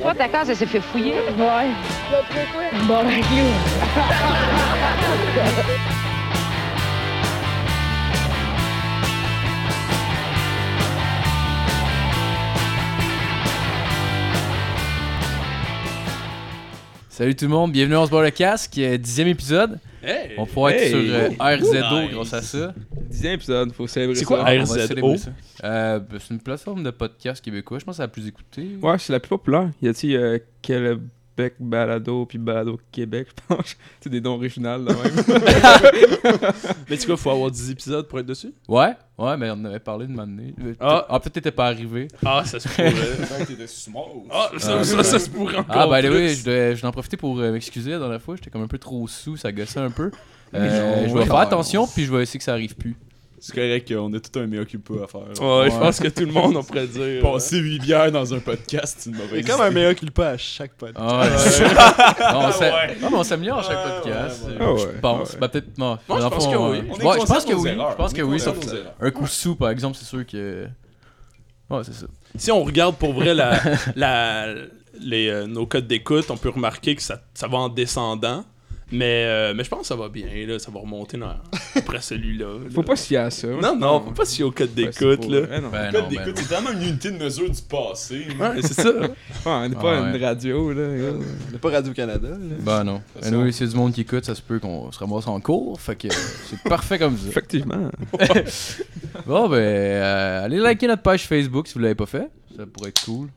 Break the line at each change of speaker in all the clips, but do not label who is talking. Toi, ta case, elle s'est fait fouiller.
Ouais. Bon, ben, you.
Salut tout le monde, bienvenue dans On se boit le casque, euh, dixième épisode.
Hey!
On pourra être
Hey!
sur euh, RZO
Nice.
grâce à ça.
Dixième épisode, faut célébrer
C'est quoi
ça.
On va
RZO?
célébrer ça. Euh, ben, c'est une plateforme de podcast québécois, je pense que c'est la plus écoutée.
Ouais, c'est la plus populaire. Y a-t-il euh, Québec Balado puis Balado Québec, je pense. C'est des noms originaux là même.
Mais tu vois, faut avoir 10 épisodes pour être dessus?
Ouais, ouais, mais on en avait parlé de m'amener. Euh,
Ah.
Ah, peut-être t'étais pas arrivé.
Ah, ça se pourrait. ah, ça,
Ah.
ça, ça se pourrait encore.
Ah, ben oui,
plus.
je devais- je vais en profiter pour euh, m'excuser la dernière fois, j'étais comme un peu trop sous, ça gossait un peu.
Mais
Euh,
non,
je vais
ouais.
faire attention, puis je vais essayer que ça arrive plus.
C'est correct qu'on a tout un mea culpa à faire.
Ouais, je pense que tout le monde, on pourrait dire. euh,
Passer 8 bières dans un podcast, c'est une mauvaise
C'est comme un meilleur culpa à chaque podcast.
Ah, ouais. Non, on s'a- non, mais on s'améliore à chaque podcast.
ouais. Ah,
Je
ouais,
pense.
ouais.
Ben, peut-être. Non,
Moi,
dans
je
le
pense
fond,
que
euh,
oui.
je-
On est
ouais, je
conscient
pense
de
que
nos
oui.
erreurs.
Je pense
On
que
est
oui.
conscient
sauf
de nos
que-
erreurs.
Un coup sous, par exemple, c'est sûr que. Ouais, c'est ça.
Si on regarde pour vrai la, la- les, euh, nos codes d'écoute, on peut remarquer que ça, ça va en descendant. Mais, euh, mais je pense que ça va bien, là, ça va remonter dans- après celui-là. là.
Faut pas se fier à ça.
Non, non, faut pas se fier au code
Ouais, c'est
d'écoute.
pour-
là.
Ouais, non.
Ben, non,
Écoute,
ben,
écoute, c'est tellement une unité de mesure du passé.
Ouais, c'est ça.
Ouais, on n'est pas
Ah, ouais.
une radio, là. gars.
On n'est pas Radio-Canada. là.
Ben non.
Ça
Anyway, s'il y a du monde qui écoute, ça se peut qu'on se ramasse en cours. Fait que euh, c'est parfait comme ça.
Effectivement.
Bon, ben, euh, allez liker notre page Facebook si vous l'avez pas fait. Ça pourrait être cool.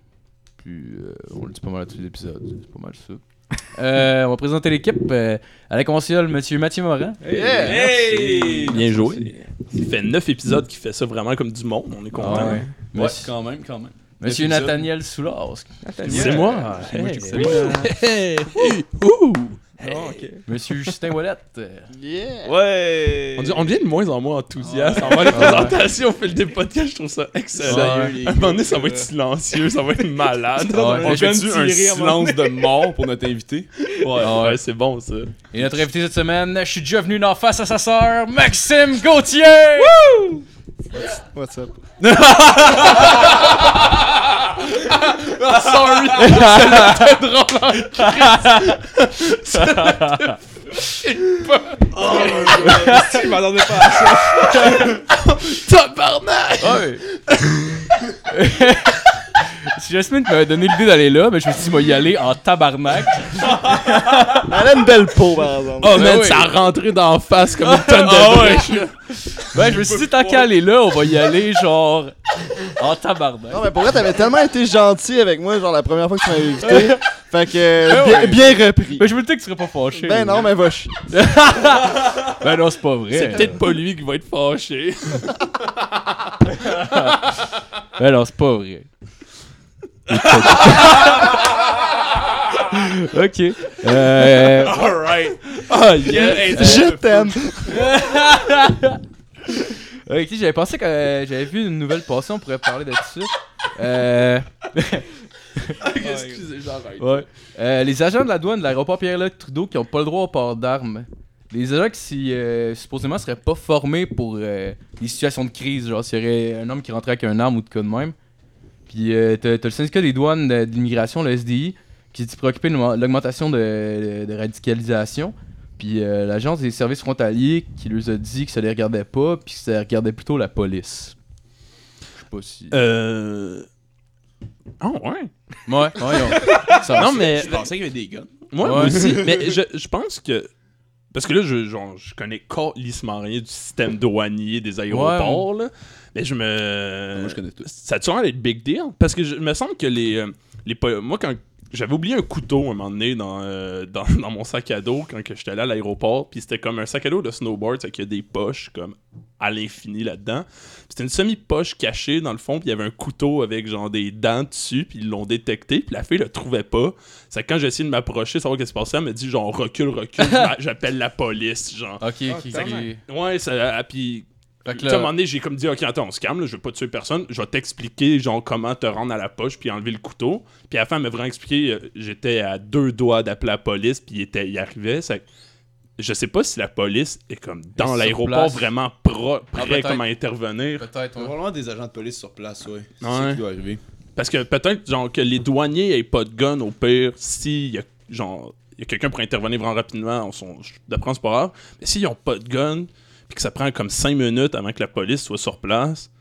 Puis, euh, on le dit pas mal à tous les épisodes. C'est pas mal ça. Euh, on va présenter l'équipe. Euh, à la console, monsieur Mathieu Morin.
Ah
Yeah!
Hey! Bien
joué.
Ça fait 9 épisodes qui fait ça vraiment comme du monde, on est content.
Ah ouais.
Ouais,
Monsieur,
quand même, quand même.
monsieur
Épisode.
Nathaniel Soulard.
Nathaniel.
C'est moi.
C'est moi
Hey.
qui
C'est moi.
Hey. Ouh.
Ah, ok.
Monsieur Justin Wallet.
Yeah!
On, dit- on devient de moins en moins enthousiaste envers les présentations au fil des podcasts, je trouve ça excellent.
Ouais.
À un moment donné, ça va être silencieux, ça va être malade.
Ouais. On
On
On
vient
fait
fait
un
un silence de mort pour notre invité.
Ouais, ouais, c'est bon ça.
Et notre invité cette semaine, je suis déjà venu d'en face à sa sœur, Maxime Gauthier!
What's up?
Sorry!
Je m'attendais pas à ça.
Tabarnak!
Ouais. Si Jasmine qui m'avait donné l'idée d'aller là, mais je me suis dit, moi, y aller en tabarnak.
Elle a une belle peau, par exemple.
Oh man,
oui.
ça a rentré d'en face comme une tonne de brèche.
Ben, je me suis dit, tant qu'à aller là, on va y aller, genre, en tabarnak.
Non, mais pour vrai, t'avais tellement été gentil avec moi, genre la première fois que tu m'avais invité. fait que, euh, bien, bien repris.
Ben, je me disais que tu serais pas fâché.
Ben non, mais va chier.
Ben non, c'est pas vrai.
C'est peut-être pas lui qui va être fâché.
Ben non, c'est pas vrai. ok. Euh...
Alright. Oh yeah, hey, ça-
Je t'aime.
Ok, j'avais pensé que euh, j'avais vu une nouvelle passer, on pourrait parler de ça. Euh...
Excusez, j'arrête.
Ouais. Euh, les agents de la douane de l'aéroport Pierre-Luc Trudeau qui ont pas le droit au port d'armes. Les agents qui, si, euh, supposément, seraient pas formés pour euh, des situations de crise. Genre, s'il y aurait un homme qui rentrait avec un arme ou de quoi de même. Puis, euh, t'as t'as le syndicat des douanes de, de l'immigration, le SDI, qui s'est dit préoccupé de l'aug- l'augmentation de, de radicalisation. Puis, euh, l'agence des services frontaliers qui leur a dit que ça les regardait pas, puis que ça regardait plutôt la police. Je sais pas si.
Euh. Oh, ouais.
Ouais, ouais, on- ça-
Non, mais.
Je pensais qu'il y avait des guns.
Ah, Moi, moi
Ouais.
aussi. mais je, je pense que. Parce que là, je, genre, je connais carrément rien du système douanier des aéroports. Là, mais je me.
Moi, je connais tout.
Ça a toujours l'air d'être big deal. Parce que je il me semble que les. euh, les po- moi, quand. J'avais oublié un couteau un moment donné dans, euh, dans, dans mon sac à dos quand que j'étais allé à l'aéroport. Puis c'était comme un sac à dos de snowboard, c'est qu'il y a des poches comme à l'infini là-dedans. Puis C'était une semi-poche cachée dans le fond, puis il y avait un couteau avec genre des dents dessus, puis ils l'ont détecté, puis la fille le trouvait pas. C'est que quand j'ai essayé de m'approcher, savoir qu'est-ce qui se passait, elle m'a dit genre recule, recule, j'a- j'appelle la police, genre.
Ok, ok, ok.
Ouais, ça, ah, puis
Fait que
tu sais, à un
là-
moment donné, j'ai comme dit, ok, attends, on se calme, là, je veux pas tuer personne, je vais t'expliquer, genre, comment te rendre à la poche, puis enlever le couteau. Puis à la fin, elle m'a vraiment expliqué, euh, j'étais à deux doigts d'appeler la police, puis il, était, il arrivait. ça- Je sais pas si la police est comme
Et
dans
sur
l'aéroport
place.
vraiment pro-
Ah,
prêt
peut-être.
comme à intervenir.
Peut-être, ouais.
Probablement des agents de police sur place, ouais. C'est
Ouais.
ça qui doit arriver.
Parce que peut-être genre que les douaniers aient pas de gun au pire si y a, genre y a quelqu'un pour intervenir vraiment rapidement, on sont d'apprendre c'est pas grave. Mais s'ils ont pas de gun puis que ça prend comme 5 minutes avant que la police soit sur place,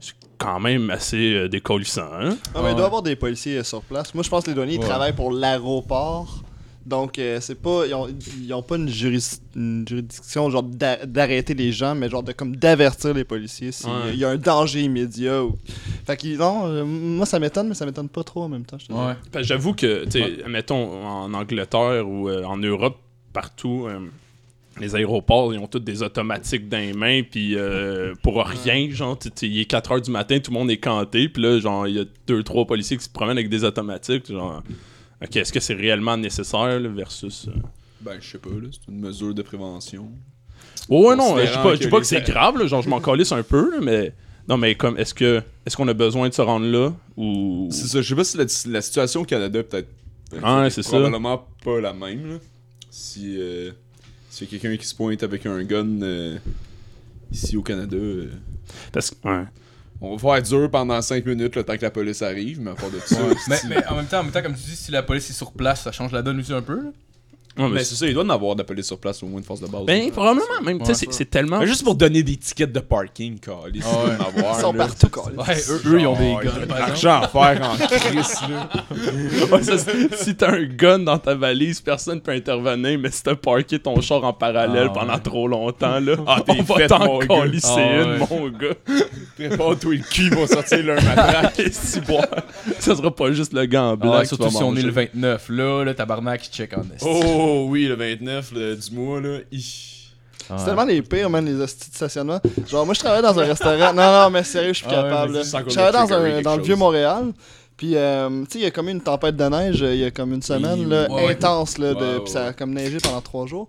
c'est quand même assez euh, décollissant. hein?
Non, Ah, mais il doit y avoir des policiers euh, sur place. Moi, je pense que les douaniers, ils
Ouais.
travaillent pour l'aéroport. Donc, euh, c'est pas. Ils ont, ils ont pas une, juris- une juridiction, genre, d'a- d'arrêter les gens, mais genre, de comme d'avertir les policiers s'il
Ouais.
y a un danger immédiat. ou- Fait que, non, euh, moi, ça m'étonne, mais ça m'étonne pas trop en même temps. je te dis.
Ouais.
Parce que Ben, j'avoue que, tu sais, mettons en Angleterre ou euh, en Europe, partout, euh, les aéroports, ils ont toutes des automatiques dans les mains, puis euh, pour rien, genre, tu- tu- il est 4h du matin, tout le monde est canté, puis là, genre, il y a deux trois policiers qui se promènent avec des automatiques, genre. Ok, est-ce que c'est réellement nécessaire là, versus. euh,
Ben, je sais pas, là, c'est une mesure de prévention.
Ouais, ouais, non,
Considérant
je dis pas, je dis
que
pas
les-
que c'est grave, là, genre je m'en calisse un peu, là, mais. Non, mais comme, est-ce que est-ce qu'on a besoin de se rendre là ou.
C'est ça, je sais pas si la, la situation au Canada est peut-être.
Ah, ouais,
c'est
c'est ça.
probablement pas la même, là. Si. Euh, si y a quelqu'un qui se pointe avec un gun euh, ici au Canada. euh,
Parce que. ouais.
On va faire dur pendant 5 minutes le temps que la police arrive, mais à part de ça.
Mais,
c'est-
mais en, même temps, en même temps, comme tu dis, si la police est sur place, ça change la donne aussi un peu. là.
Ouais, mais
Mais c'est ça, il doit en avoir de la police sur place, au moins une force de base.
Ben, probablement, même. tu sais,
Ouais.
c'est- c'est tellement.
Mais juste pour donner des tickets de parking, câlisse,
Ah ouais.
il doit en avoir.
Ils sont
là.
partout, câlisse.
Ouais, eux, eux, oh, ils ont des
Genre, il y a
guns.
de
par exemple.
l'argent à faire en crise, là.
Ouais, ça, c'est- si t'as un gun dans ta valise, personne peut intervenir, mais si t'as parké ton char en parallèle
Ah,
pendant
ouais.
trop longtemps, là,
t'es
on va
fait,
t'en
mon gars.
colisser
Ah,
une,
ouais.
mon gars.
Prépare tout le cul, ils vont sortir leur matraque.
Et si, bon, ça sera pas juste le gant blanc.
Ah Ouais,
qui
surtout
va
si on est
manger.
le 29. Là, le tabarnak, il check en est.
Oh oui, le 29 le- du mois, là. hi.
C'est tellement les pires, man, les hosties de stationnement. Genre, moi, je travaillais dans un restaurant. Non, non, mais sérieux, je suis
Ah ouais,
capable.
vas-y,
là.
sans qu'on
je travaillais dans,
trigger
un,
quelque
dans le
chose.
Vieux-Montréal. Puis, euh, tu sais, il y a comme eu une tempête de neige euh, il y a comme une semaine, là,
ouais.
intense, là, de-
Ouais, ouais,
puis ça a comme neigé pendant trois jours.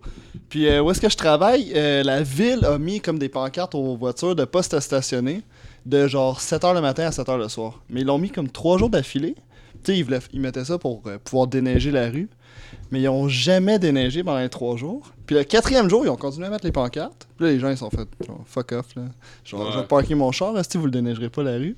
Puis, euh, où est-ce que je travaille? Euh, la ville a mis comme des pancartes aux voitures de postes à stationner de genre 7h le matin à 7h le soir. Mais ils l'ont mis comme trois jours d'affilée. Tu sais, ils, voulaient- ils mettaient ça pour euh, pouvoir déneiger la rue. Mais ils ont jamais déneigé pendant les trois jours. Puis le quatrième jour, ils ont continué à mettre les pancartes. Puis là, les gens, ils sont fait genre, fuck off. Là. Genre,
Ouais.
je vais parker mon char. Si vous le déneigerez pas la rue.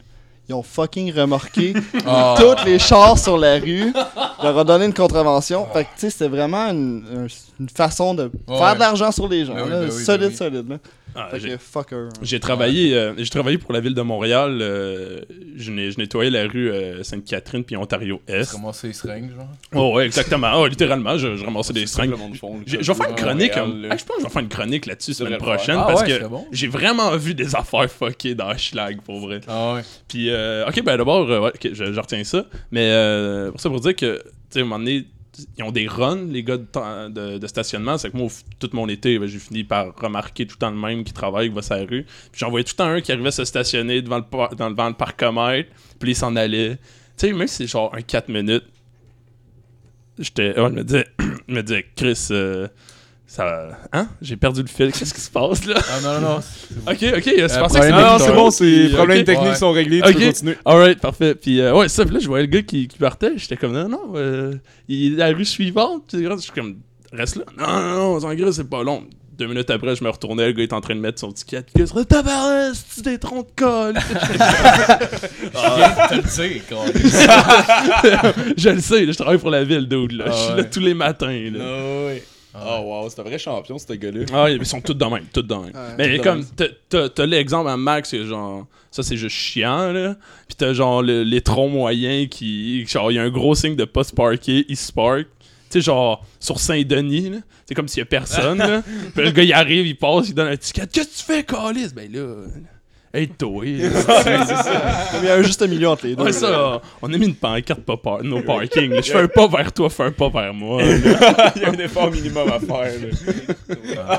Ils ont fucking remorqué
Ah.
tous les chars sur la rue. leur ont donné une contravention. Fait que, tu sais, c'était vraiment une, un- une façon de
Ouais,
faire
ouais.
de l'argent sur les gens.
Ben oui,
là.
ben oui, ben
solide,
oui.
solide. Là.
Ah,
Fait
j'ai-
que, fucker.
J'ai travaillé, euh, j'ai travaillé pour la ville de Montréal. euh, je, n'ai- je nettoyais la rue euh, Sainte-Catherine puis Ontario-Est.
Comment c'est seringue, genre
Oh, ouais, exactement. Ah, littéralement, je, je ramassais des
C'est ça
seringues.
que le monde font, le
J'ai-
code
Je vais faire une
de
chronique.
Montréal,
hein.
là.
Ah, je pense que je vais faire une chronique là-dessus semaine
devrais le
prochaine
faire. Ah
parce
ouais,
que
c'est bon.
j'ai vraiment vu des affaires fuckées dans Schlag pour vrai.
Ah ouais.
Puis, euh, ok, ben d'abord, euh, ouais, ok, je, je retiens ça. Mais euh, pour ça, pour dire que, tu sais, à un moment donné, ils ont des runs, les gars de, temps- de- de stationnement. C'est que moi, au f- tout mon été, ben, j'ai fini par remarquer tout le temps le même qui travaille, qui va sur la rue. Puis j'en voyais tout le temps un qui arrivait se stationner devant le, par- dans, devant le parcomètre, puis il s'en allait. Tu sais, même si c'est genre un 4 minutes, j'étais. ouais, je me disais, je me disais, Chris, euh, ça. Hein? J'ai perdu le fil, qu'est-ce qui se passe là?
Ah non, non, non. c'est-
ok, ok, je pensais que
problème
c'était-
Ah non,
non, c'est
c'est
bon, c'est
Ok.
problèmes techniques
Ouais.
sont réglés, tu
Ok.
peux continuer.
Alright, parfait. Puis euh, ouais, ça, puis là, je voyais le gars qui, qui partait, j'étais comme non, non, euh, il est à la rue suivante. Puis je suis comme reste là. Non, non, non, en gros, c'est pas long. Deux minutes après, je me retournais, le gars est en train de mettre son ticket. Puis il se tabarnak, tu des troncs de colle.
Viens de te le dire, câlisse.
je le sais, là, je travaille pour la ville, dude. Là.
Ah
je suis là
ouais.
tous les matins. Là.
Ah
Oh wow, c'est un vrai champion, ce gars-là.
Ah, ils sont tous de même, tous de même.
Ouais,
mais
tous de
comme,
même.
t'as- t'as t'as l'exemple à Max, c'est genre, ça c'est juste chiant, là. Puis t'as genre le- les troncs moyens qui, genre, il y a un gros signe de pas se parker, il se park. Tu sais, genre, sur Saint-Denis, là, c'est comme s'il y a personne, là. Puis le gars, il arrive, il passe, il donne un ticket. Qu'est-ce que tu fais, Calis? Ben là, aide-toi. là.
Il y a un juste milieu entre les deux.
Ouais,
là.
ça, on a mis une pancarte, pas par no parking. là. Je fais un pas vers toi, fais un pas vers moi. là.
Il y a un effort minimum à faire. là.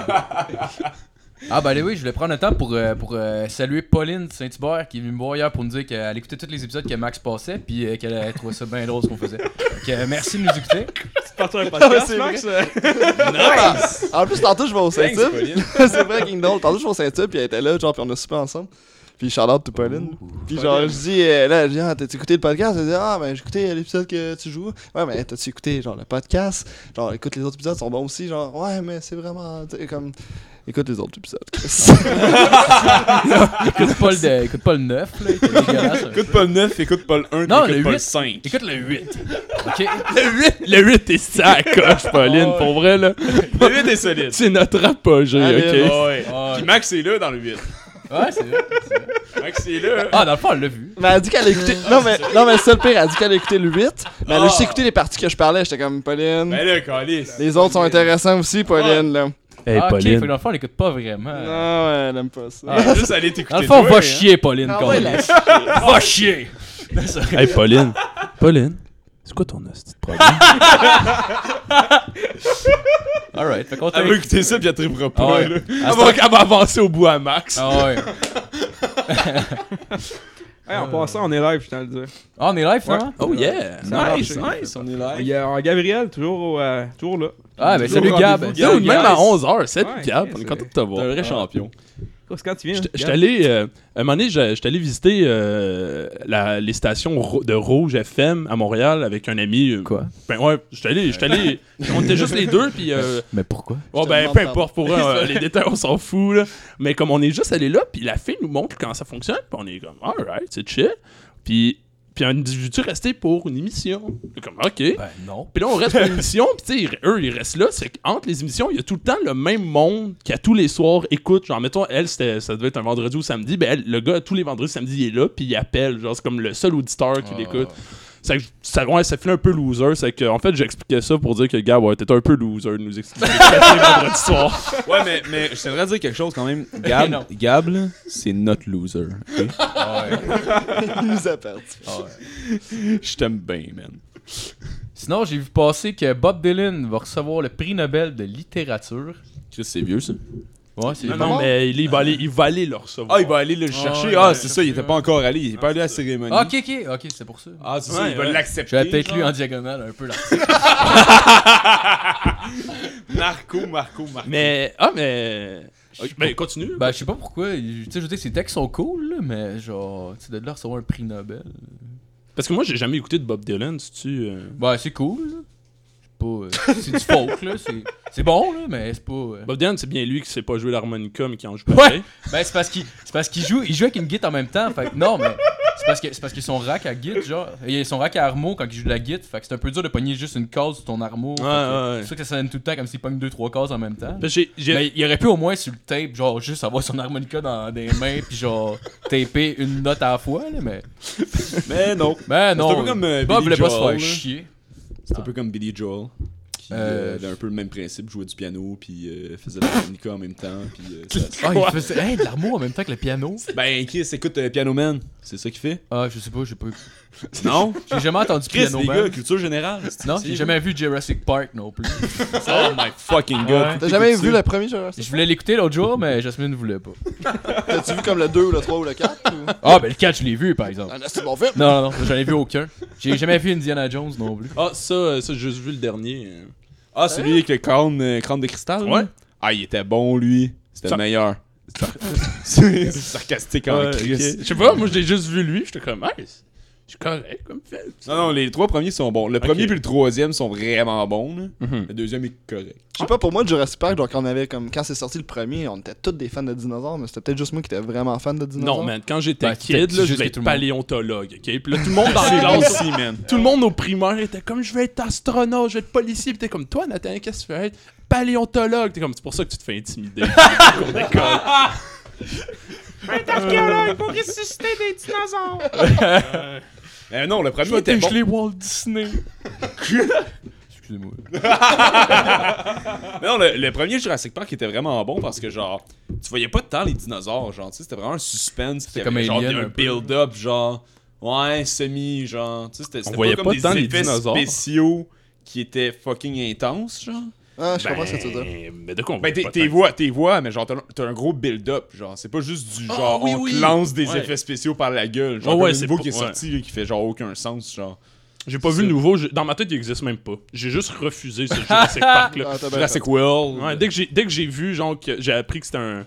Ah bah oui, je voulais prendre le temps pour, euh, pour euh, saluer Pauline de Saint-Hubert qui est venue me voir hier pour nous dire qu'elle écoutait tous les épisodes que Max passait puis euh, qu'elle euh, trouvait ça bien drôle ce qu'on faisait. Donc, euh, merci de nous écouter.
c'est En plus, tantôt, je vais au
Thanks,
Saint-Tube.
Pauline.
c'est vrai, King Doll. Tantôt, je vais au Saint-Tube, puis elle était là, genre, puis on a super ensemble. Puis shout-out to Pauline. Puis genre, je dis, euh, là, je dis, ah, t'as-tu écouté le podcast? Elle dit, ah, ben, j'ai écouté l'épisode que tu joues. Ouais, mais t'as-tu écouté, genre, le podcast? Genre, écoute, les autres épisodes sont bons aussi. Genre, ouais, mais c'est vraiment, tu sais, comme, écoute les autres épisodes.
Écoute pas le, de- écoute pas le 9, là. il est dégueulasse.
Écoute pas le 9, écoute pas le 1,
Non,
écoute
le
pas le
huit.
5.
Écoute le 8. Ok. Oh,
Le 8, le 8 est sa coche, Pauline, pour vrai, là.
Le 8 est solide.
C'est notre apogée,
Allez,
ok?
Ouais. Puis Max est là dans le
oh,
8.
Ouais, c'est vrai.
Max est là.
Ah, dans le fond, on l'a vu.
mais elle dit qu'elle a écouté, non, mais, non, mais c'est ça le pire, elle dit qu'elle a écouté le 8, mais elle a
Ah.
juste écouté les parties que je parlais. J'étais comme, Pauline,
Ben là, calice.
les autres sont intéressants aussi, Pauline, là.
Hey,
ah, ok, fait
Pauline.
que dans le fond, on l'écoute pas vraiment.
Non, ouais, elle aime pas ça.
Ah.
Juste aller t'écouter.
Dans le fond, on
toi,
va
hein.
chier, Pauline.
Ah
quand
ouais,
même.
la
va chier.
Hey, Pauline. Pauline, c'est quoi ton hostie de problème?
Alright, fait qu'on t'a-
Elle va écouter Ah, ça, puis elle tripera
Ah
pas.
ouais.
là.
Elle va, elle va avancer au bout à Max.
Ah ouais.
Hey, en passant, on est live, je tiens à le dire.
Ah, on est live, finalement?
Oh yeah!
Ça a
Nice,
marché.
nice, on est là.
Il y a Gabriel, toujours, au, euh, toujours là.
Ah, ben salut,
Toujours
Gab.
rendez-vous,
Salut,
Dude, même
Gab.
à 11h, c'est
Ouais,
Gab,
c'est-
on est content de te voir.
T'es un vrai champion.
Qu'est-ce quand tu viens?
J'étais j'étais
Gab?
allé, euh, à un moment donné, j'a- j'étais allé visiter euh, la- les stations ro- de Rouge FM à Montréal avec un ami. euh,
Quoi?
Ben ouais, j'étais allé, j'étais allé, on était juste les deux, puis euh,
Mais pourquoi?
Bon,
te
ben,
demande
peu
pardon.
importe pour euh, les détails, on s'en fout, là. Mais comme on est juste allé là, puis la fille nous montre comment ça fonctionne, puis on est comme, alright, c'est chill. Puis, puis on dit, veux-tu rester pour une émission? Puis comme, ok.
Ben non.
Puis là, on reste pour une émission, puis tu sais, eux, ils restent là. C'est qu'entre les émissions, il y a tout le temps le même monde qui, à tous les soirs, écoute. Genre, mettons, elle, c'était- ça devait être un vendredi ou samedi. Ben, elle, le gars, tous les vendredis, samedi, il est là, puis il appelle. Genre, c'est comme le seul auditeur qui
Ah.
l'écoute. Ça, ça, ouais, ça fait un peu loser. C'est que, en fait, j'expliquais ça pour dire que, gars, ouais, t'es un peu loser de nous expliquer ce que t'as fait vendredi soir.
Ouais, mais, mais je tiendrais à dire quelque chose quand même.
Non.
Gab, Gab là, c'est notre loser. ok?
Ah ouais.
Il nous a perdu.
Ah ouais.
Je t'aime bien, man.
Sinon, j'ai vu passer que Bob Dylan va recevoir le prix Nobel de littérature.
Chris, c'est vieux, ça.
Ouais, c'est
Non,
bon.
non, mais il, il va aller, il va aller le recevoir.
Ah, il va aller le
chercher.
chercher.
Ah,
Ah, c'est ça, il était pas encore allé. Il est pas allé à la cérémonie.
Ah, ok, ok, ok, c'est pour ça.
Ah, c'est
Ouais,
ça, il va
ouais.
l'accepter.
J'avais peut-être
genre.
lu en diagonale un peu l'article.
Marco, Marco, Marco.
Mais, ah, mais. Ben, continue.
Ben, je sais pas pourquoi. Tu sais, je veux dire, ses textes sont cool, là, mais genre, tu sais, de là recevoir un prix Nobel.
Parce que moi, j'ai jamais écouté de Bob Dylan, si tu. euh,
Ben, c'est cool, là. C'est pas. euh, c'est du folk, là. C'est, c'est bon, là, mais c'est pas. euh.
Bob Dylan, c'est bien lui qui sait pas jouer l'harmonica, mais qui en joue
Ouais.
pareil.
Ben, c'est parce qu'il, c'est parce qu'il joue, il joue avec une guitare en même temps. Fait que non, mais. C'est parce, que, c'est parce que son rack à guitare, genre. Il a son rack à armo quand il joue de la guitare. Fait que c'est un peu dur de pogner juste une case sur ton armo. Fait
Ouais,
que
ouais, ouais.
C'est sûr que ça sonne tout le temps comme s'il pogne deux, trois cases en même temps.
Parce que Ben, j'ai- j'ai-
Mais il aurait pu au moins sur le tape, genre juste avoir son harmonica dans des mains, puis genre taper une note à la fois, là, mais.
Mais non.
Ben non.
C'est un peu comme, euh,
Bob
Billy
voulait pas se
Joel,
faire
là.
chier.
C'est un peu comme Billy Joel. Qui
Euh,
euh, avait un peu le même principe, jouait du piano, puis euh, faisait de l'harmonica en même temps. Puis, euh, ça-
Ah, il faisait hey, de l'armo en même temps que le piano.
Ben, Chris, écoute euh, Piano Man. C'est ça qu'il fait?
Ah, je sais pas, j'ai pas.
Non?
J'ai jamais entendu
Chris,
piano
les
man.
gars, culture générale. c'est-
Non,
c'est-
j'ai jamais vu Jurassic Park non plus.
Oh my fucking god.
T'as jamais
Écoute
vu
ça.
le premier Jurassic
Je voulais l'écouter l'autre jour, mais Jasmine ne voulait pas.
Park? T'as-tu vu comme le 2 ou le 3 ou le 4? ou-
Ah, ben le catch, je l'ai vu par exemple.
Ah, là, c'est bon film.
Non, non, non, j'en ai vu aucun. J'ai jamais vu Indiana Jones non plus.
Ah, ça, euh, ça, j'ai juste vu le dernier. euh.
Ah, celui avec le crâne, euh, crâne de cristal? là?
Ouais.
Ah, il était bon, lui. C'était
Ça-
le meilleur. C'est c'est sarcastique en
Ouais,
Chris.
ok. Je sais pas, moi, j'ai juste vu lui, j'étais comme, hey, c'est- c'est correct comme film.
Non, non, les trois premiers sont bons. Le premier puis le troisième sont vraiment bons. là.
Mhm.
Le deuxième est correct.
Je sais pas, pour moi, Jurassic Park, genre, quand, on avait, comme, quand c'est sorti le premier, on était tous des fans de dinosaures, mais c'était peut-être juste moi qui étais vraiment fan de dinosaures.
Non, man, quand j'étais
Ben, c'était
kid,
petit
là, je
juste
voulais
que
être
tout le monde.
paléontologue, ok? Puis là, tout le monde dans la classe,
aussi, man.
tout le monde au primaire était comme, je vais être astronaute, je vais être policier. Puis t'es comme, toi, Nathan, qu'est-ce que tu veux être? Paléontologue. T'es comme, c'est pour ça que tu te fais intimider.
Euh, non, le
Je
premier
vais
était bon.
t'ingeler Walt Disney.
Excusez-moi.
Mais non, le, le premier Jurassic Park était vraiment bon parce que genre, tu voyais pas tant les dinosaures, genre, tu sais, c'était vraiment un suspense. C'était
comme
genre
Alien,
un
un peu.
build-up, genre, ouais, semi, genre, tu sais, c'était c'était
voyait
pas
pas
comme
tant
des
les
effets
dinosaures.
spéciaux qui étaient fucking intenses, genre.
Ah, je comprends ce que tu veux dire.
Ben, Mais de quoi on
Ben,
va
t'es-
pas
t'es
tant-
voix, t'es voix, mais genre, t'as t'as un gros build-up, genre, c'est pas juste du
Ah,
genre,
oui,
on
oui.
te lance des
Ouais.
effets spéciaux par la gueule,
Ah
genre, comme
ouais,
le
c'est
nouveau
pas-
qui est
ouais.
sorti, là, qui fait genre aucun sens, genre.
J'ai pas vu le nouveau, je- dans ma tête il existe même pas. J'ai juste refusé ce Jurassic Park là.
Ah, t'as bien
Jurassic World. euh,
Ouais, dès que j'ai dès que j'ai vu genre que j'ai appris que c'était un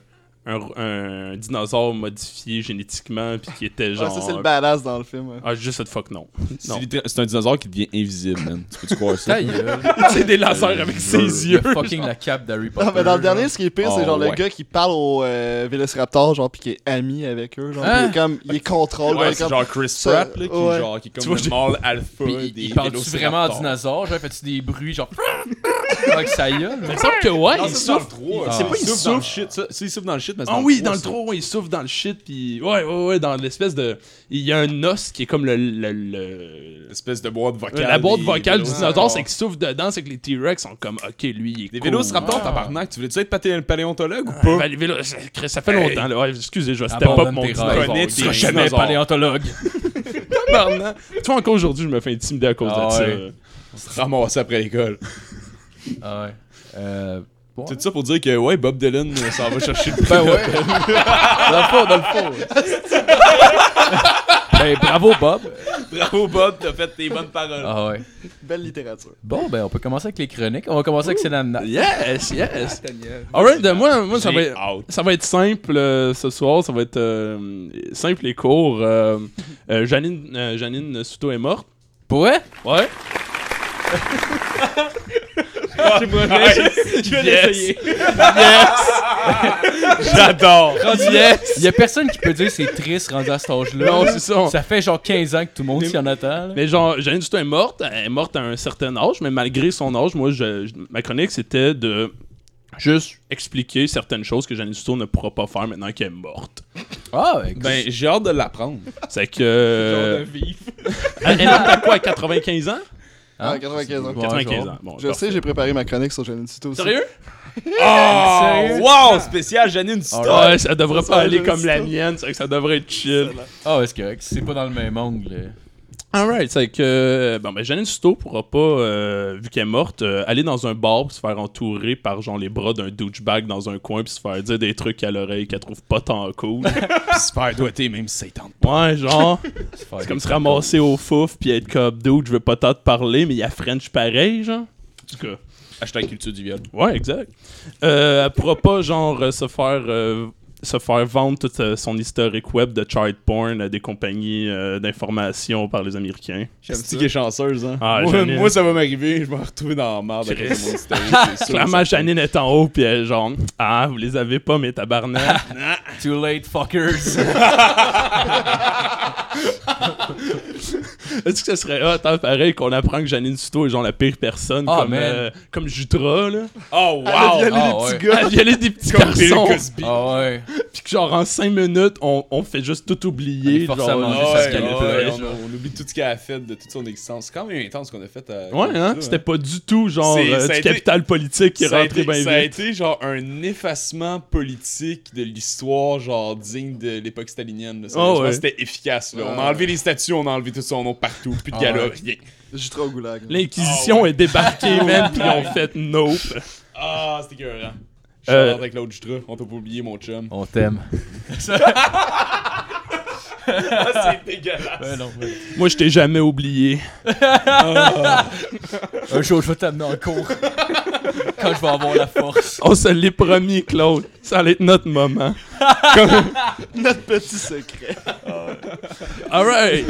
un, un dinosaure modifié génétiquement, puis qui était
Ouais,
genre.
Ah, ça, c'est le badass dans le film. ouais.
ah, juste cette fuck non. Non.
C'est littéra- C'est un dinosaure qui devient invisible, man. Tu peux-tu croire ça?
Ta gueule.
c'est des lasers avec ses yeux.
Il a fucking la cape d'Harry Potter.
Non, mais dans le
genre.
dernier, ce qui est pire, c'est
Oh,
genre le
ouais.
gars qui parle au euh, Vélociraptor, genre, pis qui est ami avec eux. Genre, pis il est comme, il est contrôle.
Ouais,
ben,
c'est
comme-
genre Chris
ça-
Pratt, là.
Là, qui,
Ouais.
genre, qui est comme
Tu vois, j'ai-
le mâle alpha
Puis
des
il, il parle-tu vraiment à
vélociraptors.
dinosaure? Genre, fait-tu des bruits genre. Ah, avec sa gueule?
Il me semble que ouais,
Non,
il
ça, c'est dans
souffle.
le 3.
Ah.
C'est pas
Il
il
souffle
souffle dans le shit. Ça, ça, il souffle dans le shit, mais c'est
Ah oui,
trois,
dans le
ça.
3, ouais, il souffle dans le shit, puis ouais, ouais, ouais, dans l'espèce de. Il y a un os qui est comme le. le- le-
Espèce de boîte vocale.
la boîte
des
vocale du
vélociraptors.
dinosaure, c'est qu'il souffle dedans, c'est que les T-Rex sont comme, ok, lui, il est.
Des
cool.
vélociraptors,
Ah.
tabarnak. Tu voulais-tu être paté- paléontologue ou
Ouais,
pas?
ben, les vélos, ça, Chris, ça fait longtemps, là. Ouais, excusez, je vais step
Abandonne
up mon
tes
dinosaure.
rêves.
Connais,
Des
tu seras jamais
dinosaures.
paléontologue.
Tabarnak. Tu vois, encore aujourd'hui, je me fais intimider à cause
Ah
de ça.
ouais.
Ramassé après l'école.
Ah ouais. Euh. ouais.
C'est ça pour dire que, ouais, Bob Dylan, euh, ça va chercher le
Ben ouais. dans le fond, dans le fond. ben bravo, Bob.
Bravo, Bob, t'as fait tes bonnes paroles.
Ah ouais.
Belle littérature.
Bon, ben on peut commencer avec les chroniques. On va commencer avec Céline Amna.
Yes, yes. Alright, euh, moi, moi ça va être. Ça va être simple euh, ce soir, ça va être euh, simple et court. Euh, euh, Janine, euh, Janine Souto est morte.
Pour vrai?
Ouais.
Je vais l'essayer.
J'adore. yes.
Il y a personne qui peut dire c'est triste rendu à cet âge-là.
Non, c'est ça.
Ça fait genre 15 ans que tout le monde s'y en attend. là.
Mais genre, Janine Souto est morte. Elle est morte à un certain âge, mais malgré son âge, moi, je- je- ma chronique, c'était de juste expliquer certaines choses que Janine Souto ne pourra pas faire maintenant qu'elle est morte.
Ah, ouais.
Ben, j'ai hâte de l'apprendre.
C'est
Euh,
que... Elle est morte à quoi, à 95 ans?
Hein?
Ah, 95 ans.
Ouais,
95
genre.
ans. Bon,
Je
parfait.
sais, j'ai préparé ma chronique sur Jeanne Tito aussi.
Sérieux?
Oh! Wow! Spécial Janine Souto!
Ouais, ça devrait
Ça,
pas aller
Janine
comme la
Souto.
mienne, c'est que ça devrait être chill.
Ah, ouais, c'est correct. C'est pas dans le même angle.
Alright, c'est que euh, bon ben Janine Souto pourra pas euh, vu qu'elle est morte euh, aller dans un bar puis se faire entourer par genre les bras d'un douchebag dans un coin puis se faire dire des trucs à l'oreille qu'elle trouve pas tant cool.
Super doigté, même si ça y tente.
ouais, genre
C'est
c'est comme se ramasser au fouf puis être comme dude, je veux pas tant te parler mais il y a French pareil genre. En tout cas,
Hashtag culture du viol.
ouais, exact. Euh, elle pourra pas genre euh, se faire euh, se faire vendre tout euh, son historique web de child porn à des compagnies euh, d'information par les Américains.
J'aime
C'est
ça.
qui est chanceuse, hein?
Ah,
moi,
Janine.
moi, ça va m'arriver, je vais me retrouver dans la merde avec
Chris.
mon historique, c'est sûr,
Clairement,
certain.
Janine est en haut, puis elle est genre, ah, vous les avez pas, mes tabarnak.
Too late, fuckers.
Est-ce que ce serait hot, hein, pareil, qu'on apprend que Janine Souto est genre la pire personne,
Ah,
comme,
man.
euh, comme Jutra, là.
Oh,
Elle a
wow!
violé
Ah,
les petits
ouais.
gars.
Elle violait des petits
Comme Bill
garçons,
Cosby.
Ah, ouais.
puis que genre en 5 minutes, on, on fait juste tout
On
oublier,
est
genre, euh,
forcé à manger
Ah
ça,
ouais,
ce qu'elle
ouais,
a fait,
ouais,
genre.
on, on oublie tout ce qu'elle a fait de toute son existence. C'est quand même intense ce qu'on a fait euh, à.
Ouais, hein, c'était pas du tout, genre,
C'est-
euh,
ça a
du
été-
capital politique qui est
ça a
rentré
été,
bien
ça a
vite.
été genre un effacement politique de l'histoire, genre digne de l'époque stalinienne. là. Sérieusement,
Ah ouais.
C'était efficace. Là. On a
Ah.
enlevé les statues, on a enlevé tout son nom partout. Plus de
Ah
gala,
ouais.
rien.
J'ai trop au goulag. là.
L'Inquisition
Ah
est débarquée, même, puis ils ont fait nope.
Ah, c'était écœurant. Je
Euh,
avec l'autre Jutra, on peut pas oublier mon chum.
On t'aime.
Ah, c'est dégueulasse.
Moi, je t'ai jamais oublié.
Un jour, je vais t'amener en cours. Quand je vais avoir la force.
On se l'est promis, Claude. Ça allait être notre moment.
Notre petit secret.
Alright!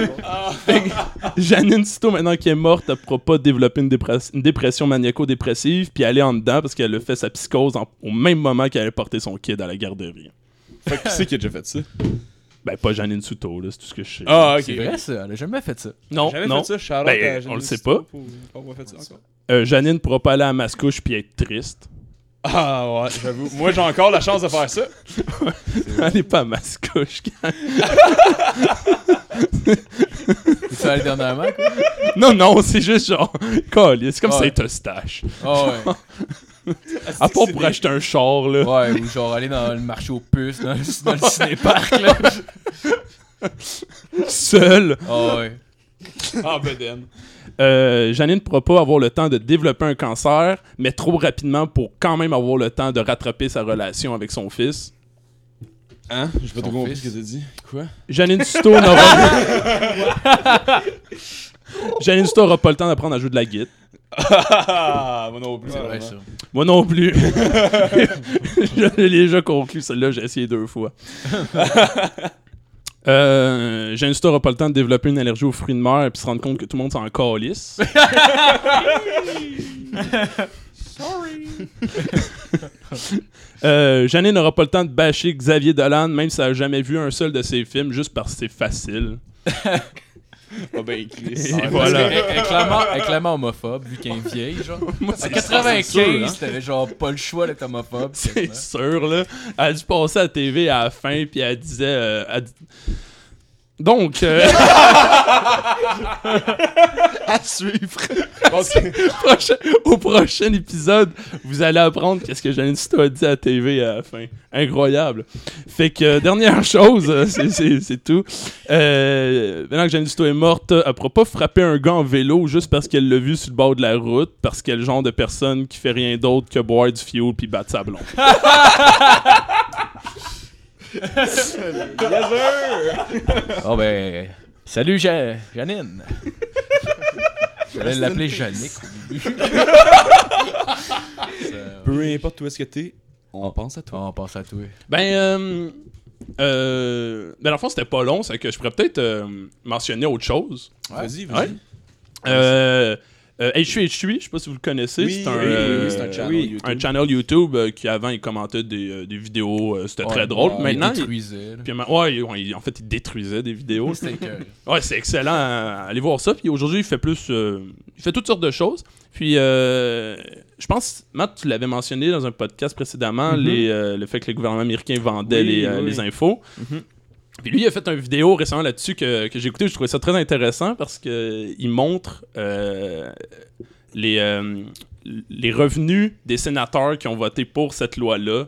Fait que Janine Cito, maintenant qui est morte, elle pourra pas développer une, dépres- une dépression maniaco-dépressive puis aller en dedans parce qu'elle a fait sa psychose en- au même moment qu'elle a porté son kid à la garderie.
Fait que Oh, qui c'est qui a déjà fait ça?
Ben, pas Janine Souto, là, c'est tout ce que je sais.
Ah, ok. euh,
C'est vrai, ça. Elle a jamais fait ça.
non,
J'avais
non.
fait ça, Charlotte.
Ben,
à
on
Janine
le sait pas.
Souto pour- pour avoir fait ça encore.
Euh, Janine pourra pas aller à Mascouche puis être triste.
Ah ouais, j'avoue. Moi, j'ai encore la chance de faire ça.
elle est pas à Mascouche.
C'est ça, dernièrement, quoi.
non, non, c'est juste genre. Colle, c'est comme
Ouais.
Saint-Eustache.
Ah, ouais.
Ah,
À part pour acheter un char, là.
Ouais, ou genre aller dans le marché aux puces, dans le, dans le cinéparc, là.
Seul.
Ah ouais.
Ah, Beden.
Euh, Janine ne pourra pas avoir le temps de développer un cancer, mais trop rapidement pour quand même avoir le temps de rattraper sa relation avec son fils.
Hein? J'ai pas
Son
trop compris
fils.
ce que t'as dit. Quoi?
Janine Souto n'aura Janine Souto aura pas le temps d'apprendre à jouer de la guitare. Moi non plus.
C'est vrai, ça.
Moi non plus. je l'ai déjà conclu, celle-là, j'ai essayé deux fois. Euh, Janustor a pas le temps de développer une allergie aux fruits de mer et puis se rendre compte que tout le monde s'en calisse. Sorry. Euh, Janine n'aura pas le temps de bâcher Xavier Dolan, même si elle n'a jamais vu un seul de ses films, juste parce que c'est facile.
Ah ben, Chris.
Et
Ah, parce
voilà.
que Elle, elle est clairement, elle est clairement homophobe, vu qu'elle est vieille, genre. En
sûr, hein.
95, t'avais genre pas le choix d'être homophobe.
C'est
quasiment.
sûr, là. Elle a dû passer à la TV à la fin, puis elle disait. euh, elle dit- Donc, euh,
À suivre.
prochain- au prochain épisode, vous allez apprendre qu'est-ce que Janine Sito a dit à la TV à la fin. Incroyable. Fait que, euh, dernière chose, euh, c'est- c'est c'est tout. Euh, maintenant que Janine Sito est morte, elle pourra pas frapper un gars en vélo juste parce qu'elle l'a vu sur le bord de la route, parce qu'elle est le genre de personne qui fait rien d'autre que boire du fioul puis battre sa blonde.
Oh ben. Salut, Ja- Janine. J'allais l'appeler Jannick au début. Ça-
Peu importe où est-ce que t'es, on pense à toi.
Ah, On pense à toi.
Ben, euh, euh, ben, dans le fond, c'était pas long, c'est que je pourrais peut-être euh, mentionner autre chose.
Vas-y,
Ouais. Euh, euh, HUHU, je sais pas si vous le connaissez,
Oui,
c'est un,
oui, oui,
euh,
oui, c'est un channel YouTube.
un channel YouTube, euh, qui avant il commentait des, euh, des vidéos, euh, c'était très
Ouais,
drôle.
ouais,
Maintenant,
il détruisait. là.
il- puis, ouais, il- ouais, il- en fait, il détruisait des vidéos.
C'était écœurant.
Ouais, c'est excellent. euh, Allez voir ça. Puis aujourd'hui, il fait plus. euh, il fait toutes sortes de choses. Puis euh, je pense, Matt, tu l'avais mentionné dans un podcast précédemment, les, euh, le fait que le gouvernement américain vendait
Mhm. Oui,
les, euh,
oui. Mhm.
les infos. Puis lui, il a fait une vidéo récemment là-dessus que, que j'ai écouté. Je trouvais ça très intéressant parce qu'il montre euh, les, euh, les revenus des sénateurs qui ont voté pour cette loi-là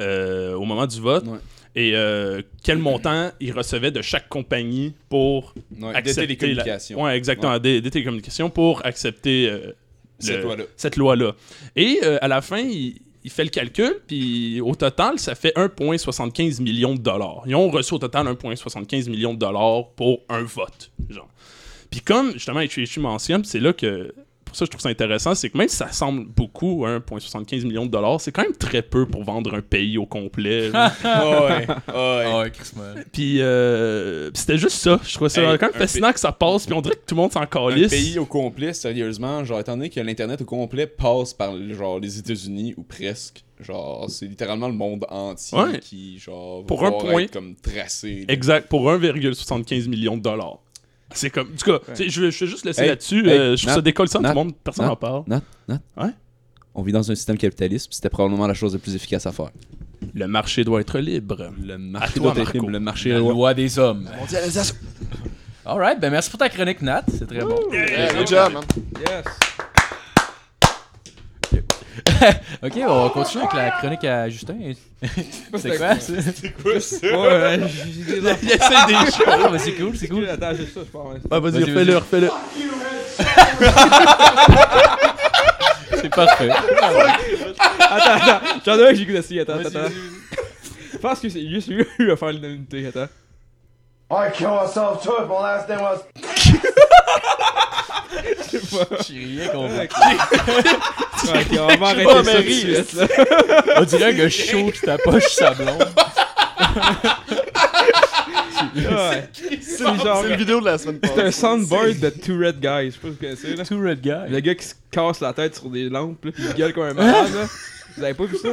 euh, au moment du vote.
Ouais.
Et euh, quel montant ils recevaient de chaque compagnie pour
Non, des
accepter
télécommunications.
La... Ouais, exactement, Des, des télécommunications pour accepter euh,
Cette
le-
loi-là.
cette loi-là. Et euh, à la fin, il, il fait le calcul, puis au total, ça fait 1,75 million de dollars. Ils ont reçu au total 1,75 million de dollars pour un vote, genre. Puis comme, justement, HHU mentionne, c'est là que... Pour ça, je trouve ça intéressant, c'est que même si ça semble beaucoup, 1,75 million de dollars, c'est quand même très peu pour vendre un pays au complet. genre.
ouais,
Ah ouais, Chris, man.
Puis euh, c'était juste ça. Je trouvais ça
Hey,
quand même
un
fascinant que ça passe. Puis on dirait que tout le monde s'en
Le
calisse.
pays au complet, sérieusement, genre étant donné que l'internet au complet passe par genre les États-Unis ou presque, genre c'est littéralement le monde entier
Ouais.
qui genre va
Pour un
pouvoir
point.
être comme tracé. là.
Exact, pour 1,75 million de dollars. C'est comme. En tout cas, tu sais, je, vais- je vais juste laisser
Hey,
là-dessus.
hey,
euh, je trouve
Nat,
ça décolle ça, tout
Nat,
le monde. Personne
Nat.
n'en parle.
Nat, Nat.
Ouais?
On vit dans un système capitaliste, c'était probablement la chose la plus efficace à faire.
Le marché doit être libre.
Le marché
toi,
doit être
Marco.
libre, le marché
La
doit-
loi des hommes.
Mondialisation.
Alright, ben merci pour ta chronique, Nat. C'est très bon.
Yeah, good job, man.
Yes.
Ok, on va continuer avec la chronique à Justin. C'est quoi ça?
Ouais, j'ai des enfants.
Il essaie des
Ah non, mais c'est cool, c'est cool.
Attends, juste ça, je pense.
Ah,
Vas-y,
vas-y,
vas-y.
refais-le, refais-le.
C'est parfait.
Attends, attends. J'en ai un que j'ai goût d'essayer. Attends, attends. attends. Je pense que c'est juste lui qui va faire l'unanimité. Attends.
I killed myself too. My last name was
J'ai rien compris.
Ouais, ok, on va arrêter
pas,
ça
mais
tout de
rire.
suite, là.
On dirait un gars chaud qui tapoche sa blonde.
Ouais. C'est genre.
C'est une vidéo de la semaine
C'est un
passée.
soundboard de Two Red Guys. Je sais pas si vous connaissez, là.
Two red guy.
Le gars qui se casse la tête sur des lampes, là, pis il gueule comme un malade, là. Vous avez pas vu ça?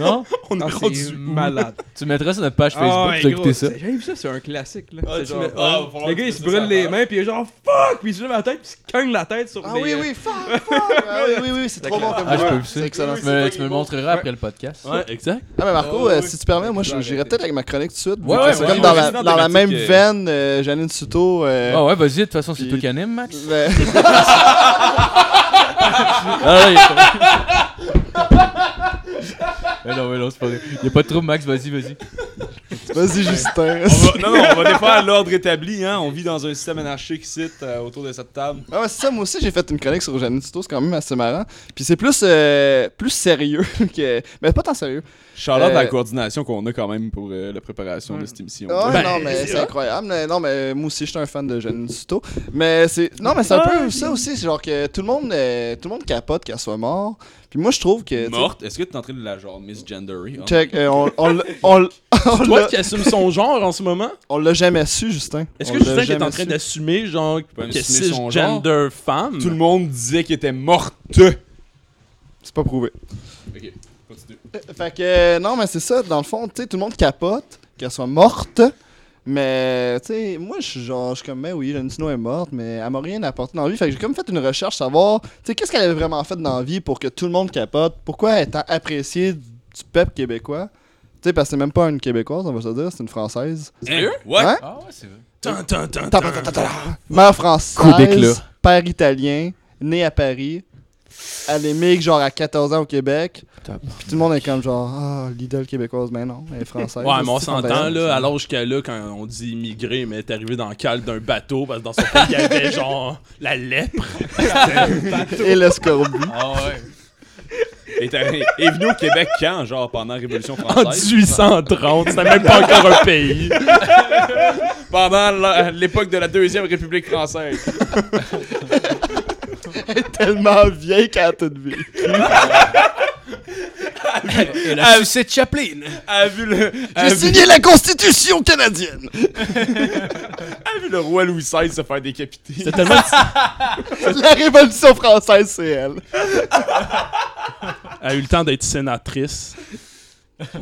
Non?
Ah,
On est rendu malade.
Tu mettrais sur notre page
Ah,
Facebook,
ouais,
tu as
gros,
écouté ça.
J'avais vu ça, c'est un classique, là.
Ah,
C'est
tu
genre-
mets- ah, va falloir
le
que
gars,
tu
il se
fasses
brûle
ça
les
avant.
mains, pis il est genre fuck! Pis il se lève la tête, pis il se cogne la tête sur
Ah
des.
oui, oui, fuck, fuck. Ah oui, oui, oui, c'est trop bon comme
Ah, je
jeu.
peux ça.
C'est excellent.
Tu me, tu me le montreras après le podcast.
Ouais, exact.
Ah, mais Marco, euh, si tu permets, moi, je- j'irai peut-être avec ma chronique tout de suite. vu
Ouais,
que
ouais,
c'est
ouais,
comme
ouais,
dans
ouais,
la,
sinon,
dans la même
thématique, euh,
veine, euh, Janine Suto. euh,
Ah ouais, vas-y, de toute façon, c'est
Puis-
toi qui anime, Max.
ben-
Ah, là, il est pas- Mais non, mais non, c'est pas vrai. Y'a pas de trouble, Max, vas-y, vas-y.
Vas-y, Justin.
On va- non, non, on va défaire l'ordre établi, hein. On vit dans un système anarchique ici, euh, autour de cette table.
Ah ouais, c'est ça, moi aussi j'ai fait une chronique sur Jeannette Tuto, c'est quand même assez marrant. Puis c'est plus, euh, plus sérieux que. Mais pas tant sérieux.
Charlotte,
Euh,
la coordination qu'on a quand même pour euh, la préparation de cette émission.
Ah ouais,
Ben,
non, mais
c'est
c'est
hot.
incroyable. Mais non, mais moi aussi, j'étais un fan de Jeannette Tuto. Mais c'est. Non, mais c'est un peu ça aussi, c'est genre que tout le monde, euh, tout le monde capote qu'elle soit morte. Puis moi, je trouve que. tu sais,
Morte, est-ce que t'es en train de la genre misgendery? hein?
Check, euh, on, on, l'a- on, l'a- on
Toi
l'a-
qui assume son genre en ce moment,
on l'a jamais su, Justin.
est-ce
On
que
l'a
Justin est
jamais
en train
su.
d'assumer genre
pas
que
assumer son
cisgender femme
Tout le monde disait qu'elle était morte.
C'est pas prouvé.
Ok, continue.
Fait que, euh, non, mais c'est ça, dans le fond, tu sais, tout le monde capote qu'elle soit morte. Mais, tu sais, moi, je suis genre, je suis comme, mais oui, Jeanne Snow est morte, mais elle m'a rien apporté dans la vie. Fait que j'ai comme fait une recherche, savoir, tu sais, qu'est-ce qu'elle avait vraiment fait dans la vie pour que tout le monde capote, pourquoi elle est tant appréciée du peuple québécois. Tu sais, parce que c'est même pas une Québécoise, on va se dire, c'est une Française.
Hein? What?
Hein?
Ah ouais, c'est vrai.
Tan, tan, tan, tan.
Ta- ta- ta- ta- ta- Mère
d'éclat.
française, père italien, née à Paris. Elle émigre genre à 14 ans au Québec. Puis tout le monde est comme genre ah l'idole québécoise, mais non, elle est française.
Ouais, mais ben, on
C'est
s'entend
belle.
là, à l'âge qu'elle a quand on dit immigré, mais t'es arrivé dans le calme d'un bateau parce que dans son pays il y avait genre la lèpre.
Et le scorbut.
Ah ouais.
Et t'es est venu au Québec quand? Genre pendant la Révolution
En
française?
1830, c'était même pas encore un pays.
pendant la- l'époque de la Deuxième République française.
Elle est tellement vieille qu'elle a toute vie.
Elle a cette Chaplin.
A vu le, a
Euh,
J'ai
vu,
signé la Constitution canadienne.
a vu le roi Louis XVI se faire décapiter.
C'est tellement
la Révolution française, c'est elle.
Elle a eu le temps d'être sénatrice.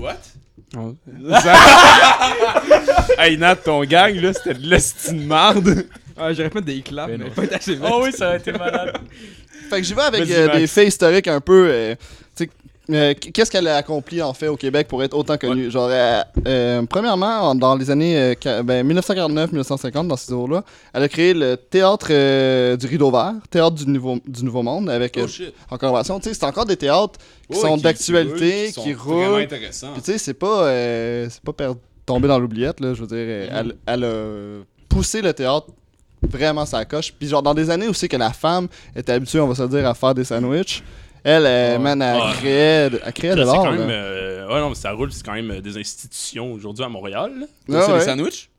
What?
Ouais.
hey Nat, ton gang là, c'était de l'hostie de marde.
Ah, j'aurais pas des claps,
Ben
mais, pas assez vite.
Oh oui, ça aurait été malade.
Fait que j'y vais avec
Vas-y,
euh,
Max.
des faits historiques un peu. euh, tu sais, euh, qu- Qu'est-ce qu'elle a accompli en fait au Québec pour être autant connue? Genre, euh, euh, premièrement, en- dans les années euh, qua- ben, 1949-1950, dans ces eaux-là, elle a créé le théâtre euh, du Rideau Vert, théâtre du Nouveau, du nouveau Monde, avec euh,
shit.
en collaboration. Tu sais, c'est encore des théâtres qui sont d'actualité, qui,
Vraiment
roulent.
intéressant.
Puis tu sais, c'est pas, euh, c'est pas per- tombé dans l'oubliette, là. Je veux dire, euh,
Mm.
elle, elle a poussé le théâtre vraiment sa coche. Puis genre, dans des années où c'est que la femme était habituée, on va se le dire, à faire des sandwichs, elle, euh, man, elle
Ouais.
créait, de- elle hein. créait de
C'est
l'art,
quand même.
là.
euh, ouais, non, mais ça roule, c'est quand même euh, des institutions aujourd'hui à Montréal. là.
Ouais,
C'est
Ah ouais.
des sandwichs?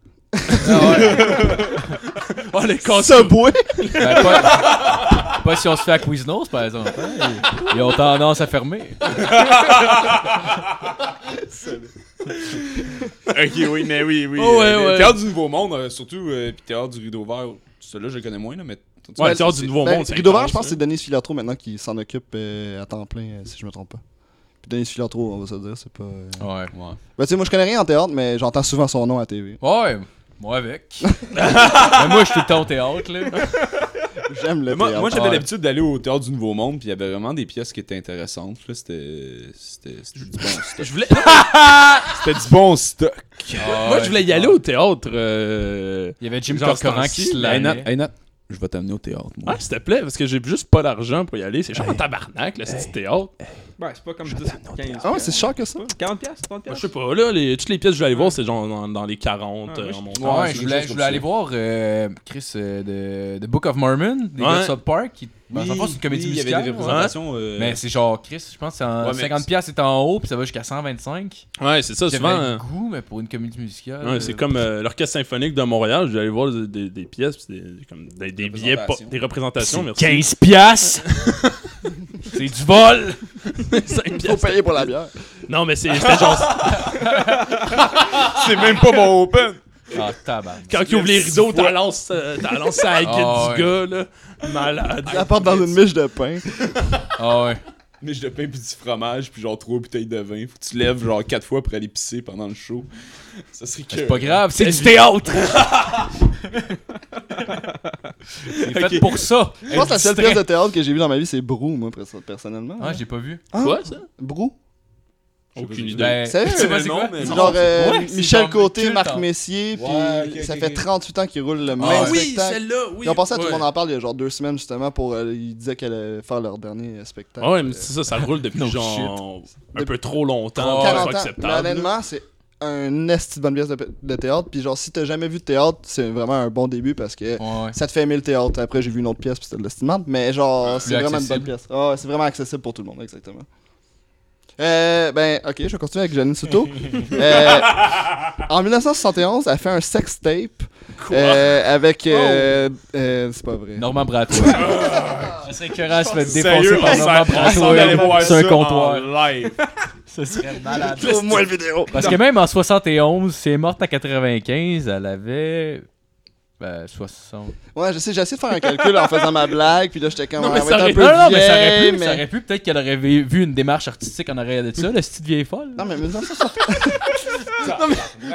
Oh, les casse
Subway!
Ben, pas, pas si on se fait à Quiznos, par exemple. hein. Ils, ils ont tendance à fermer.
ok, oui, mais oui, oui.
Oh, ouais,
le
ouais.
euh, Théâtre du Nouveau Monde, euh, surtout, euh, puis Théâtre du Rideau Vert, celui-là, je le connais moins, là, mais.
Ouais, le théâtre du Nouveau
Ben,
Monde. c'est
Rideau Vert,
intense,
je pense
hein.
que c'est Denis Filatro maintenant qui s'en occupe euh, à temps plein, euh, si je me trompe pas. Puis Denis Filatro, on va se le dire, c'est pas. euh,
Ouais.
Ben, tu sais, moi, je connais rien en théâtre, mais j'entends souvent son nom à TV.
Ouais. Moi avec. Ben, moi, je suis tout le temps au théâtre, là.
J'aime le
Moi,
théâtre.
moi, j'avais
Ouais.
l'habitude d'aller au Théâtre du Nouveau Monde, puis il y avait vraiment des pièces qui étaient intéressantes. Là, c'était. C'était c'était du bon stock.
Je voulais-
C'était du bon stock. Ah
Ah
Moi, je voulais y aller au théâtre. euh,
Il y avait Jim
Genre,
Corcoran
c'est
qui
ainsi,
se
Hey Nat,
lanait.
hey, Nat, je vais t'amener au théâtre,
Ouais,
moi.
Ah, s'il te plaît, parce que j'ai juste pas l'argent pour y aller. C'est genre un tabarnak, là, c'est du théâtre.
Ouais, c'est pas comme 10, 15.
Ah ouais, c'est cher que ça.
40 piastres, 30
Moi, je
piastres.
sais pas, là, les- toutes les pièces que je vais aller voir, c'est genre dans, dans les 40
Ouais,
euh,
moi,
en
je-
montant.
Ouais,
c'est
je
quelque
voulais,
chose
je
comme
voulais
ça.
aller voir euh, Chris euh, de, de Book of Mormon, des
Ouais.
gars de South Park. Qui, ben, ça, c'est une comédie
oui, il y avait
musicale.
des
ouais.
représentations, euh,
Mais c'est genre, Chris, je pense que c'est en
Ouais, mais-
50 pièces c'est en haut, puis ça va jusqu'à 125.
Ouais, c'est ça,
J'avais
souvent.
le
euh,
goût, mais pour une comédie musicale.
ouais, c'est comme euh, l'Orchestre Symphonique de Montréal. Je vais aller voir des, des- des pièces, pis des, des- comme des, des billets, pas- des représentations,
Représentations.
merci.
15 piastres! c'est du vol!
Cinq
Faut
pièces.
payer pour la bière.
Non, mais c'est c'était genre.
c'est même pas mon open.
Ah, tabarnak.
Quand ils ouvrent les rideaux, t'en lances euh, t'en lances à la gueule
Ah,
du gars, là. Malade.
La porte dans une miche de pain.
Ah ouais.
Mais je te pain puis du fromage puis genre trois bouteilles de vin. Faut que tu te lèves genre quatre fois pour aller pisser pendant le show. Ça serait que.
C'est pas grave, c'est du
théâtre!
C'est fait pour ça.
Je pense que la seule pièce de théâtre que j'ai vue dans ma vie, c'est Brou, moi, perso- personnellement.
Ah, j'ai pas vu.
Quoi, ça?
Brou?
Aucune idée.
Ben,
Sérieux?
tu sais pas c'est
Non,
quoi?
mais-
Genre euh,
Ouais, c'est
Michel
genre
Côté,
culte,
Marc
hein.
Messier, puis
Ouais, ok,
ça
ok,
fait
ok.
38 ans qu'ils roulent le même spectacle.
Ah oui!
Ils ont pensé à tout
Ouais.
le monde en parle il y a genre deux semaines justement pour. euh, ils disaient qu'elle allait faire leur dernier euh, spectacle.
Ah ouais, mais c'est ça, ça roule depuis
No
genre un peu trop
Oh,
longtemps.
40
c'est
Euh, ans.
pas
Mais
acceptable.
honnêtement, c'est un esti de bonne pièce de, de théâtre. Puis genre, si t'as jamais vu de théâtre, c'est vraiment un bon début parce que
Ouais, ouais.
ça te fait aimer le théâtre. Après, j'ai vu une autre pièce, puis c'était de l'esti de merde. Mais genre, c'est
plus
vraiment une bonne
accessible.
pièce. Ah ouais, c'est vraiment accessible pour tout le monde, exactement. Euh, ben, ok, je vais continuer avec Janine Souto. Euh, en 1971, elle fait un sex tape euh, avec. euh,
Oh.
euh, c'est pas vrai.
Norman Brathwaite. Ce serait écœurant de se faire défoncer
Sérieux,
par
on s'en-
Norman
on s'en allait voir
Brathwaite sur un
ça
comptoir.
en live.
Ce serait malade.
Trouve-moi le vidéo.
Parce que même en 71, si elle est morte à 95, elle avait. Ben, 60.
Ouais, je sais, j'ai essayé de faire un calcul en faisant ma blague, puis là j'étais comme.
Non, mais
ah, ouais,
ça
t'es un
aurait-
peu
non, non, mais ça
vieille,
aurait pu.
mais- Mm.
Ça aurait pu. Peut-être qu'elle aurait vu vu une démarche artistique en arrière de ça, la petite vieille folle.
Non, mais 1971.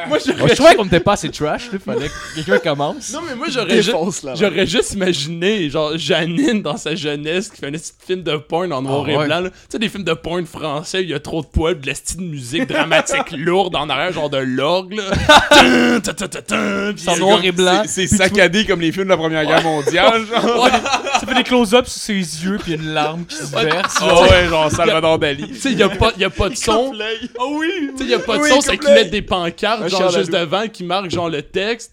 Moi, j'aurais-
Ouais, je trouvais qu'on n'était pas assez trash, il fallait que quelqu'un commence.
Non, mais moi, j'aurais juste.
Défonce, là.
J'aurais juste imaginé, genre, Janine dans sa jeunesse qui fait un petit film de porn en noir
Ah
et
ouais.
blanc. là. Tu sais, des films de porn français, où il y a trop de poils, de la style de musique dramatique lourde en arrière, genre de l'orgue, là. Tum, tum, tum, tum, tum, puis
En
c'est
noir
comme-
et blanc.
C'est saccadé comme les films de la Première Guerre mondiale, genre.
Ouais,
Ça fait des close-ups sur ses yeux, puis une larme qui se verse.
Ah ouais, genre Salvador Dali.
Tu sais, il y a pas, y a pas de son.
Ah oui!
Tu sais, y a pas de
Oui,
son, c'est qu'ils
complet.
mettent des pancartes,
Un
genre,
chien
juste
à la
devant, qui marquent, genre, le texte.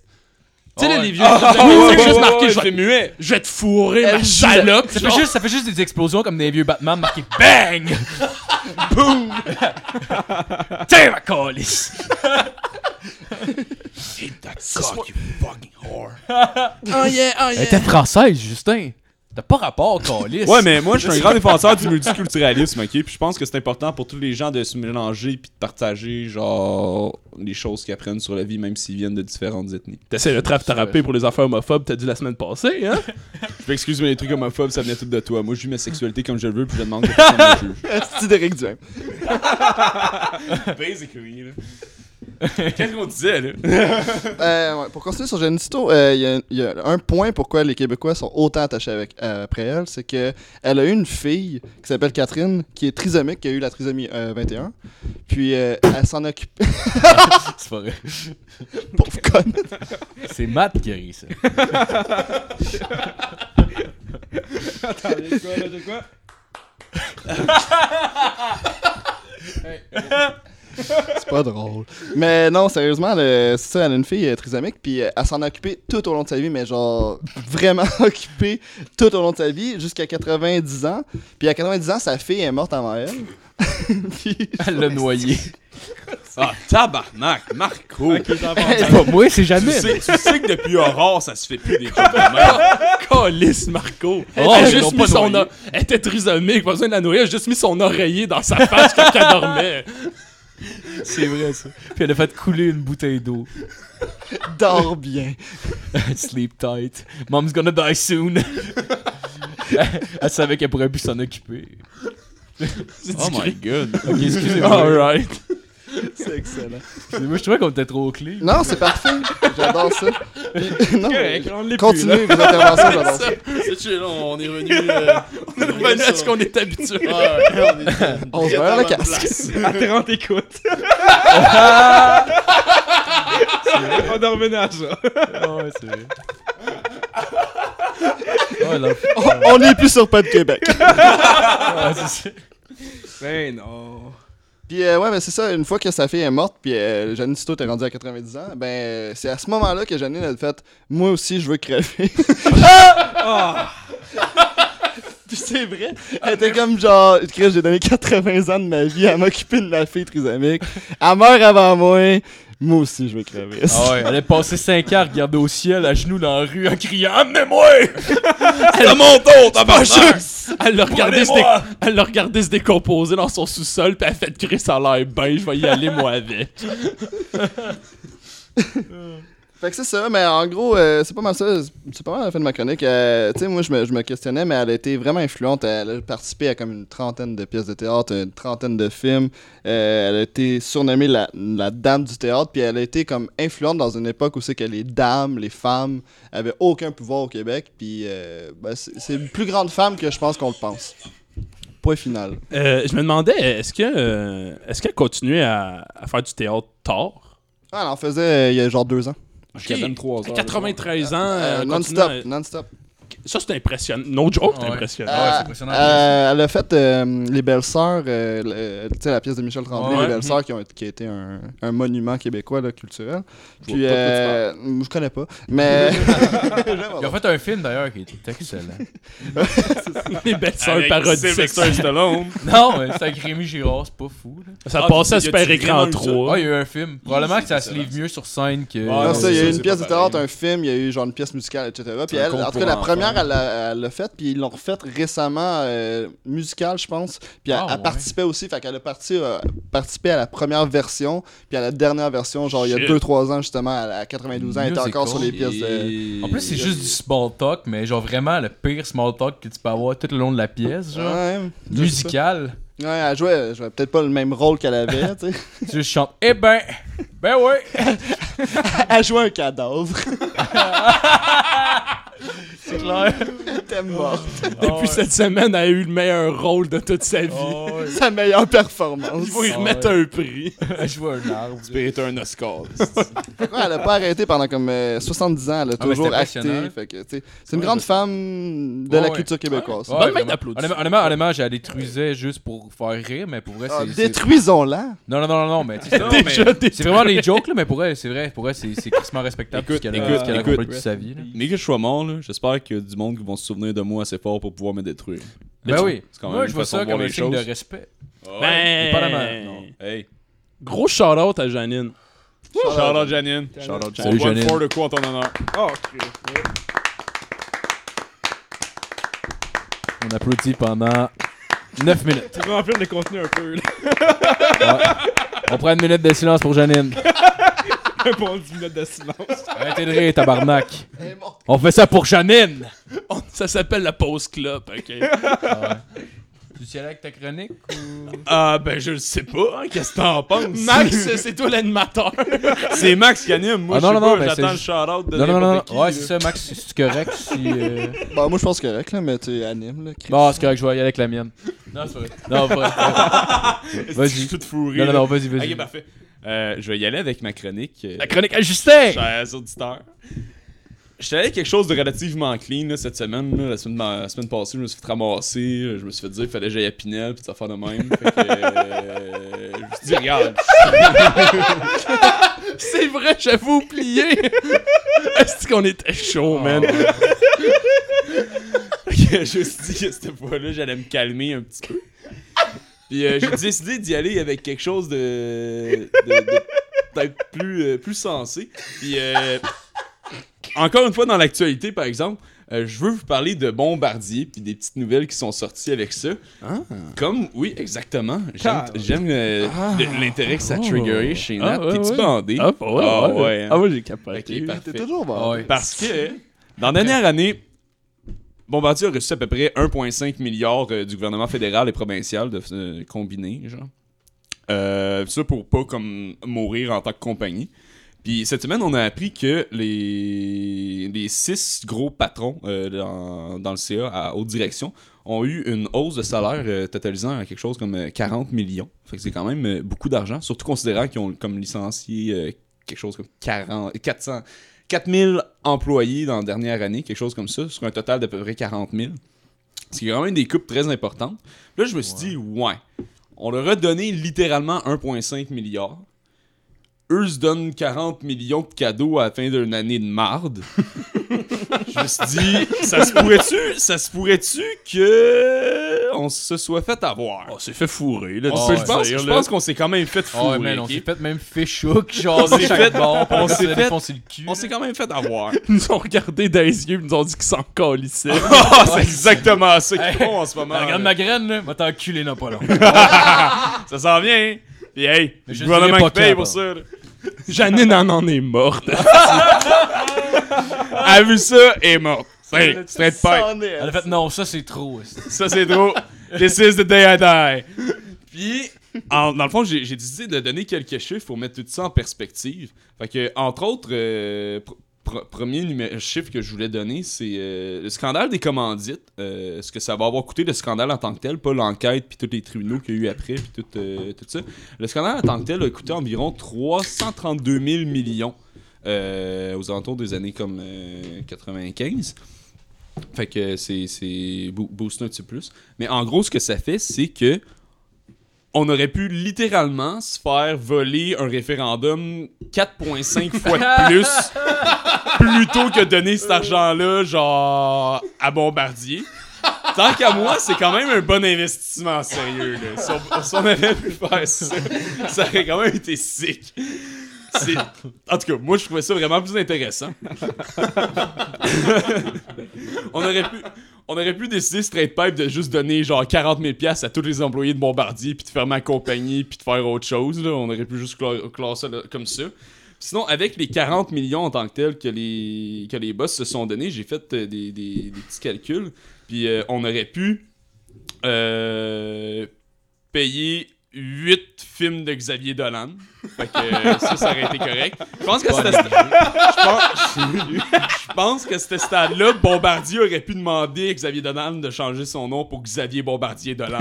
Tu sais,
Ah
là,
ouais.
les vieux. C'est
ouais,
juste
ouais,
marqué,
ouais,
je vais-
c'est muet.
je vais te fourrer, ma
Elle-
salope.
Ça fait,
genre.
juste, ça fait juste des explosions comme des vieux Batman marqués BANG! BOOM! Tiens, ma calice!
Oh yeah, oh
Elle
yeah.
était française, Justin! T'as pas rapport, calice!
Ouais, mais moi, je suis un grand défenseur du multiculturalisme, ok? Puis je pense que c'est important pour tous les gens de se mélanger puis de partager, genre, les choses qu'ils apprennent sur la vie, même s'ils viennent de différentes ethnies.
T'essaies de trap
tarapé
tarapé pour les affaires homophobes, t'as dit la semaine passée, hein?
Je m'excuse, mais les trucs homophobes, ça venait tout de toi. Moi, je vis ma sexualité comme je le veux, puis je demande que personne me juge.
C'est Derek Duhem.
Basically, là. Qu'est-ce qu'on disait, là?
Euh, ouais, pour continuer sur Jeanne Tito, euh, il y a- il y, a un point pourquoi les Québécois sont autant attachés avec, euh, après elle, c'est que elle a eu une fille qui s'appelle Catherine, qui est trisomique, qui a eu la trisomie euh, 21. Puis euh, elle s'en occupe.
C'est pas vrai.
Pauvre conne.
C'est Matt qui a ri, ça.
C'est pas drôle. Mais non, sérieusement, le- c'est ça, elle a une fille euh, trisomique, puis euh, elle s'en a occupée tout au long de sa vie, mais genre vraiment occupée tout au long de sa vie, jusqu'à 90 ans. Puis à 90 ans, sa fille est morte avant elle. Puis-
Elle l'a noyé.
Ah, tabarnak, Marco!
C'est pas moi, c'est
Tu
jamais.
sais, tu sais que depuis Aurore, ça se fait plus des jokes de merde.
Calice, Marco. Elle
Oh,
a
ils l'ont
juste
pas
mis son.
noyé.
o- Elle était trisomique, pas besoin de la nourrir, elle a juste mis son oreiller dans sa face quand elle dormait.
C'est vrai, ça. Puis elle a fait couler une bouteille d'eau.
dors bien.
Sleep tight. Mom's gonna die soon. elle, elle savait qu'elle pourrait plus s'en occuper.
C'est
Oh my
discret.
god.
Ok, excusez-moi.
Alright.
C'est excellent.
Moi, je trouvais qu'on était trop clean.
Non, c'est parfait. J'adore ça. Non, mais
Ah
on l'est
continuez vos interventions, j'adore ça.
C'est chill, on on est revenu. euh, on est
Revenons à ce qu'on est
Ah,
Ouais,
habitué.
ouais, on est-
On se
Très
verra le
bonne
casque.
À 30 écoutes. on en revenait à ça.
Oh, ouais, c'est vrai. oh, là.
On n'est plus sur Pas de Québec.
Ah, c'est ça.
Ben non.
Puis euh, ouais, mais c'est ça, une fois que sa fille est morte, puis euh, Janine Tito était rendue à 90 ans, ben euh, c'est à ce moment-là que Janine a fait « Moi aussi, je veux crever.
Ah.
Puis c'est vrai, elle était comme genre « Christ, j'ai donné 80 ans de ma vie à m'occuper de la fille trisomique. Elle meurt avant moi. Moi aussi, je veux crever.
Ah ouais, elle a passé 5 heures à regarder au ciel, à genoux dans la rue, en criant Amenez-moi
C'est mon tour, tabarnak!
Elle l'a regardé, se dé- elle l'a regardé se décomposer dans son sous-sol, puis elle a fait Chris, ça a l'air bien, je vais y aller moi avec.
Fait que c'est ça, mais en gros, euh, c'est pas mal ça. C'est pas mal la fin de ma chronique. Euh, tu sais, moi, je me, je me questionnais, mais elle a été vraiment influente. Elle a participé à comme une trentaine de pièces de théâtre, une trentaine de films. Euh, elle a été surnommée la, la dame du théâtre, puis elle a été comme influente dans une époque où c'est que les dames, les femmes, avaient aucun pouvoir au Québec. Puis euh, ben, c'est c'est une plus grande femme que je pense qu'on le pense. Point final.
Euh, je me demandais, est-ce que euh, est-ce qu'elle continuait à, à faire du théâtre tard?
Ah, elle en faisait euh, il y a genre deux ans.
J'ai quand même 3
À
heures.
93 ans,
Euh,
euh,
non-stop,
continuant-
non-stop.
Ça, c'est impressionnant. No joke, c'est
Ouais.
impressionnant.
Ah ouais, c'est
Euh,
impressionnant.
euh, elle a fait euh, Les Belles Sœurs, euh, le- tu sais, la pièce de Michel Tremblay,
Ouais.
Les Belles
Mhm.
Sœurs, qui, ont été- qui a été un, un monument québécois là, culturel.
vois
Puis,
pas de quoi tu
euh, je connais pas, mais.
Ils ont fait un film d'ailleurs qui était excellent.
Les belles sœurs
Avec
parodies
Sylvester
sexuelles.
Stallone.
non, mais c'est avec Rémi Girard, c'est pas fou. Là.
Ça
Ah,
passait à
y a-tu
Super Écran
vraiment eu ça?
3.
Ah, il y a eu un film. Probablement que ça se
excellent,
livre mieux sur scène que.
Ah,
Non,
non,
ça, il y
c'est
a eu
ça,
une
c'est
pièce de
pas
théâtre,
pareil.
un film, il y a eu genre une pièce musicale, etc. Puis
un
elle,
conte
en tout
pour
cas, la
enfants.
première, elle l'a- elle l'a faite, puis ils l'ont refaite récemment, euh, musicale, je pense. Puis elle,
Ah,
elle
ouais.
participait aussi, fait qu'elle a parti, euh, participé à la première version, puis à la dernière version, genre il y
Shit.
a 2-3 ans, justement, à la 92 ans, elle était
Musical.
encore sur les pièces de.
En plus, c'est juste du small talk, mais genre vraiment le pire small talk que tu peux avoir tout le long de la pièce, genre.
Ouais,
Musical.
Ouais, elle jouait, elle jouait peut-être pas le même rôle qu'elle avait, tu sais.
tu juste chantes Eh ben, ben ouais.
Elle jouait un cadavre,
C'est clair.
elle était morte.
Ah
Depuis cette semaine, elle a eu le meilleur rôle de toute sa vie.
Sa meilleure performance.
Il faut y
Ah
remettre un prix.
Elle joue un arbre.
Mérite un Oscar.
Ouais, elle a pas arrêté pendant comme euh, 70 ans, elle a
Ah, mais
toujours
c'était
acté.
passionnant.
fait que, tu sais, C'est une grande femme de
Ouais,
la
ouais.
culture québécoise.
Ouais,
Bonne main
vraiment.
d'applaudissements.
Honnêtement, honnêtement, honnêtement, j'ai la détruisais juste pour faire rire, mais pour vrai,
Ah,
c'est. c'est-
Détruisons-la.
Non, non, non, non, non, mais. tu sais, non, mais-
Déjà des-
C'est vraiment les jokes, là, mais pour elle, c'est vrai, pour elle, c'est c'est crissement respectable
Écoute,
parce qu'elle a,
écoute,
ce qu'elle a
écoute.
accompli toute sa vie. là.
Mais que je sois mort, là, j'espère qu'il y a du monde qui vont se souvenir de moi assez fort pour pouvoir me détruire.
Ben oui.
c'est quand même
Moi,
une
je vois
façon
ça
de voir
comme un
les
signe de
choses.
respect.
Ben,
dépendamment.
non.
Hey.
Gros shout-out à Janine.
Shout-out Janine.
Shout-out,
On
Salut,
voit
Janine.
fort de quoi en ton honneur.
oh,
On applaudit pendant 9 minutes.
Tu peux remplir le contenu un peu, là.
On prend une minute de silence pour Janine.
Un bon 10 minutes de silence.
Arrêtez de rire, tabarnak. On fait ça pour Janine.
Oh, Ça s'appelle la pause clope, ok?
Tu y allais avec ta chronique ou.
Ah, ben, je le sais pas. hein, Qu'est-ce que t'en penses? Max, c'est toi l'animateur.
C'est Max qui anime. Moi,
Ah,
je
non,
sais
non, non,
pas,
mais
j'attends
c'est
le shout-out de
Non, non, non, non.
n'importe qui,
Ouais,
là.
c'est ça, Max, c'est c'est correct si. euh,
Bah, moi, je pense correct, là, mais tu animes, là. Chris.
Non, c'est correct, je vais y aller avec la mienne.
Non, c'est vrai.
Non, pas.
Est-ce que Je
Vas-y.
suis tout fourré.
Non, non,
là?
non, vas-y, vas-y.
Ok, parfait. Euh, je vais y aller avec ma chronique. euh,
La chronique à Justin!
Chers auditeurs. Je suis allé avec quelque chose de relativement clean là, cette semaine. là. La, semaine la semaine passée, je me suis fait ramasser. euh, Je me suis fait dire qu'il fallait que j'aille à Pinel pis des affaires de même. Fait que, euh, je me suis dit, regarde,
C'est vrai, j'avais oublié. Ah. Est-ce qu'on était chaud, man?
Fait que euh, je me suis dit que cette fois-là, j'allais me calmer un petit peu. Puis euh, j'ai décidé d'y aller avec quelque chose de, de- de peut-être plus, euh, plus sensé. Puis euh, encore une fois, dans l'actualité, par exemple, euh, je veux vous parler de Bombardier puis des petites nouvelles qui sont sorties avec ça.
Ah.
Comme, oui, exactement. J'aime- J'aime euh, le- l'intérêt que ça a triggeré chez Nat.
Ah, ouais,
T'es-tu
ouais.
bandé?
Ah, bah ouais,
Ah,
ouais.
ouais, hein.
Ah, moi, j'ai capoté.
Ok,
T'es
parfait.
toujours bon.
Ah ouais.
Parce que, dans la dernière année, Bombardier a reçu à peu près 1,5 milliard euh, du gouvernement fédéral et provincial de euh, combinés, genre. Euh, ça pour pas comme mourir en tant que compagnie. Puis cette semaine, on a appris que les, les six gros patrons euh, dans, dans le CA à haute direction ont eu une hausse de salaire euh, totalisant à quelque chose comme euh, 40 millions. Fait que c'est quand même euh, beaucoup d'argent, surtout considérant qu'ils ont comme licencié euh, quelque chose comme 40, 400, 4000 employés dans la dernière année, quelque chose comme ça, sur un total d'à peu près 40 000. C'est quand même des coupes très importantes. Là, je me suis dit, ouais, on leur a donné littéralement 1,5 milliard. Eux se donnent 40 millions de cadeaux à la fin d'une année de marde. je me suis dit, ça se pourrait-tu, ça se pourrait-tu que on se soit fait avoir?
Ah,
On s'est fait fourrer, là.
On
tu
peut
peux
je pense,
le dire,
je
là.
pense qu'on s'est quand même fait
Oh,
fouiller.
ouais, man, on
ok?
s'est fait même fait chouk, genre,
s'est
de chaque
fait-
bord,
on
on
s'est
s'est
fait-
défoncé le cul.
on s'est quand même fait avoir.
Ils nous ont regardé dans les yeux, ils nous ont dit qu'ils s'en calissaient.
Ah, c'est exactement ça qu'ils font en ce moment.
Ah, regarde ma graine, là. Va t'enculer, non, pas long.
Ça s'en vient. Puis hey,
Mais
le
je
gouvernement
dirais pas
qui paye
quand,
pour
par
ça. là.
Janine en en est morte.
A vu ça, elle est morte. C'est straight pipe.
C'en est.
Elle a fait non, ça c'est trop. c'est-
Ça, c'est trop. This is the day I die. Puis, en- dans le fond, j'ai j'ai décidé de donner quelques chiffres pour mettre tout ça en perspective. Fait que, entre autres, euh, pr- pr- premier numé- chiffre que je voulais donner, c'est euh, le scandale des commandites. euh, ce que ça va avoir coûté le scandale en tant que tel, pas l'enquête, puis tous les tribunaux qu'il y a eu après, puis tout, euh, tout ça. Le scandale en tant que tel a coûté environ 332 000 millions euh, aux alentours des années comme euh, 95. Fait que c'est- c'est boo- boosté un petit peu plus. Mais en gros, ce que ça fait, c'est que on aurait pu littéralement se faire voler un référendum 4,5 fois de plus plutôt que donner cet argent-là, genre, à Bombardier. Tant qu'à moi, c'est quand même un bon investissement, sérieux. Là. Si, on, si on avait pu faire ça, ça aurait quand même été sick. C'est- En tout cas, moi, je trouvais ça vraiment plus intéressant. on, aurait pu, on aurait pu décider straight pipe de juste donner genre 40 000 pièces à tous les employés de Bombardier, puis de faire ma compagnie, puis de faire autre chose. Là. On aurait pu juste clore, clore ça là- comme ça. Sinon, avec les 40 millions en tant que tels que les, que les boss se sont donnés, j'ai fait euh, des, des- des petits calculs. Puis euh, on aurait pu euh, payer 8 films de Xavier Dolan. Fait que euh, ça, ça aurait été correct. Je pense que c'était... Je pense- je pense que c'était ce stade-là, Bombardier aurait pu demander à Xavier Dolan de changer son nom pour Xavier Bombardier Dolan.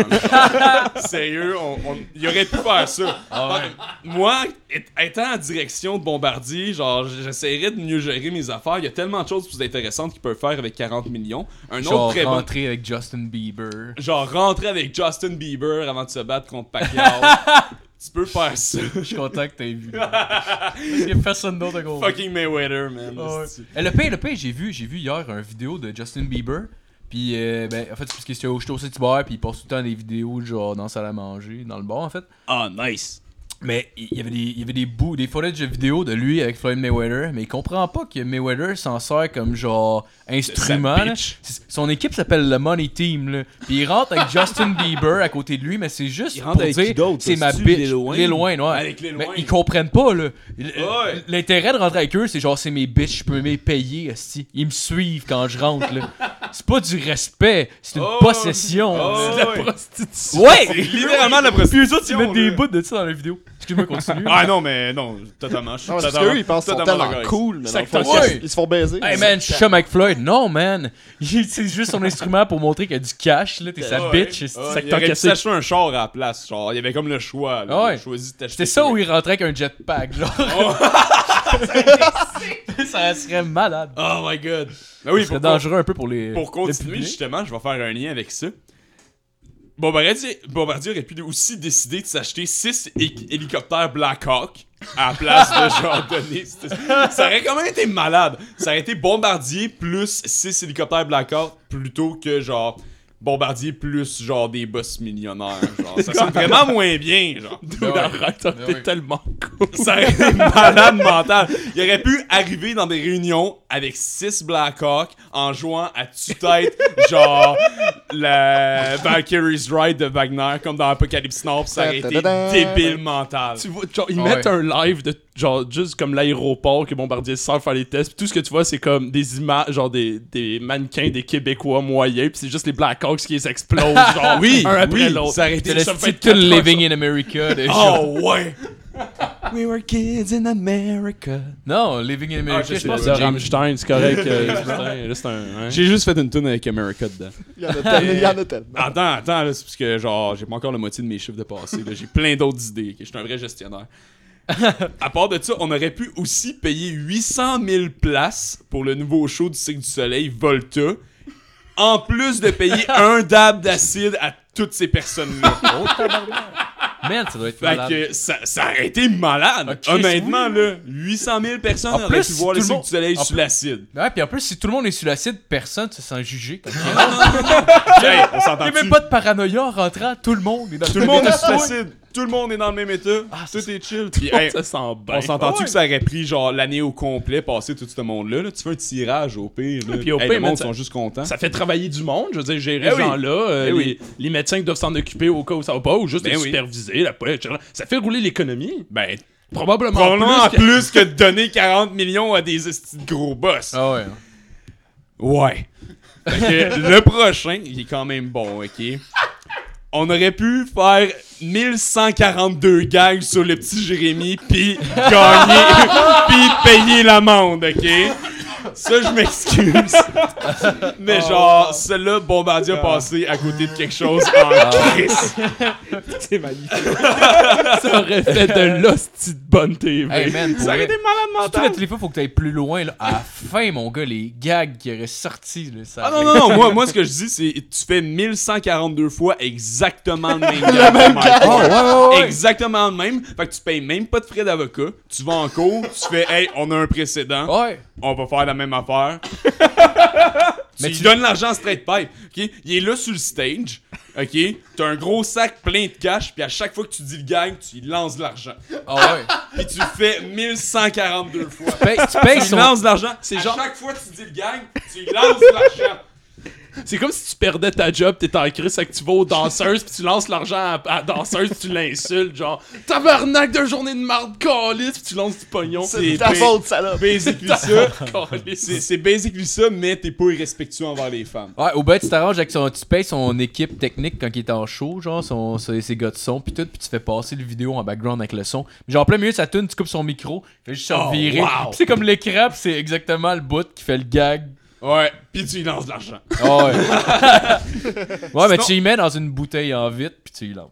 Sérieux, on, on- il aurait pu faire ça.
Ah
Moi, é- étant en direction de Bombardier, genre, j'essaierais de mieux gérer mes affaires. Il y a tellement de choses plus intéressantes qu'ils peuvent faire avec 40 millions. Un autre
Genre
très bon
rentrer avec Justin Bieber.
genre rentrer avec Justin Bieber avant de se battre contre Pacquiao. tu peux faire ça.
Je suis content que t'aies vu. Parce qu'il y a personne d'autre à gros.
Fucking Mayweather, man.
Ah ouais.
C'est-
Eh, Le pire, le pire, j'ai vu, j'ai vu hier une vidéo de Justin Bieber. Puis, euh, ben, en fait, c'est parce que j'étais au j'étais au City Bar, puis il passe tout le temps des vidéos, genre, dans la salle à manger, dans le bar, en fait.
Ah, nice.
Mais il y avait des, il y avait des bouts, des footage vidéo de lui avec Floyd Mayweather, mais il comprend pas que Mayweather s'en sert comme genre instrument.
Sa
là.
bitch.
C'est- Son équipe s'appelle le Money Team. Là. Puis il rentre avec Justin Bieber à côté de lui, mais c'est juste
Il rentre
pour
avec qui
dire
d'autre,
c'est ma
c'est-tu
bitch.
Lil Wayne?
Lil Wayne, ouais.
Avec Lil
mais
Wayne.
ils comprennent pas. là. L-
Ouais.
L'intérêt de rentrer avec eux, c'est genre c'est mes bitches, je peux me payer. esti. Ils me suivent quand je rentre. là. C'est pas du respect, c'est une
Oh.
possession.
Oh,
C'est de la
ouais.
prostitution.
Ouais! Littéralement la prostitution.
Puis eux autres, ils mettent des bouts de ça dans la vidéo. Excuse-moi, continue.
Ah non, mais non, totalement. Je suis
Non, parce
totalement-
qu'eux, ils pensent qu'ils sont
totalement
tellement
d'accord.
cool. mais dans le fond,
Exactement.
ils se- Ils se font baiser.
hey man, je suis chum avec Floyd. Non, man. Il utilise juste son instrument pour montrer qu'il y a du cash. Là, t'es sa
Ouais.
bitch.
Ouais,
c'est-
il aurait pu s'acheter un char à la place, genre, il y avait comme le choix, là,
Ah ouais.
il choisit de t'acheter
C'était ça où il rentrait avec un jetpack, genre.
Oh.
ça serait malade.
Oh my god. Ben oui,
ça serait
pour-
dangereux un peu pour les.
Pour
le
continuer,
public.
justement, je vais faire un lien avec ça. Bombardier, Bombardier aurait pu aussi décider de s'acheter 6 hélicoptères Black Hawk à la place de genre donner. cette- Ça aurait quand même été malade. Ça aurait été Bombardier plus 6 hélicoptères Black Hawk plutôt que genre Bombardier plus genre des boss millionnaires. Genre. Ça sonne vraiment moins bien. Genre.
Ben ouais.
T'es tellement cool.
Ça aurait été malade mental. Il aurait pu arriver dans des réunions avec 6 Blackhawk en jouant à tue-tête, genre la Valkyrie's Ride de Wagner, comme dans Apocalypse Now, puis ça aurait été
Ta-ta-ta-ta.
débile mental.
Tu vois, genre, ils
Ah ouais.
mettent un live de, genre, juste comme l'aéroport que Bombardier sort faire les tests. Puis tout ce que tu vois, c'est comme des images, genre des, des mannequins des Québécois moyens. Puis c'est juste les Blackhawks qui les explosent, genre,
Oui,
un après
oui,
l'autre.
ça aurait été
C'est le
ça fait
titre
quatre fois
Living in America. de-
Oh ouais!
We were kids in America. Non, Living in
Ah,
America, Ah, je pense que
Le
c'est James.
Rammstein, c'est correct. euh, Rammstein, là, c'est un. hein.
J'ai juste fait une tune avec America dedans.
Il y en a tellement. Il y en a tellement.
Attends, attends, là, c'est parce que genre, j'ai pas encore la moitié de mes chiffres de passé. là. J'ai plein d'autres idées. ok? Je suis un vrai gestionnaire. à part de ça, on aurait pu aussi payer 800 000 places pour le nouveau show du Cirque du Soleil, Volta, en plus de payer un dab d'acide à toutes ces personnes-là.
Man, ça doit être
fait
malade.
que ça, ça aurait été malade.
Ah, Chris,
Honnêtement, là, 800 000 personnes
En
auraient
plus,
pu voir le
tout le
Cirque
monde-
du Soleil
en
sous
plus-
l'acide.
Ouais, puis en plus, si tout le monde est sur l'acide, personne se sent jugé. Il
Hey, on
y a
s'entend-tu?
même pas de paranoïa en rentrant, tout le monde est dans
Tout le monde est sous l'acide. Tout le monde est dans le même état.
Ah,
tout
c'est-
est chill. Puis, hey,
Ça sent bien.
On s'entend-tu que ça aurait pris genre l'année au complet, passer tout ce monde-là? là? Tu fais un tirage au pire. Là.
Puis au
Hey,
pire,
le
man,
monde
ça-
sont juste contents.
Hein? Ça fait travailler du monde, je veux dire, gérer
Eh
ces
oui.
gens-là, euh,
Eh
les,
oui.
les médecins qui doivent s'en occuper au cas où ça va pas, ou juste
Ben
les
oui.
superviser, la police, etc. Ça fait rouler l'économie.
Ben,
Probablement,
probablement en
plus que-
plus que de donner 40 millions à des estis de gros boss.
Ah ouais.
Ouais. Fait que le prochain, il est quand même bon, ok? On aurait pu faire 1142 gags sur le petit Jérémy, puis gagner, puis payer l'amende, ok?
Ça, je m'excuse. Mais genre, celle-là, Bombardier a passé à côté de quelque chose en crise.
C'est magnifique.
Ça aurait fait de l'hostie de bonne TV.
Hey, man, pour
ça
vrai.
aurait été malade
Surtout le
mental.
téléphone, faut que t'ailles plus loin. Là. À la fin, mon gars, les gags qui auraient sorti. Là, ça
Ah
aurait-
non, non, non, moi, moi ce que je dis, c'est tu fais 1142 fois exactement le même gag. Oh my God. Exactement le même. Fait que tu payes même pas de frais d'avocat. Tu vas en cours, tu fais Hey, on a un précédent.
Ouais.
on va faire la même affaire.
Mais
tu,
tu-
donnes l'argent à straight pipe. ok? Il est là sur le stage. OK? T'as un gros sac plein de cash, puis à chaque fois que tu dis le gang, tu lui lances de l'argent.
Ah ouais.
Puis tu le fais 1142 fois.
Tu payes- tu payes
Tu lui
son.
lances de l'argent. C'est genre. chaque fois que tu dis le gang, tu lui lances de l'argent. C'est comme si tu perdais ta job, t'es en crise, fait que tu vas aux danseuses, puis tu lances l'argent à, à la danseuse, puis tu l'insultes, genre tabarnak de journée de marde, calice, puis tu lances du pognon.
C'est ta
pire.
faute, salope.
Basically ça, c'est c'est basically ça, mais t'es pas irrespectueux envers les femmes.
Ouais, au bête, tu t'arranges avec son. Tu payes son équipe technique quand il est en show, genre son, ses, ses gars de son, pis tout, pis tu fais passer le vidéo en background avec le son. Genre, en plein milieu de sa tune, tu coupes son micro, il fait juste se revirer.
Oh, wow.
Pis c'est comme l'écran, pis c'est exactement le bout qui fait le gag.
Ouais, pis tu y lances de l'argent.
Ah ouais. ouais, mais
Sinon-
tu y mets dans une bouteille en vitre, pis tu y lances.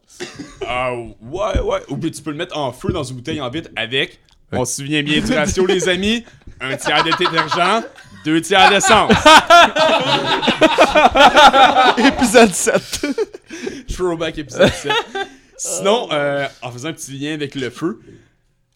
Ah ouais, ouais. Ou bien tu peux le mettre en feu dans une bouteille en vitre avec, on se souvient bien du ratio les amis, un tiers de détergent, deux tiers d'essence.
Épisode 7.
Throwback épisode 7. Sinon, euh, en faisant un petit lien avec le feu,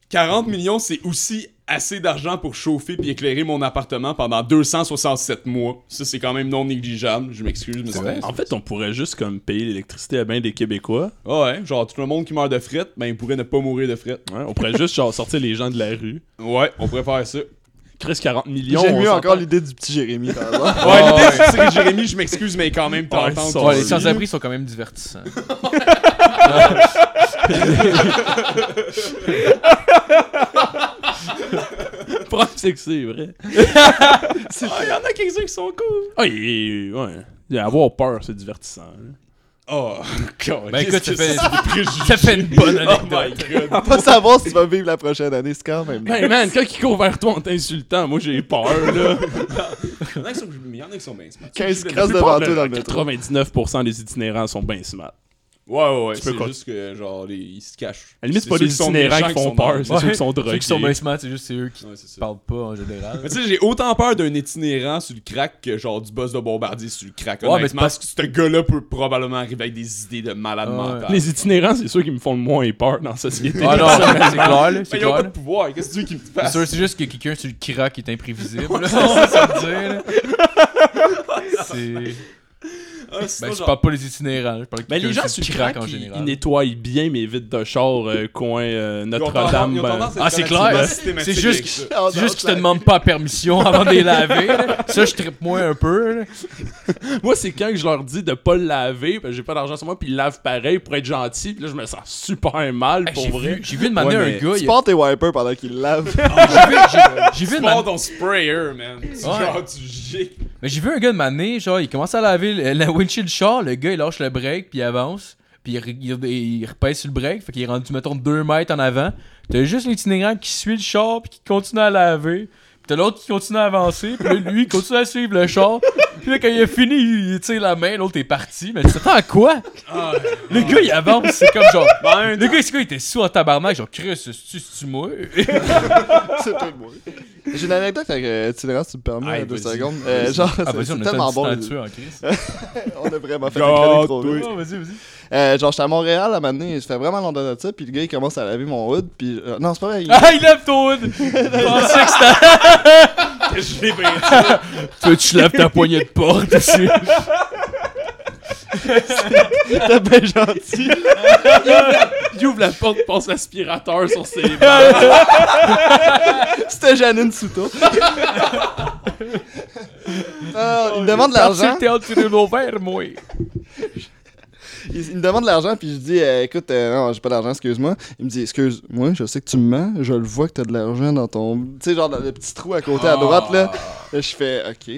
40 millions, c'est aussi assez d'argent pour chauffer puis éclairer mon appartement pendant 267 mois. Ça, c'est quand même non négligeable. Je m'excuse, mais
vrai,
En fait, on pourrait juste comme payer l'électricité à bien des Québécois. Ah ouais, genre tout le monde qui meurt de fret, ben il pourrait ne pas mourir de fret. Ouais, on pourrait juste genre sortir les gens de la rue. Ouais, on pourrait faire ça. Chris, 40 millions.
J'aime mieux encore l'idée du petit Jérémy, par exemple.
Ouais,
Oh,
l'idée, c'est que Jérémy, je m'excuse, mais quand même, t'entends.
Ouais, les sans-abri sont quand même divertissants.
Le problème, c'est que c'est vrai. Il Ah, y en a quelques-uns qui sont cool. Ah, il- ouais. Il y a Avoir peur, c'est divertissant. Oh, God.
Ben écoute, ça fait,
préjugé.
ça fait une bonne
Oh
anecdote.
my God.
Pas savoir si tu vas vivre la prochaine année, c'est quand même.
Ben man, quand il court vers toi en t'insultant, moi j'ai peur, là. Il y en a qui sont, bien smart.
15 crosses devant toi dans le métro.
99% des itinérants sont bien smart.
Ouais, ouais, ouais.
Tu peux
C'est
quoi-
juste que, genre, les- ils se cachent.
À la limite, c'est pas les
ceux qui sont
itinérants
méchants
qui font peur, c'est
Ouais.
ceux qui sont
Ceux
drogués.
qui sont bien smart, c'est juste c'est eux qui
Ouais, c'est ça.
parlent pas en général.
Mais tu sais, j'ai autant peur d'un itinérant sur le crack que genre du boss de bombardier sur le crack.
Ouais,
Honnêtement,
mais c'est parce-
que ce gars-là peut probablement arriver avec des idées de malade
Ah, ouais.
mental.
Les itinérants, c'est ceux qui me font le moins peur dans la société.
Ah non, c'est clair, là,
Mais
c'est
ils
clair.
ont
là.
pas de pouvoir, qu'est-ce que tu veux qu'ils me
C'est
fassent?
sûr, c'est juste que quelqu'un sur le crack est imprévisible. là, c'est ça que ça veut dire. là. C'est.
Ah, sinon,
Ben, je
genre-
parle pas les itinérants, je parle de
Ben, les
quelqu'un
gens
sur
sur
le crack en général.
Ils nettoient bien mes vides de char, euh, coin euh,
ils ont tendance-
Notre-Dame.
ils ont
ben-
tendance à
Ah,
être
c'est
relativement
clair. C'est
systématiques
juste,
avec
Oh,
ça.
que- c'est juste qu'ils te demandent pas permission avant de les laver. là. Ça, je trippe moins un peu. là.
Ah, Moi, c'est quand que je leur dis de pas le laver, parce que j'ai pas d'argent sur moi, puis ils le lavent pareil pour être gentil, puis là, je me sens super mal
Hey,
pour
J'ai
vrai.
vu, j'ai vu demander
Ouais, mais-
un gars.
Tu
il-
portes tes wipers pendant qu'il lave.
J'ai vu, j'ai- j'ai vu
Tu
demander-
pars ton sprayer, man. Tu Genre, tu gicles.
Mais j'ai vu un gars de mané, genre, il commence à laver le- la windshield char, le gars il lâche le break, puis il avance, puis il, re- il, il repasse sur le break, fait qu'il est rendu, mettons, 2 mètres en avant. T'as juste l'itinérant qui suit le char, puis qui continue à laver, puis t'as l'autre qui continue à avancer, puis là, lui, il continue à suivre le char, puis là, quand il a fini, il il tire la main, l'autre est parti, mais tu t'attends à quoi? le gars il avance, c'est comme genre. le gars, ce gars, il était sous en tabarnak, genre, Chris, c'est-tu moi?
C'est pas le mot. J'ai une anecdote avec euh, Itinérance, si tu me permets,
Aïe,
deux
vas-y.
secondes. Euh, genre,
Ah,
c'est
vas-y, on
c'est
a tellement
tellement bon. Ah,
bon.
les-
en Chris.
On a vraiment fait
God,
un trop
toi.
vite.
Oh, vas-y, vas-y.
Euh, genre, j'étais à Montréal à un moment donné, je fais vraiment longtemps de ça, puis le gars, il commence à laver mon hood, puis... euh, non, c'est pas vrai, il-
Ah, il lève ton hood! Je pensais que c'était.
Je l'ai bien
Toi, tu lèves ta poignée de porte aussi.
T'es bien gentil.
Il ouvre la porte, passe l'aspirateur sur ses mains.
C'était Janine Souto. Ah, il me demande de l'argent.
théâtre tiré verre, moi.
Il, il me demande de l'argent, puis je dis euh, Écoute, euh, non, j'ai pas d'argent, excuse-moi. Il me dit Excuse-moi, je sais que tu me mens, je le vois que t'as de l'argent dans ton. Tu sais, genre dans le petit trou à côté à droite, là. Là, je fais Ok.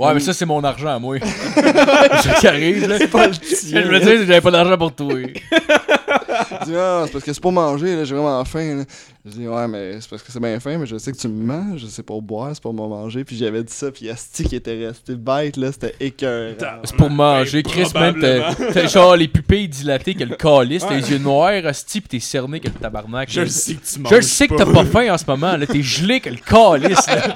Ouais, mais ça, c'est mon argent à moi. C'est qui arrive, là. Je me dis, j'avais pas d'argent pour toi.
Je dis, ah, c'est parce que c'est pour manger, là, j'ai vraiment faim. là. Je dis, ouais, mais c'est parce que c'est bien faim, mais je sais que tu me manges, c'est pour boire, c'est pour me manger. Puis j'avais dit ça, puis Asti qui était resté bête, là, c'était écœurant.
C'est
Ah,
pour manger.
ben,
Chris, man, t'as- t'as genre les pupilles dilatées que le calice, t'as les yeux noirs, hostie, pis t'es cerné que le tabarnak.
Je
là.
le sais que tu
Je
manges.
le sais que t'as pas faim en ce moment, là. T'es gelé que le calice, là.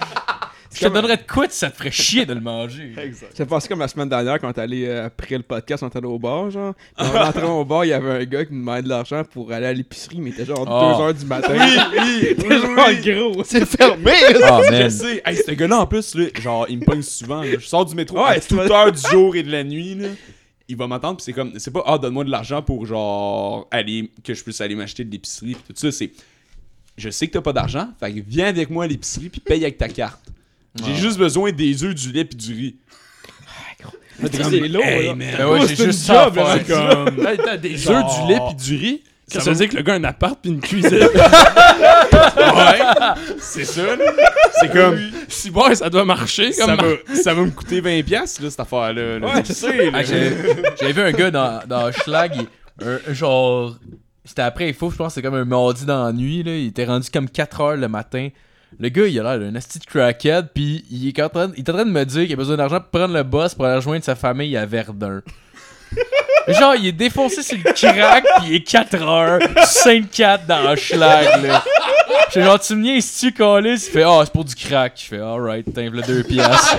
Je te donnerais de quoi si ça te ferait chier de le manger.
Ça passé comme la semaine dernière quand on est allé euh, après le podcast, on est allé au bar, genre. Puis en rentrant au bar, il y avait un gars qui nous demandait de l'argent pour aller à l'épicerie, mais il était genre
Ah.
2h du matin. Oui, oui, genre gros.
C'est fermé!
Ah,
Je
man.
sais. Hey, ce gars-là, en plus, là, genre, il me pogne souvent. là. Je sors du métro
Ouais,
à
c'est
toute
vrai.
heure du jour et de la nuit, là. Il va m'attendre, pis c'est comme, c'est pas, ah, donne-moi de l'argent pour, genre, aller, que je puisse aller m'acheter de l'épicerie, pis tout ça. C'est, je sais que t'as pas d'argent, fait que viens avec moi à l'épicerie, puis paye avec ta carte. J'ai juste besoin des œufs, du lait, puis du riz.
C'est lourd, là.
Ben ouais, j'ai juste ça à faire.
Comme. Des œufs,
Genre-
du lait pis du riz. Ça
Ça
veut
va-
dire que le gars a un appart pis une cuisine.
C'est ça, là. C'est comme,
si bon, ça doit marcher. Comme
ça, va, ça va me coûter 20$, piastres, là, cette affaire-là. là.
Ouais, je sais,
Ah, j'ai- J'avais vu un gars dans, dans Schlag, genre. C'était après il faut je pense, c'est comme un mardi dans la nuit, là. Il était rendu comme 4h le matin. Le gars, il a l'air d'un asti de crackhead, puis il est, en train, il est en train de me dire qu'il a besoin d'argent pour prendre le boss pour aller rejoindre sa famille à Verdun. Genre, il est défoncé sur le crack, puis il est 4h, 5-4 dans Schlag, là. Je suis genre, tu me niaises-tu, Callis? Il fait, ah, c'est pour du crack. Je fais, alright, t'as le 2 piastres.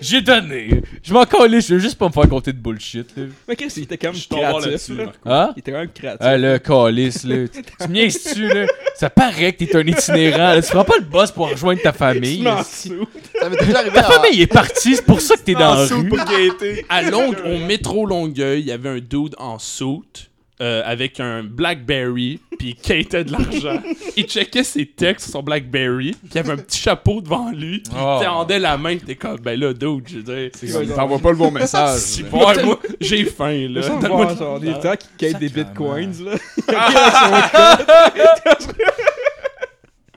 J'ai donné. Je m'en calisse, je veux juste pas me faire compter de bullshit. Là.
Mais qu'est-ce qu'il était quand même
Je t'en parle
créatif,
là-dessus,
là.
Marco.
Hein?
Il était quand même créatif.
Ah là, calisse, là. tu tu me niaises-tu, là? Ça paraît que t'es un itinérant. là. Tu prends pas le boss pour rejoindre ta famille.
M'en
Si-
fous.
Ça m'est déjà arrivé
Ta
à...
famille est partie, c'est pour ça que t'es dans la
sous
rue.
pour gaieté.
à Longue, au métro Longueuil, il y avait un dude en soute avec un Blackberry, puis il quittait de l'argent. il checkait ses textes sur son Blackberry, puis il y avait un petit chapeau devant lui, puis
Oh.
il tendait la main, t'es comme, ben là, dude, je veux dire.
Il t'envoie pas le bon message.
Si bon, moi, j'ai faim,
Le
là.
son
Donne-moi
voir, genre, des temps qui quittent des bitcoins, là.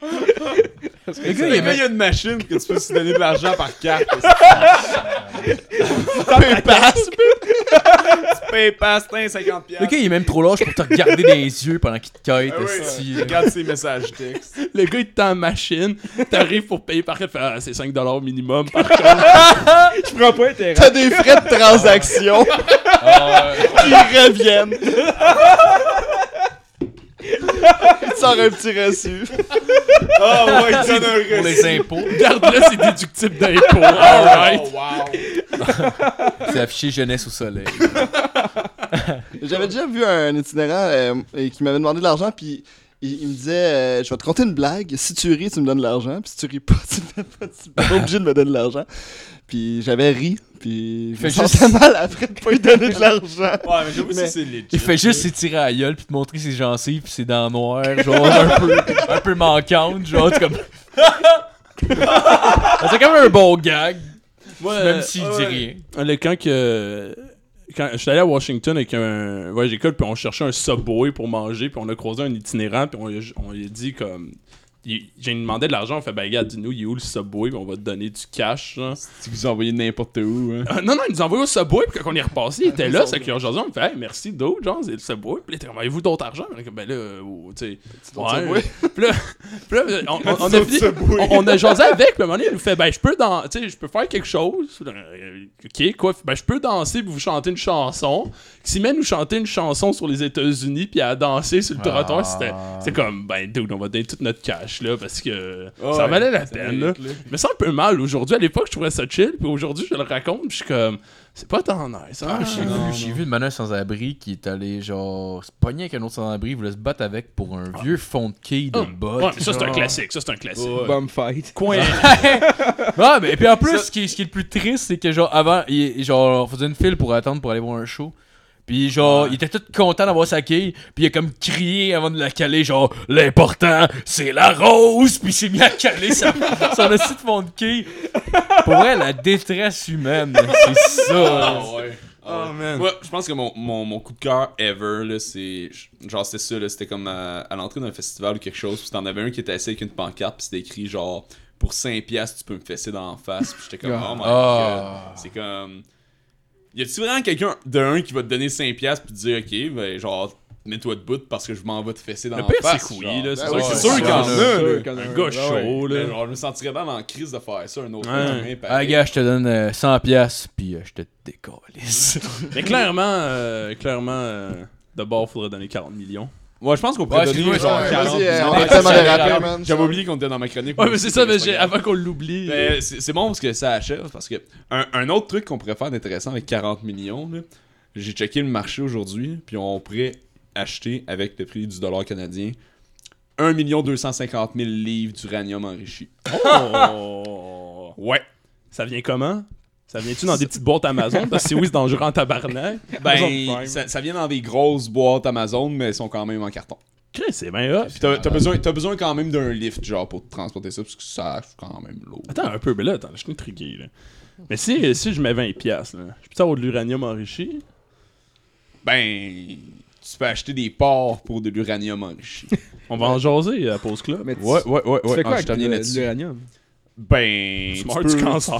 Le gars, il
Le gars,
aimait-
il y a une machine que tu peux se donner de l'argent par carte. PayPass. PayPass, t'as un 50
le gars, il est même trop large pour te regarder dans les yeux pendant qu'il te quête.
Ah
esti, euh, là.
Regarde ses messages textes.
Le gars, il te tend en machine, t'arrives pour payer par carte, fait, ah, c'est 5$ minimum par carte.
Je prends pas intérêt.
T'as des frais de transaction
Ah, ouais.
qui reviennent. Il te sort un petit reçu.
Oh, ouais, il donne un
pour les impôts.
Garde-le, c'est déductible d'impôt. Alright.
C'est affiché jeunesse au soleil.
J'avais déjà vu un itinérant euh, et qui m'avait demandé de l'argent, puis il, il me disait euh, Je vais te conter une blague. Si tu ris, tu me donnes de l'argent. Puis si tu ris pas, tu me donnes pas. Tu n'es pas obligé de me donner de l'argent. Puis j'avais ri, puis je me
Fais juste-
sentais mal après de pas lui donner de l'argent.
Ouais, mais j'avoue,
Mais-
si c'est legit.
Il fait juste s'étirer à la gueule puis te montrer ses gencives puis ses dents noires, genre un peu, un peu manquantes, genre t'es comme. C'est quand même un bon gag,
Moi, euh,
même s'il
ouais.
dit rien.
Le quand que. Quand je suis allé à Washington avec un voyage d'école, puis on cherchait un subway pour manger, puis on a croisé un itinérant, puis on, lui a- on lui a dit comme. il- J'ai demandé de l'argent, on fait, ben, regarde, dis-nous, il est où le subway, puis on va te donner du cash. genre.
Tu vous envoyez n'importe où. Hein.
Euh, non, non, il nous a envoyé au Subway, puis quand on est repassé, il était là, c'est qu'on aujourd'hui, on me fait, hey, merci d'autres, genre, c'est le Subway, puis il était comme, avez-vous d'autres argent? On est comme, ben là, euh, oh, tu sais,
autre
ouais.
Subway.
Puis là, puis là, on, on- on a
autre
fini-
Subway.
on, on a jasé avec, puis à un moment donné, il nous fait, ben je peux dans, tu sais, je peux faire quelque chose, Euh, ok, quoi, ben je peux danser, puis vous chanter une chanson. Si même nous chanter une chanson sur les États-Unis, puis à danser sur le trottoir, c'était, c'était comme, ben dude, on va donner toute notre cash, là, parce que ça
Ouais,
valait la
ça
peine,
valait
là. Mais ça un peu mal aujourd'hui. À l'époque, je trouvais ça chill, puis aujourd'hui, je le raconte, puis je suis comme, c'est pas tant nice. Hein?
J'ai vu, j'ai vu une manœuvre sans-abri qui est allée genre se pogner avec un autre sans-abri, il voulait se battre avec pour un vieux fond de quille de
Ah.
botte.
Ouais, mais ça, c'est un
genre.
classique. Ça, c'est un classique.
Bum fight.
Ouais, Ah, mais et puis en plus, ce, qui est, ce qui est le plus triste, c'est que genre avant, il, genre, on faisait une file pour attendre pour aller voir un show. Puis genre, il était tout content d'avoir sa quille, puis il a comme crié avant de la caler, genre l'important c'est la rose, puis il s'est mis à caler sa- son assis de fond de quille. Pour vrai, la détresse humaine, c'est ça.
ouais. Oh, man. Moi, je pense que mon, mon, mon coup de cœur ever, là, c'est. Genre, c'était euh, ça, là. C'était comme à, à l'entrée d'un festival ou quelque chose. Puis t'en avais un qui était assis avec une pancarte. Puis c'était écrit, genre, pour 5 piastres, tu peux me fesser dans la face. Puis j'étais comme,
Ah.
oh my
Ah.
god. C'est comme. Y a-tu vraiment quelqu'un de un qui va te donner 5 piastres puis te dire, ok, ben genre, mets-toi debout parce que je m'en vais te fesser dans
Le
la
pire,
face.
c'est que
genre.
oui, là. C'est
Ben
sûr
ouais,
que
c'est sûr
c'est
qu'il y en
ça.
a, là.
Un gars
Ah
chaud,
Mais
là.
genre, je me sentirais mal en crise de faire ça un autre
Ouais.
lendemain, pareil.
Ah, gars, je te donne euh, 100$, piastres, puis euh, je te décalisse.
Mais clairement, euh, clairement, euh, de bord, faudrait donner 40 millions.
Ouais, je pense qu'on
Ouais,
pourrait donner
excuse-moi,
genre
ouais,
40
vas-y, euh,
millions.
on a
Ouais,
tellement
ça,
dérapé,
j'avais-
man,
J'avais
ça.
oublié qu'on était dans ma chronique.
Ouais, mais c'est ça, mais
pas
j'ai-
grave.
avant qu'on l'oublie. euh,
Mais c'est c'est bon parce que ça achève. Parce que un, un autre truc qu'on pourrait faire d'intéressant avec 40 millions, là, j'ai checké le marché aujourd'hui, puis on pourrait acheter avec le prix du dollar canadien 1 250 000 livres d'uranium enrichi.
Oh! ouais. euh, Ça vient comment? Ça vient-tu dans des petites boîtes Amazon? Parce que si oui, c'est dangereux en tabarnak.
Amazon Prime.
Ben, ça, ça vient dans des grosses boîtes Amazon, mais elles sont quand même en carton.
Chris, c'est bien hot.
Puis t'as, t'as besoin, t'as besoin quand même d'un lift, genre, pour te transporter ça, parce que ça c'est quand même lourd.
Attends un peu, mais là, attends, je suis intrigué. Là. Mais si, si je mets 20 piastres, là, je peux avoir de l'uranium enrichi?
Ben, tu peux acheter des porcs pour de l'uranium enrichi.
On va en jaser à la pause club.
Mais tu-
ouais, ouais.
Tu fais quoi
Ah, je
avec
t'en viens
le-
là-dessus.
l'uranium?
Ben,
Tu
tu
meurs
peux...
du cancer.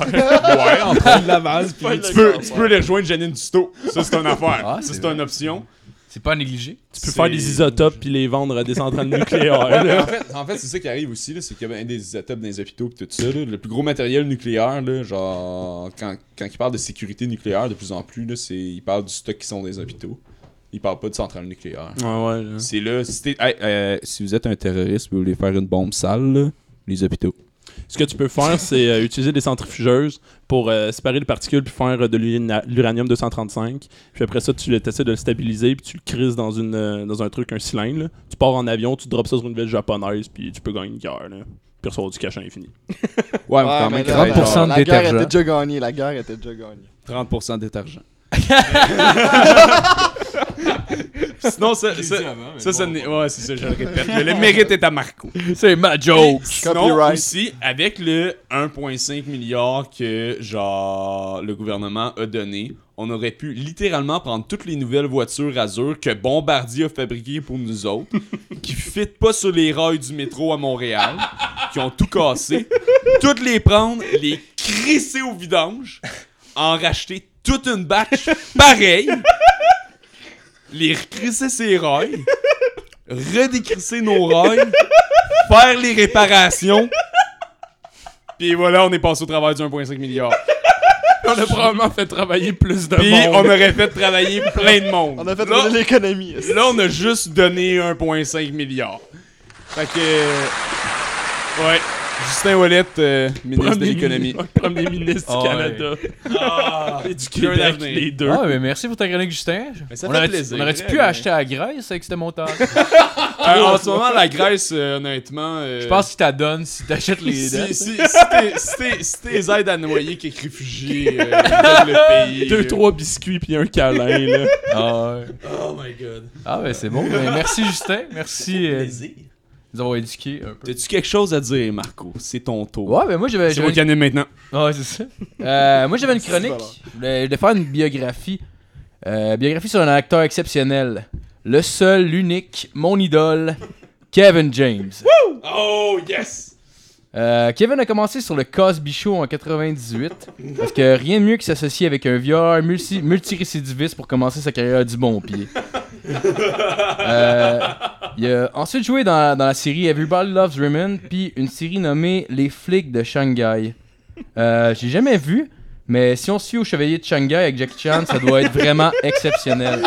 Ouais, entre autres.
De la vase, puis
tu, peux, tu peux les rejoindre Janine Dusto. Ça, c'est une affaire.
Ah,
ça,
c'est
c'est une option.
C'est pas négligé.
tu peux faire des isotopes puis les vendre à des centrales nucléaires. là.
Ben, en fait, en fait c'est ça qui arrive aussi, là, c'est qu'il y a bien des isotopes dans les hôpitaux pis tout ça. là. Le plus gros matériel nucléaire, là, genre, quand, quand ils parlent de sécurité nucléaire, de plus en plus, là, c'est, ils parlent du stock qui sont dans les hôpitaux. Ils parlent pas de centrale nucléaire.
Ouais, ouais. là.
C'est là, si, t'es- hey, euh, si vous êtes un terroriste, vous voulez faire une bombe sale, là, les hôpitaux.
Ce que tu peux faire, c'est euh, utiliser des centrifugeuses pour euh, séparer les particules puis faire euh, de l'urina- l'uranium 235. Puis après ça, tu essaies de le stabiliser puis tu le crises dans, une, euh, dans un truc, un cylindre. là. Tu pars en avion, tu drops ça sur une ville japonaise puis tu peux gagner une guerre. Là. Puis recevoir du cash à l'infini.
Ouais, mais
Ouais,
quand
mais
même,
là,
quand même,
30%
genre,
de
La guerre
détergent.
était déjà gagnée, la guerre était déjà gagnée.
30% de détergent. Sinon, ça, ça, ça, ça n'est- ouais, c'est ça, je le répète. Le, le mérite est à Marco.
C'est ma joke!
Sinon,
Copyright.
aussi, avec le 1,5 milliard que, genre, le gouvernement a donné, on aurait pu littéralement prendre toutes les nouvelles voitures Azure que Bombardier a fabriquées pour nous autres, qui fitent pas sur les rails du métro à Montréal, qui ont tout cassé, toutes les prendre, les crisser au vidange, en racheter toute une batch pareille, les recrisser ses rails, redécrisser nos rails, faire les réparations, puis voilà, on est passé au travers du 1,5 milliard.
On a probablement fait travailler plus de
Puis on aurait fait travailler plein de monde.
On a fait
là,
rouler l'économie. est-ce.
là, on a juste donné 1,5 milliard. Fait que... euh, Ouais. Justin Ouellet, euh, ministre de l'économie.
Premier ministre
Ah
du
ouais.
Canada. Et du
Qu'un
Québec,
avenir.
les deux.
Ah, mais merci pour ta chronique, Justin.
Mais ça
on
fait
aurait,
plaisir,
on aurait-tu pu
vraiment.
acheter à Grèce avec ce montant
Euh, en ce moment, la Grèce, euh, honnêtement... euh,
Je pense qu'il t'adonne si t'achètes les
si,
dettes.
si, si, t'es- si t'es- si t'es aides à noyer qui est réfugié euh, dans le pays...
Deux,
euh,
trois biscuits puis un câlin. là.
Ah, ouais.
Oh my god.
Ah, ben c'est bon. Ben, merci, Justin. Merci euh, de nous avoir éduqués un peu.
T'as-tu quelque chose à dire, Marco? C'est ton tour.
Ouais, ben moi j'avais.
C'est
j'avais
moi
une-
qui anime maintenant.
Ouais, c'est ça. Euh, moi, j'avais une chronique.
valeur.
Je voulais, je voulais faire une biographie. Euh, biographie sur un acteur exceptionnel. Le seul, l'unique, mon idole, Kevin James.
Oh, yes!
Euh, Kevin a commencé sur le Cosby Show en 98 parce que rien de mieux que s'associer avec un violeur multi multirécidiviste pour commencer sa carrière du bon pied. Euh, il a ensuite joué dans, dans la série Everybody Loves Raymond puis une série nommée Les flics de Shanghai. Euh, J'ai jamais vu, mais si on suit au Chevalier de Shanghai avec Jackie Chan, ça doit être vraiment exceptionnel.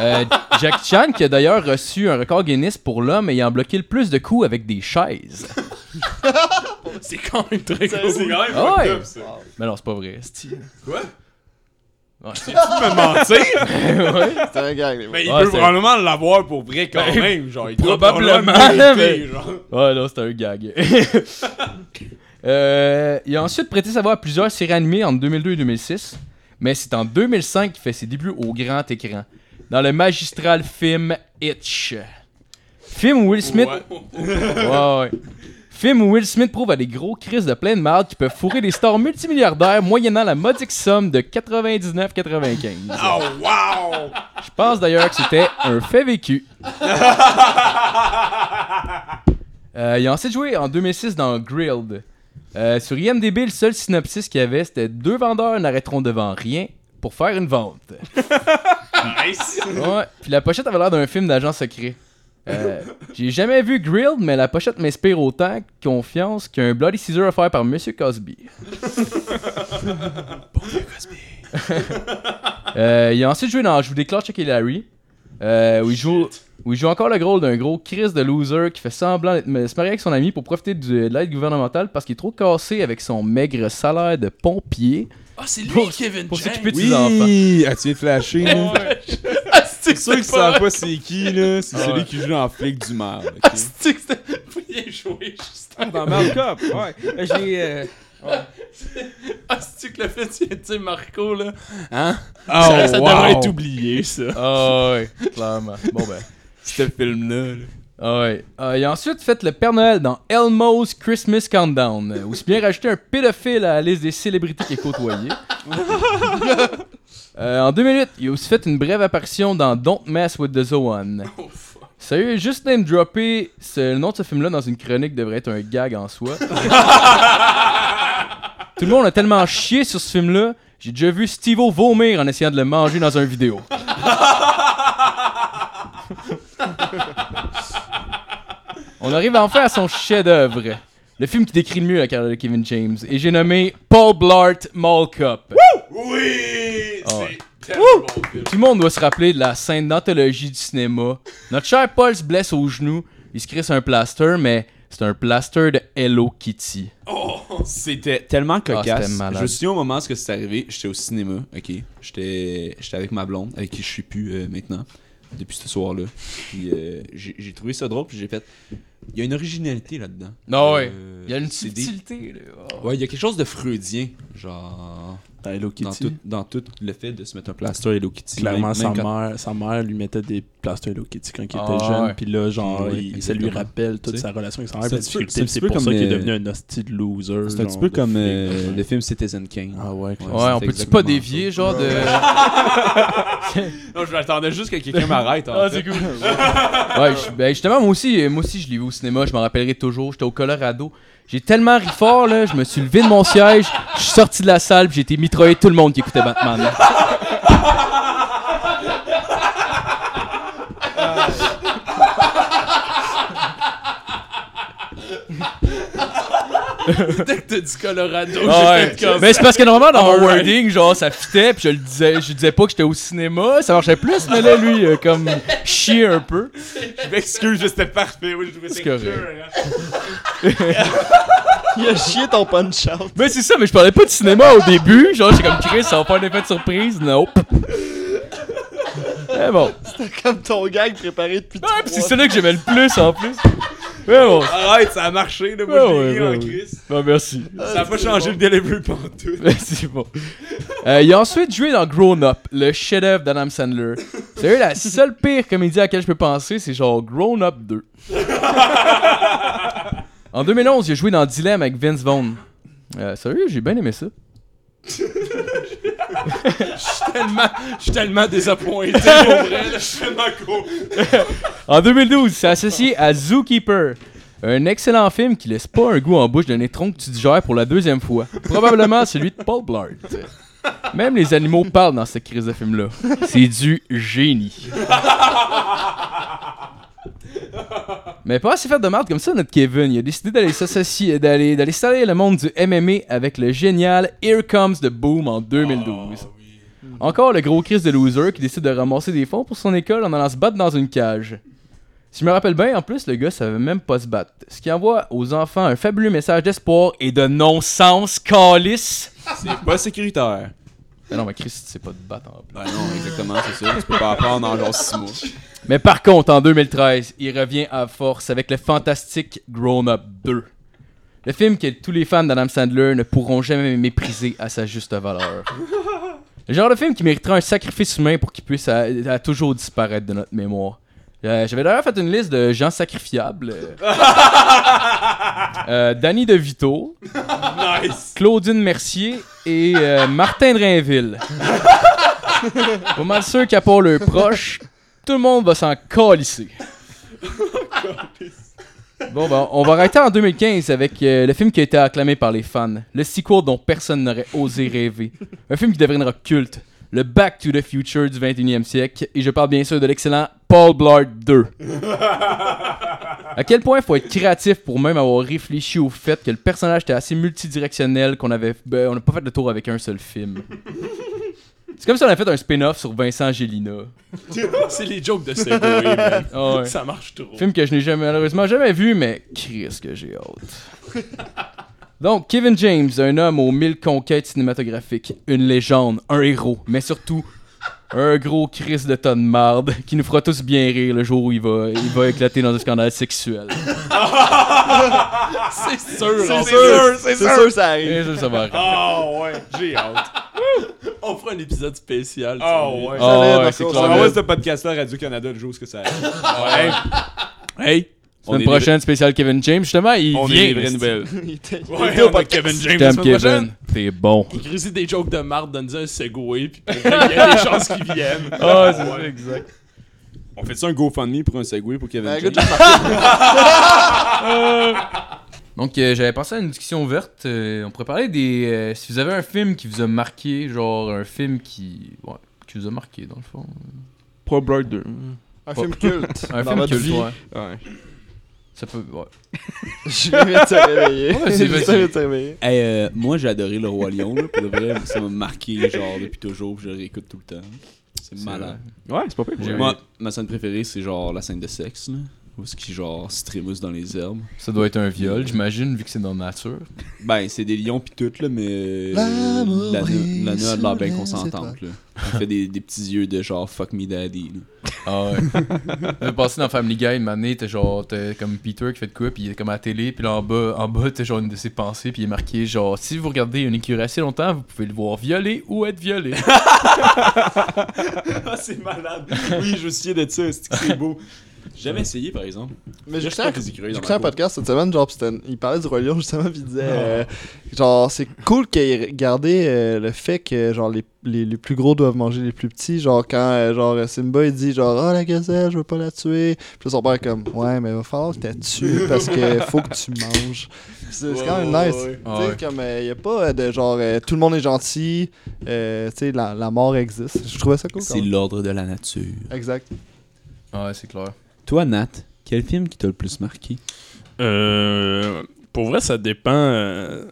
Euh, Jack Chan qui a d'ailleurs reçu un record Guinness pour l'homme ayant bloqué le plus de coups avec des chaises.
C'est quand même très cool.
C'est quand même
Ah ouais.
fucked up, ça.
Mais non, c'est pas vrai, c'est
Quoi?
Ouais, c'est-
me mentir?
Ouais.
C'était un gag, les
Mais il
Ouais,
peut
c'est-
probablement l'avoir pour vrai quand
Ben,
même, genre. Il doit
probablement, mais-
probablement mériter, genre.
Ouais, non, c'était un gag. Euh, il a ensuite prêté sa voix à plusieurs séries animées en 2002 et 2006, mais c'est en 2005 qu'il fait ses débuts au grand écran, dans le magistral film Itch. Film où Will Smith... Ouais, ouais. Film où Will Smith prouve à des gros crises de plein de marde qui peuvent fourrer des stars multimilliardaires moyennant la modique somme de 99,95.
Oh, wow!
Je pense d'ailleurs que c'était un fait vécu. Euh, il a ensuite joué en 2006 dans Grilled. Euh, sur IMDB, le seul synopsis qu'il y avait, c'était deux vendeurs n'arrêteront devant rien pour faire une vente.
Nice!
Ouais. Puis la pochette avait l'air d'un film d'agent secret. Euh, J'ai jamais vu Grilled, mais la pochette m'inspire autant confiance qu'un Bloody Caesar offert par Monsieur Cosby. Euh, il a ensuite joué dans Je vous déclare Chuck et Larry, euh, où, il joue, où il joue encore le rôle d'un gros Chris de loser qui fait semblant d'être- de se marier avec son ami pour profiter du- de l'aide gouvernementale parce qu'il est trop cassé avec son maigre salaire de pompier
Ah, c'est lui,
Pour-
Kevin
pour
James.
s'occuper de ses enfants.
as-tu été flashé? là?
Ah, c'est
C'est sûr
que
qu'ils
c'est pas
savent
vrai.
pas c'est qui, là. C'est
Ah ouais.
celui qui joue en flic du mal. ok?
Ah, c'est que c'était. Faut y jouer, juste.
Dans Mad Cop, ouais. J'ai. euh,
Ah, c'est que le fait, tu sais, Marco, là. Hein?
Oh,
ça ça devrait
wow.
être oublié, ça.
Ah ouais, clairement. Bon ben.
Ce film-là. là.
Ah ouais. Euh, il a ensuite fait le Père Noël dans Elmo's Christmas Countdown, euh, où c'est bien rajouté un pédophile à la liste des célébrités qu'il a côtoyé. Euh, en 2008, il a aussi fait une brève apparition dans Don't Mess with the Zoan.
Oh,
Sérieux, juste name dropper ce- le nom de ce film-là dans une chronique devrait être un gag en soi. Tout le monde a tellement chié sur ce film-là, j'ai déjà vu Steve-O vomir en essayant de le manger dans un vidéo. On arrive enfin à son chef-d'œuvre. Le film qui décrit le mieux la carrière de Kevin James. Et j'ai nommé Paul Blart Mall Cop.
Oui!
Ah ouais.
C'est tellement bon film.
Tout le monde doit se rappeler de la scène d'anthologie du cinéma. Notre cher Paul se blesse au genou. Il se crisse un plaster, mais c'est un plaster de Hello Kitty.
C'était tellement cocasse.
Ah, c'était malade.
je me souviens au moment où c'est arrivé, j'étais au cinéma, ok. J'étais j'étais avec ma blonde, avec qui je suis plus euh, maintenant, depuis ce soir-là. Puis euh, j'ai j'ai trouvé ça drôle, puis j'ai fait. Il y a une originalité là-dedans.
Ah ouais.
Euh,
Il y a une
c'est des-
subtilité. là. Oh.
Ouais, il y a quelque chose de freudien, genre. Dans tout, dans tout le fait de se mettre un plaster Hello Kitty.
Clairement,
même-
sa,
même quand-
mère, sa mère lui mettait des plasters Hello Kitty quand il était
Ah ouais.
jeune. Puis là, genre,
Ouais,
il- ça lui
exactement.
rappelle toute
Tu sais,
sa relation avec sa mère. puis
c'est un
la
petit peu-
difficulté,
c'est un
puis C'est
petit peu
pour ça
comme,
qu'il est
euh,
devenu un hostie de loser.
C'est un petit
genre,
peu
de
comme
flic,
euh,
Ah,
genre.
le film Citizen Kane.
Ah ouais, clairement.
Ouais, on
c'est
peut-tu pas
exactement
dévier, genre de.
Non, je m'attendais juste que quelqu'un m'arrête. en fait.
Ah, cool. ouais, je- ben, justement, moi aussi, euh, moi aussi, je l'ai vu au cinéma, je m'en rappellerai toujours. J'étais au Colorado. J'ai tellement ri fort, là, je me suis levé de mon siège, je suis sorti de la salle, puis j'ai été mitraillé tout le monde qui écoutait Batman.
Dès que t'as dit Colorado,
Ah
j'ai
ouais.
fait comme
Mais c'est parce que normalement dans mon
Alright.
wording, genre ça fitait, puis je le disais, je disais pas que j'étais au cinéma, ça marchait plus, mais là lui euh, comme chier un peu.
Je m'excuse, c'était parfait. Oui, je trouvais
C'est
ça hein.
correct.
Il a chié ton punch-out.
Mais c'est ça, mais je parlais pas de cinéma au début, genre j'étais comme Chris, ça va pas un effet de surprise, nope. Mais bon,
Comme ton gag préparé depuis
Ah,
trois
puis c'est celui que j'aimais le plus en plus. Mais bon,
Arrête, ça a marché. Là,
Ah
moi,
ouais,
je l'ai ri
ouais,
en
ouais.
crise.
Bon, merci.
Ça a pas changé le delivery pantoute.
Mais c'est bon. Euh, il a ensuite joué dans Grown Up, le chef-d'œuvre d'Adam Sandler. C'est la seule pire comédie à laquelle je peux penser, c'est genre Grown Up 2. en 2011, il a joué dans Dilemme avec Vince Vaughn. Euh, sérieux, j'ai bien aimé ça.
Je suis tellement désappointé pour vrai. là.
En 2012, c'est associé à Zookeeper. Un excellent film qui laisse pas un goût en bouche d'un étron que tu digères pour la deuxième fois. Probablement celui de Paul Blart. Même les animaux parlent dans cette crise de film-là. C'est du génie. Mais pas assez faire de marde comme ça, notre Kevin. Il a décidé d'aller s'associer, d'aller, d'aller salir le monde du MMA avec le génial Here Comes the Boom en 2012. Encore le gros Chris de loser qui décide de ramasser des fonds pour son école en allant se battre dans une cage. Si je me rappelle bien, en plus, le gars savait même pas se battre. Ce qui envoie aux enfants un fabuleux message d'espoir et de non-sens, calice.
C'est pas sécuritaire.
Mais non, mais Chris, c'est pas de battre en plus.
Ben non, exactement, c'est ça. Tu peux pas apprendre en genre 6 mois.
Mais par contre, en 2013, il revient à force avec le fantastique Grown Up 2. Le film que tous les fans d'Adam Sandler ne pourront jamais mépriser à sa juste valeur. Le genre de film qui mériterait un sacrifice humain pour qu'il puisse à- à toujours disparaître de notre mémoire. Euh, J'avais d'ailleurs fait une liste de gens sacrifiables. Euh, euh, Danny DeVito,
Nice.
Claudine Mercier et euh, Martin Drainville. Pas mal sûr qu'à part leurs proches, tout le monde va s'en calisser. Bon, ben, on va arrêter en 2015 avec euh, le film qui a été acclamé par les fans. Le sequel dont personne n'aurait osé rêver. Un film qui deviendra culte. Le Back to the Future du 21e siècle. Et je parle bien sûr de l'excellent Paul Blart 2. à quel point faut être créatif pour même avoir réfléchi au fait que le personnage était assez multidirectionnel qu'on avait, ben, on n'a pas fait le tour avec un seul film. C'est comme si on avait fait un spin-off sur Vincent Gélina.
C'est les jokes de Segway, man.
Ah ouais.
Ça marche trop.
Film que je n'ai jamais, malheureusement jamais vu, mais Chris que j'ai hâte. Donc, Kevin James, un homme aux mille conquêtes cinématographiques, une légende, un héros, mais surtout un gros Chris de tonne de marde qui nous fera tous bien rire le jour où il va, il va éclater dans un scandale sexuel.
C'est sûr,
C'est
en
sûr, c'est sûr, ça arrive.
Et ça, ça va arriver.
Ah ouais, j'ai hâte.
plus. On fera un épisode spécial.
Ah
tu sais.
ouais.
Ah ouais,
Marco,
c'est
ça
clair.
On
va.
envoie ce podcast à Radio-Canada le jour où ce que ça arrive.
Hey,
On est
Semaine prochaine, spécial Kevin James. Justement, il
On
vient.
est livré une nouvelle.
Il était- il
ouais,
était au
on a
podcast.
Kevin James
Je
la
t'aime,
semaine prochaine.
Kevin. T'es bon.
Il grésille des jokes de marde, donne-nous un Segway, puis pour vrai, il y a des chances qu'ils viennent. Ah, c'est ça, exact.
On fait ça un GoFundMe pour un Segway pour Kevin
Ben,
James.
écoute, là,
Donc, euh, j'avais pensé à une discussion ouverte. euh, on pourrait parler des. euh, si vous avez un film qui vous a marqué, genre un film qui. Ouais, qui vous a marqué, dans le fond.
Pro Blur 2.
un film culte.
Un
dans
film
votre
culte,
vie.
ouais.
Ouais.
Ça peut. Ouais.
Je viens de se réveiller.
Ouais, c'est
Je
vrai.
viens de se réveiller.
Hey, euh, moi, j'ai adoré Le Roi Lion. Là, pour de vrai, ça m'a marqué genre depuis toujours. puis Je le réécoute tout le temps. C'est malade.
Ouais, c'est pas pire.
J'ai-
ouais.
Moi, ma scène préférée, c'est genre la scène de sexe. Là, où ce qui genre se trémousse dans les herbes.
Ça doit être un viol, j'imagine, vu que c'est dans la nature.
Ben, c'est des lions pis tout, là, mais.
L'amour
La
brille
nu- la nu a de
sous
l'air bien
les
consentante, là. Elle fait des, des petits yeux de genre fuck me daddy, là.
Ah ouais. J'avais passé dans Family Guy une année, t'es genre, t'es comme Peter qui fait de quoi, puis il est comme à la télé, puis là en bas, en bas t'es genre une de ses pensées, puis il est marqué genre, si vous regardez une écurie assez longtemps, vous pouvez le voir violer ou être violé.
Ah, c'est malade! Oui, je me souviens de ça, c'est que c'est beau. J'ai jamais essayé, par exemple.
Mais
J'ai
j'écoutais
pas
un-
des écureuils dans
j'écoutais un
ma cour.
podcast cette semaine, genre, pis c'était- il parlait du Roi Lion justement, pis il disait, euh, genre, c'est cool qu'il ait gardé euh, le fait que, genre, les, les, les plus gros doivent manger les plus petits. Genre, quand, euh, genre, Simba, il dit, genre, ah, la gazelle, je veux pas la tuer. Puis là, son père est comme, ouais, mais il va falloir que tu la tues parce que faut que tu manges. C'est c'est quand même nice.
Ah
Tu
ouais.
sais, comme, il y a pas euh, de genre, euh, tout le monde est gentil, euh, tu sais, la, la mort existe. Je trouvais ça cool. quand
C'est
même.
l'ordre de la nature.
Exact.
Ah ouais, c'est clair.
Toi, Nat, quel film qui t'a le plus marqué?
Euh, pour vrai, ça dépend. euh,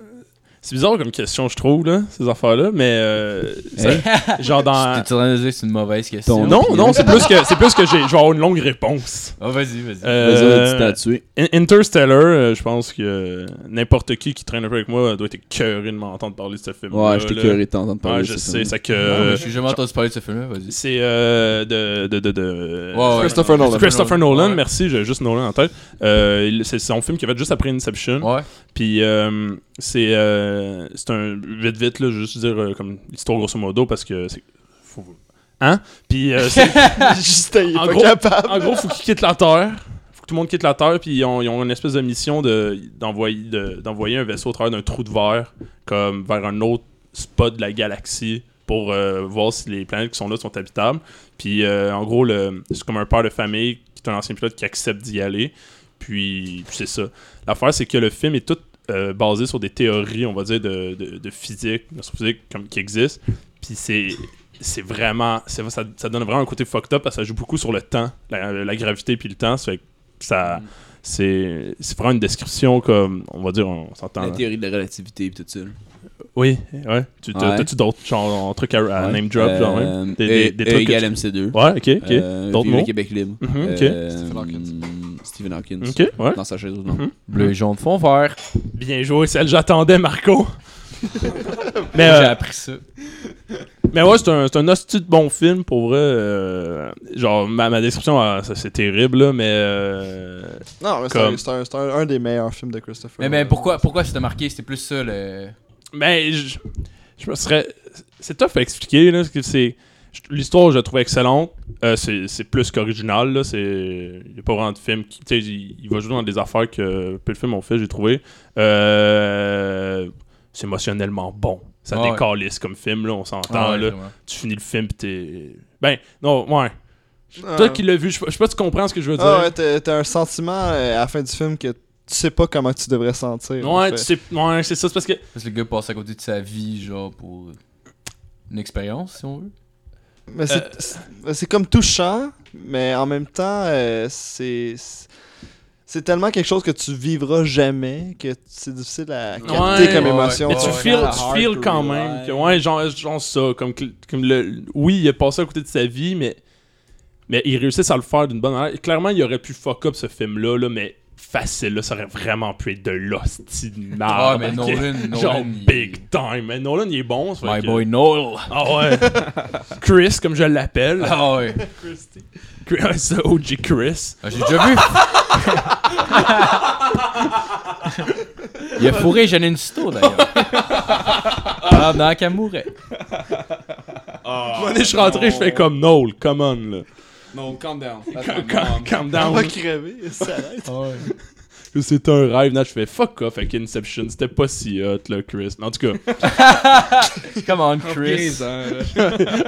C'est bizarre comme question, je trouve, là, ces affaires-là, mais. euh, ça- Genre dans.
T'es en train de dire que c'est une mauvaise question.
Hein? Ah.
Non,
Ton-
non, c'est plus que c'est plus que j'ai je vais avoir une longue réponse.
Ah vas-y, vas-y.
Euh,
Vas-y, on a dit tué.
In- Interstellar, euh, je pense que euh, n'importe qui qui traîne un peu avec moi doit être écœuré de m'entendre parler de ce film.
Ouais, je t'ai curé de t'entendre parler.
Ouais,
de
Ah, je
ce Ah,
sais,
film.
c'est
Non,
que.
Ah, mais J'ai jamais entendu parler de ce film-là, vas-y.
C'est euh, de, de, de, de-
Ouais, ouais.
Christopher Nolan.
Christopher Nolan,
Ouais.
merci, j'ai juste Nolan en tête. Euh, il- c'est son film qu'il a fait juste après Inception.
Ouais.
Puis euh, c'est euh, c'est un vite vite là, je veux juste dire euh, comme l'histoire grosso modo parce que c'est faut- hein. Puis euh, c'est-
Juste, il est
En
pas
gros-
capable.
en gros, faut qu'ils quittent la Terre. Faut que tout le monde quitte la Terre, puis ils ont, ils ont une espèce de mission de- d'envoyer de, d'envoyer un vaisseau au travers d'un trou de verre, comme vers un autre spot de la galaxie, pour euh, voir si les planètes qui sont là sont habitables. Puis euh, en gros, le- c'est comme un père de famille qui est un ancien pilote qui accepte d'y aller. Puis, puis c'est ça. L'affaire, c'est que le film est tout euh, basé sur des théories, on va dire, de, de, de physique, de physique comme, qui existent. Puis c'est c'est vraiment c'est- ça, ça donne vraiment un côté fucked up parce que ça joue beaucoup sur le temps la, la gravité puis le temps ça fait que ça c'est c'est vraiment une description comme on va dire on, s'entend
La
là.
théorie de la relativité et tout ça. là.
oui ouais tu t'as-
Ouais.
t'as-tu d'autres genre un truc à, à
Ouais.
name drop
Euh,
genre même des, des, des
E- E
trucs que
égale
tu-
MC2.
ouais ok ok
Euh,
D'autres
Vive le
mots?
Québec libre.
Mhm, ok.
Euh,
Stephen Hawkins.
Stephen Hawkins.
ok ouais
Dans sa chaise ou non.
Mhm.
Bleu et jaune de fond vert.
bien joué celle j'attendais Marco
J'ai
mais euh,
appris ça.
Mais ouais, c'est un, c'est un hostie de bon film pour vrai. euh, genre, ma, ma description, euh, ça, c'est terrible, là, mais. euh,
Non, mais c'est
Comme-
un- c'est un, c'est un, un des meilleurs films de Christopher.
Mais, mais
Nolan.
pourquoi, pourquoi c'était marqué C'était plus ça le.
mais Ben, je, je me serais. C'est tough à expliquer, là, parce que c'est. je- L'histoire, je la trouve excellente. Euh, c'est c'est plus qu'original, là. c'est- Il n'y a pas vraiment de film qui. Tu sais, il, il va jouer dans des affaires que peu de films ont fait, j'ai trouvé. Euh, c'est émotionnellement bon. Ça
Ah ouais.
décalisse comme film, là, on s'entend,
Ah,
là.
vraiment.
tu finis le film pis t'es. Ben, non, ouais. Toi qui l'as vu, je sais pas- je sais pas si tu comprends ce que je veux dire.
Ah ouais, t'as t'as un sentiment euh, à la fin du film que tu sais pas comment tu devrais sentir. en
Ouais,
fait.
tu sais, ouais, c'est ça, c'est parce que.
Parce que le gars passe à côté de sa vie, genre, pour une expérience, si on veut.
Mais
Euh.
c'est c'est comme touchant, mais en même temps, euh, c'est. c'est- C'est tellement quelque chose que tu vivras jamais que c'est difficile à capter
Ouais,
comme
ouais,
émotion.
Mais tu
Ouais.
feels,
ouais.
tu feels quand
Ouais.
même. Que, ouais, genre, genre ça. Comme, que- comme le, oui, il a passé à côté de sa vie, mais, mais il réussit à le faire d'une bonne manière. Clairement, il aurait pu fuck up ce film-là, là, mais facile, là, ça aurait vraiment pu être de l'hostie de merde.
Ah, mais
ok?
Nolan, Nolan.
Genre
il-
big time. Mais Nolan, il est bon. ça fait
My
que-
boy Noel.
Ah ouais. Chris, comme je l'appelle.
Ah ouais.
Chris- ouais, ça, OG Chris.
Ah, J'ai déjà vu. il a fourré Janine Sito, d'ailleurs. Pendant qu'elle mourait. Ah,
Moi, je suis rentré, je fais comme Noel, come on, là.
Non, calm down.
Calm, calm down.
On va crever, ça
hein.
arrête.
Ah,
C'était un rêve. Là, je fais fuck off avec Inception. C'était pas si hot, là, Chris. Mais en tout cas,
Come on, Chris.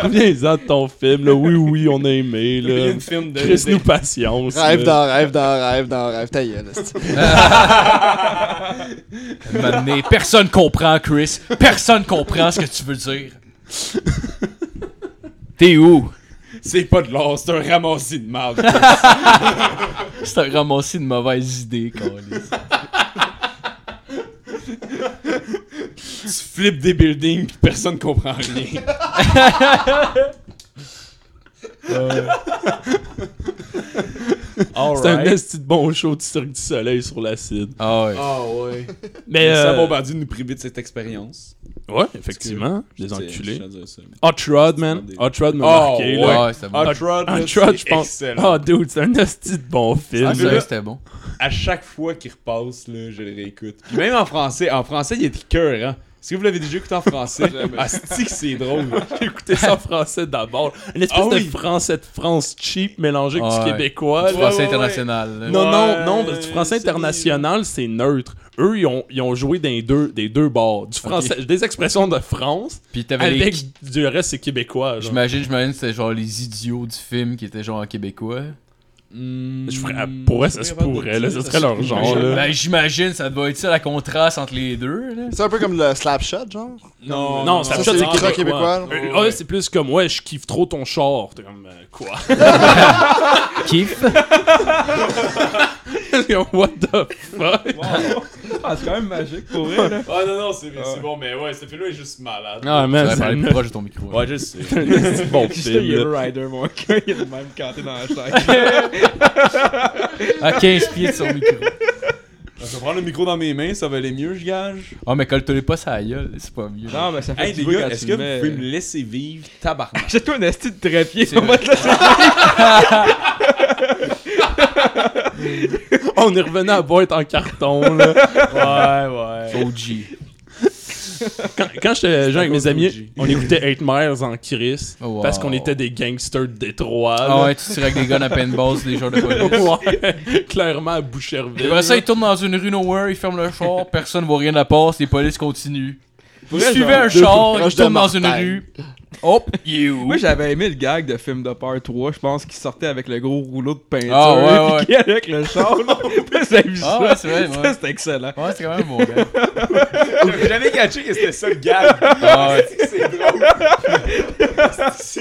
reviens-en de ton film. Là. Oui, oui, on a aimé. Là.
un film de-
Chris
de-
nous patience.
Rêve
là.
dans rêve dans rêve dans rêve. Ta gueule, esti.
M'amener. Personne comprend, Chris. Personne comprend ce que tu veux dire. T'es où?
C'est pas de l'or, Oh, c'est un ramassis de marde.
C'est un ramassis de mauvaises idées, câlisse.
tu flippes des buildings pis personne comprend rien.
C'est un esti de bon show du Cirque du Soleil sur l'acide.
Ah ouais.
Ah ouais.
Mais.
Ça,
Euh,
Bombardier nous privait de cette expérience.
ouais, effectivement. Des
Tu sais, je
enculés.
vais dire ça, mais-
Hot Rod, man.
Des-
Hot Rod m'a
Oh,
marqué, là.
Ah ouais, c'était bon.
Hot Rod, là,
Hot Rod,
c'est
je pense.
excellent.
Oh, dude, c'est un esti de bon film.
Ah,
Ah,
ça,
là-
c'était bon.
À chaque fois qu'il repasse, là, je le réécoute. Puis même en français, en français, il est cœur, hein. Est-ce que vous l'avez déjà écouté en français? ah, c'est-tu que c'est drôle.
J'ai écouté ça en français d'abord. Une espèce
Ah oui. Ah
de français de France cheap mélangé avec
Ouais.
du québécois. là.
Français international. là.
Non,
Ouais,
non, non, parce que du français
c'est-
international, c'est neutre. Eux, ils ont, ils ont joué dans les deux, des deux bords. Du français, des expressions de France,
Puis t'avais les
avec du reste, c'est québécois. genre.
J'imagine, j'imagine que c'était genre les idiots du film qui étaient genre en québécois.
Je ferais- ah, pour vrai, ça se pourrait, là, ça serait leur genre. là.
Ben j'imagine, ça doit être ça la contraste entre les deux. Là.
C'est un peu comme le slapshot, genre.
Non,
Non,
Ça,
ça
c'est
c'est
les
québécois.
cracks québécois.
Euh,
Ouais.
ouais, c'est plus comme, ouais, je kiffe trop ton char. T'es comme, euh, quoi?
Kiff.
What the fuck?
Ah, c'est quand même magique pour vrai, là.
Ah non, non, c'est c'est bon, mais ouais, ce film-là est juste malade.
Ah, man,
Ça
c'est
parler
un
plus proche de ton micro.
Ouais, je sais.
esti de bon
Juste le
film. là.
Yellow Rider, mon gars, il a le même canté dans la chaise.
À 15 pieds de son micro.
Je vais prendre le micro dans mes mains, ça va aller mieux, je gage.
Ah mais colle-toi pas ça à la gueule, c'est pas mieux.
Non, mais ça fait
Hey,
du
les
bruit
gars,
quand tu
est-ce que
le
vous
mets,
pouvez
euh.
me laisser vivre tabarnak?
Achète-toi un esti de trépied, on va te laisser
On est revenu à boîte en carton, là.
OG.
Quand, quand j'étais jeune avec mes amis, on écoutait 8 Miles en Chris
Oh, wow.
parce qu'on était des gangsters de Détroit. là.
Ah ouais, tu tires avec des guns à paintball, c'est des genres de police.
Ouais, clairement à Boucherville.
Après ça, il tourne dans une rue nowhere, il ferme le char, personne voit rien de la passe, les polices continuent. Vous
vrai,
suivez un
deux
char, il
proches de
tourne dans une
Martin.
rue. Hop, il est où?
Moi, j'avais aimé le gag de film de peur 3, je pense, qui sortait avec le gros rouleau de peinture.
Ah, ouais, ouais.
puis qui allait avec le char, là. Puis ça amusant.
Ah ouais, c'est vrai,
Ça,
ouais.
c'était excellent.
Ouais, c'est quand même bon gars.
J'avais jamais catché que c'était ça le gag.
Ah ouais.
C'est drôle.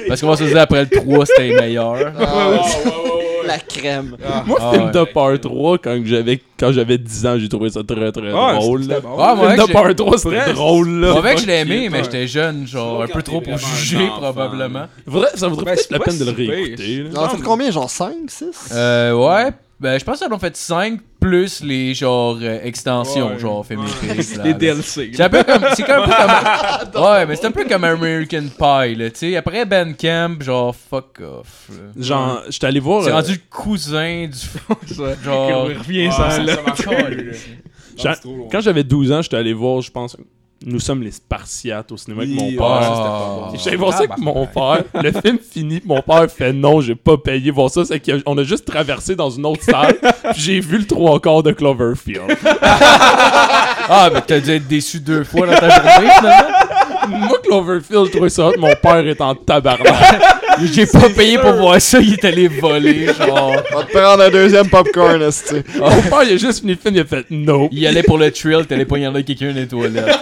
Parce qu'on va se dire après le 3, c'était les meilleurs.
Ah,
ouais, ouais, ouais.
La crème.
Moi,
Ah
film
ouais.
de Part 3, quand j'avais, quand j'avais 10 ans, j'ai trouvé ça très très
Ah,
drôle.
c'était
là.
bon.
Ah, moi,
film
que
de
j'ai-
Part 3, c'était
Bref.
drôle là.
Pas vrai que je l'ai aimé,
shit,
mais
ouais.
j'étais jeune, genre
Surtout
un peu
quand
trop
t'es
pour
vraiment un
juger
enfant,
probablement.
Vrai, ça vaudrait
Ben,
peut-être
c'est
la
pas
peine de le
si pire.
réécouter. là.
Vous en faites combien, genre 5, 6
Euh, ouais. Ben, je pense qu'ils en ont fait 5 plus les genre euh, extensions,
Ouais.
genre féministes.
Les DLC.
C'est un peu comme. C'est un peu comme. ouais, mais c'est un peu comme American Pie, là, tu sais. Après Ben Camp, genre fuck off. là.
Genre, j'étais allé voir.
C'est
euh,
rendu le cousin du.
ça.
Genre.
Reviens sans là.
j'ai- euh, Quand j'avais 12 ans, j'étais allé voir, je pense, Nous sommes les Spartiates au cinéma avec mon
Oui,
père.
ah,
ça,
c'était
c'était
pas
pas
bon.
bon. Ah, bah.
J'avais voir ça avec mon père. Le film finit, puis mon père fait non, j'ai pas payé voir ça. C'est qu'on a juste traversé dans une autre salle, puis j'ai vu le trois quarts de Cloverfield.
Ah, ben t'as dû être déçu deux fois dans ta journée, finalement.
Moi, Cloverfield, je trouvais ça hot. Mon père est en tabarnak.
J'ai pas payé pour voir ça, il est allé voler, genre.
On va te prendre un deuxième popcorn, est-ce que
Mon père, il a juste fini le film, il a fait non.
Il allait pour le thrill, t'allais pas y en a quelqu'un des toilettes.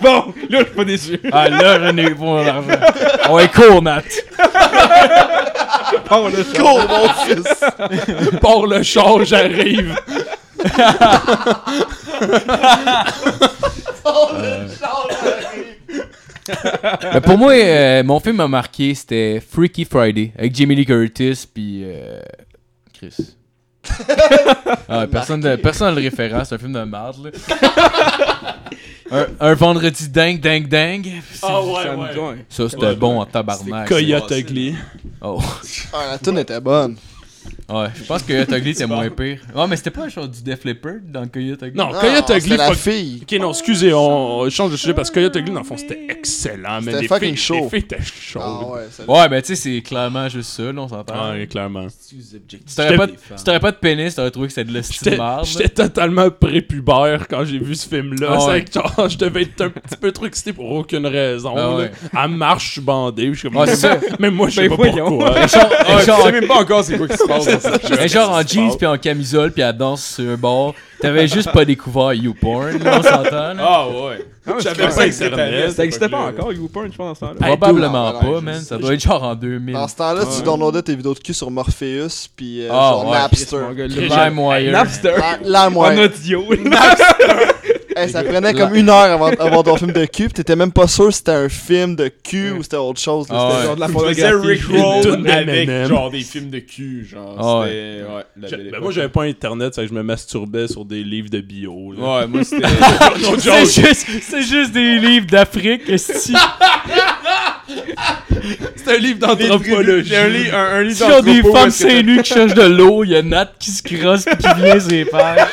Bon, là, je suis pas déçu.
Ah là, j'en ai eu pour mon argent. On est court, Nat.
Bon, là, je-
Cours, mon fils!
Pour le char, j'arrive.
Mais pour moi, euh, mon film m'a marqué, c'était Freaky Friday, avec Jamie Lee Curtis, puis... euh, Chris. Ah, personne ne personne le référent, c'est un film de merde, là. un, un vendredi dingue, dingue, dingue.
Ah ouais,
ça me joint.
Ça, c'était bon en tabarnak.
Coyote Ugly.
Oh.
Ah, la tune était bonne.
Ouais, je pense que Coyote Ugly, c'est moins pire. Ouais, mais c'était pas un genre du Def Leppard dans le Coyote Ugly?
Non,
Non,
Coyote
Ah, c'était
Ugly,
la
fuck-
fille.
Ok, non, excusez, on, on change de sujet parce que Coyote Ugly, dans le fond, c'était excellent. Mais
C'était
les
fucking
filles,
chaud.
les filles étaient chaudes.
Ah ouais, ça...
Ouais, mais tu sais, c'est clairement juste ça, là, on s'entend.
Ouais, clairement.
Si t'aurais pas, de- si t'aurais pas de pénis, t'aurais trouvé que c'était de la style
J'étais
marde.
j'étais totalement prépubère quand j'ai vu ce film-là.
Ah
c'est
ouais.
que genre, je devais être un petit peu trop excité pour aucune raison.
Ah
là.
ouais.
À marche, je suis bandé. Je suis comme,
Ah, c'est ça.
mais moi, je sais pas
Ben voyons.
pourquoi.
Ah,
Je
genre,
sais même pas encore c'est quoi qui se passe. dans ça.
mais genre en jeans puis en camisole puis à danse sur un bord, t'avais juste pas découvert YouPorn, là, on s'entend. là.
Ah ouais.
Non,
J'avais
c'est-
pas internet.
Ça existait pas encore, YouPorn, je pense, dans ce temps-là.
Hey,
Probablement
dude,
pas,
ouais,
man.
je
Ça doit être genre en 2000.
Dans ce temps-là, tu downloadais tes vidéos de cul sur Morpheus puis euh,
Ah,
genre
ouais,
Mon
Napster.
gars,
Crime
là.
Wire.
Napster.
La, la
En
moindre.
audio.
Hey, ça prenait comme une heure avant, avant ton film de cul, pis t'étais même pas sûr si c'était un film de cul ou c'était autre chose. là,
Ah
c'était
ouais.
genre-
Genre de la
Je faisais
photographie.
Rick
Une
Roll
toune
avec
d'M&M.
genre des films de cul, genre.
Ah ouais.
c'était- ouais.
J'ai-
la belle
ben
époque.
moi j'avais pas internet, c'est que je me masturbais sur des livres de bio. Là.
Ouais, moi c'était.
No
C'est
joke.
juste, c'est juste des livres d'Afrique, esti.
C'est un livre d'anthropologie.
J'ai un lit, un, un lit
Si on des
d'entrepôt où
femmes
est-ce que
seins nus qui cherchent de l'eau, il y a Nat qui se crosse pis qui vient ses pages.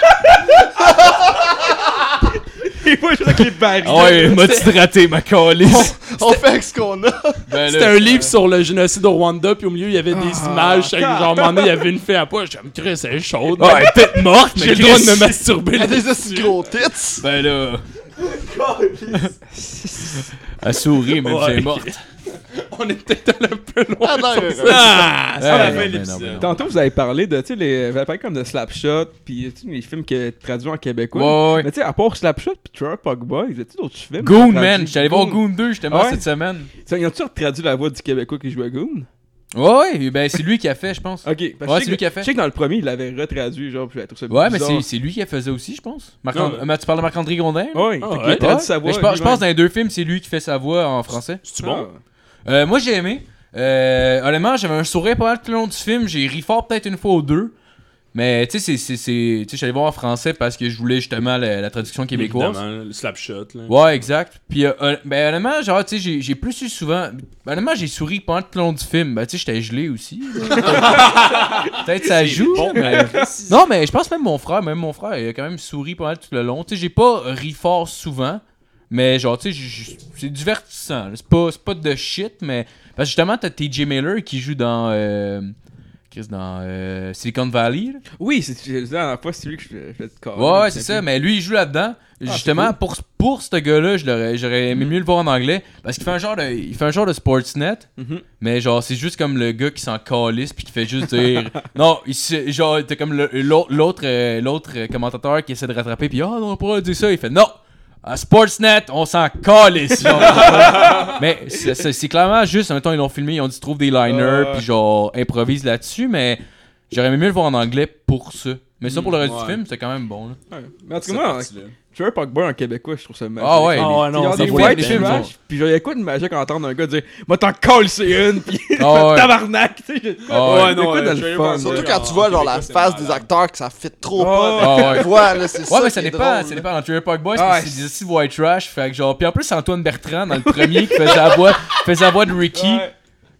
Et moi, je suis avec les barils.
Ah ouais, m'a hydraté ma calice.
On fait avec ce qu'on a.
Ben là,
C'était un livre sur le génocide au Rwanda, puis au milieu il y avait des images. Chaque genre, à un moment donné, il y avait une fille à poche. J'aime que c'est chaude.
Ouais, elle est peut-être morte, mais
J'ai le droit de
Chris-
me masturber.
T'as des aussi gros tits.
Ben là. Elle sourit, même si elle est morte.
On est peut-être allé un peu loin.
Ah, non, ouais, ouais.
Ah,
Ah, non,
la fin de
mais non,
l'épisode.
mais non.
Tantôt, vous avez parlé de, tu sais, les, vous avez parlé comme de Slapshot, pis tu sais, les films qui sont traduits en québécois.
Ouais, ouais.
Mais tu sais, à part Slapshot pis Trevor Pogba, ils tu d'autres films?
Goon,
traduits?
man! J'allais voir Goon 2 justement
Ah ouais?
cette semaine.
Tu sais, Ils ont-tu traduit la voix du Québécois qui jouait Goon?
Ouais, ouais, ben c'est lui qui a fait, je pense.
Ok. parce que
Ouais,
je sais
c'est lui
que-
qui a fait.
Je sais que dans le premier, il l'avait retraduit, genre, puis j'avais trouvé ça
Ouais, mais c'est-
bizarre.
c'est lui qui la faisait aussi, je pense. Marc
Non,
mais... Tu parles de Marc-André Gondin? là?
Ouais,
Ah,
fait qu'il
ouais.
a traduit sa voix.
Mais je, pense, je
lui-même.
pense dans les deux films, c'est lui qui fait sa voix en français.
C'est bon.
Ah.
Euh, moi, j'ai aimé. Euh, honnêtement, j'avais un sourire pas mal tout le long du film. J'ai ri fort peut-être une fois ou deux. Mais tu sais, c'est- c'est- c'est- tu sais, j'allais voir en français parce que je voulais justement la, la traduction québécoise.
Évidemment, le slapshot. là.
Ouais, exact. Puis, euh, hon- ben, honnêtement, genre, tu sais, j'ai- j'ai plus eu souvent. Honnêtement, j'ai souri pendant tout le long du film. Ben, tu sais, j'étais gelé aussi. là. Peut-être ça joue. mais- Non, mais je pense même mon frère, même mon frère, il a quand même souri pendant tout le long. Tu sais, j'ai pas ri fort souvent. Mais, genre, tu sais, j- j- c'est divertissant. là. C'est pas, c'est pas de shit, mais. Parce que justement, t'as TJ Miller qui joue dans. euh, Chris, dans euh, Silicon Valley. là.
Oui, c'est c'est- la dernière fois, c'est lui que je fais- je fais de corps.
Ah, Ouais, ouais, c'est Ah, ça, mais lui, il joue là-dedans. Justement, pour, pour ce gars-là, je l'aurais- j'aurais aimé mieux le voir en anglais. Parce qu'il fait un genre de, il fait un genre de Sportsnet,
Mhm.
mais genre, c'est juste comme le gars qui s'en calisse puis qui fait juste dire. non, il, se- genre, t'as comme le- l'au- l'autre euh, l'autre euh, commentateur qui essaie de rattraper, puis ah, non, on pourra dire ça. Il fait non! À Sportsnet, on s'en calisse! genre. mais c'est- c'est c'est clairement juste, en même temps, ils l'ont filmé, ils ont dit trouve des liners, puis genre, improvise là-dessus, mais j'aurais aimé mieux le voir en anglais pour ça. Mais ça, pour le reste
ouais.
du film, c'était quand même bon. là.
Ouais. Mais en tout
Cette
cas, moi,
partie-là.
Trevor Pogba en québécois, je trouve ça magique.
Ah ouais,
Ah ouais,
les-
non,
Non,
c'est
des
fou,
fois,
les
des
films,
matchs,
sont-
puis genre, il y a quoi de magique à entendre un gars dire « Moi, t'en colles, c'est une! » Puis
Ah ouais.
tabarnak, tu sais, j'ai-
Ah ouais.
Ouais, non,
euh,
de
Trevor
le fun,
Pogba.
là.
Surtout quand tu vois genre la
c'est
face
malade.
des acteurs que ça fit trop
Oh,
pas.
Ah ouais.
Voilà, là, c'est ça.
Ouais, mais ça
qui est
dépend,
drôle,
ça
là.
dépend. Dans Trevor Pogba,
Ah ouais.
c'est des ici white trash. Fait que genre, puis en plus, c'est Antoine Bertrand, dans le premier, qui faisait la voix, faisait la voix de Ricky.
Ouais.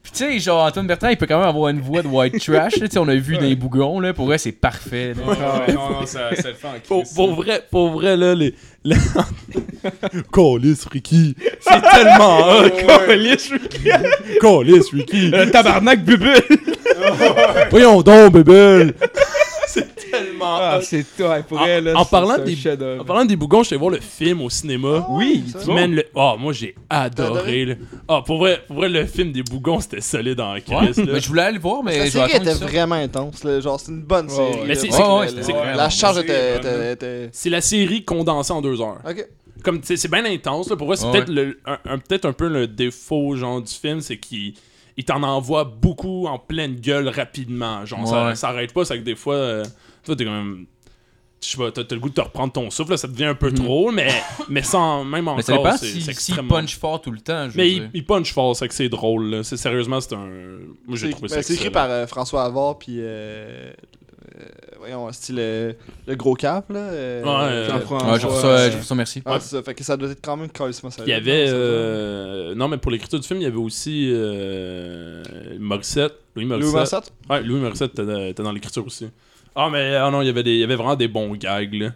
Puis tu sais, genre, Antoine Bertrand, il peut quand même avoir une voix de white trash. là, tu sais, on a vu dans les bougons, là. Pour vrai, c'est parfait. là.
Ah ouais, non, non, ça, ça le fait en
Pour,
crise.
pour vrai, pour vrai, là, les. les... Calice Ricky! C'est tellement hot!
Ah
Calice,
Calice Ricky!
le tabarnak bubule!
Voyons donc, bébé! C'est tellement
Ah,
hot.
c'est toi, pour elle, là.
en
c'est-
parlant
c'est un
des-
chef-d'œuvre.
En parlant des bougons, j'étais voir le film au cinéma.
Oui,
ça.
tu
Man, le... Ah, moi j'ai
adoré?
adoré. là. Ah, pour vrai, pour vrai, le film des bougons, c'était solide en crise.
Mais je voulais aller le voir, mais
La
je vais
série
attendre
était
ça.
vraiment intense. là. Genre, c'est une bonne
Ouais,
série.
ouais.
Mais
là.
c'est-
Ouais, ouais,
c'est-
c'était
c'est-
vraiment
La charge
c'est-
était-
ouais.
était- était.
C'est la série condensée en deux heures.
Ok.
Comme tu sais, c'est bien intense. Là. Pour vrai, c'est
Ouais.
peut-être le- un, un- peut-être un peu le défaut genre du film, c'est qu'il il t'en envoie beaucoup en pleine gueule rapidement. Genre, ça,
Ouais.
ça arrête pas, c'est que des fois, euh, toi t'es comme. Je sais pas, t'as t'as le goût de te reprendre ton souffle, là, ça devient un peu trop, mais, mais sans même encore.
Mm-hmm. Mais ça dépend
c'est-
si,
c'est
si
extrêmement-
punch fort tout le temps. Je
Mais
veux
il,
dire.
il punch fort, c'est que c'est drôle. là. C'est sérieusement, c'est un. Moi, j'ai
C'est-
trouvé
ben,
ça.
C'est écrit
excellent.
par euh, François Avard, puis. euh, euh, voyons, style euh, le gros cap, là. euh,
Ouais, euh,
Jean-François.
Ouais, je trouve ça, je trouve ça merci.
Ah, c'est ça. Fait que ça doit être quand même carrément ça.
Il y avait. euh, Non, mais pour l'écriture du film, il y avait aussi. euh, Morissette. Louis
Louis
Morissette.
Massat?
Ouais, Louis Morissette était dans- était dans l'écriture aussi. Ah, mais ah non, il y, avait des, il y avait vraiment des bons gags, là.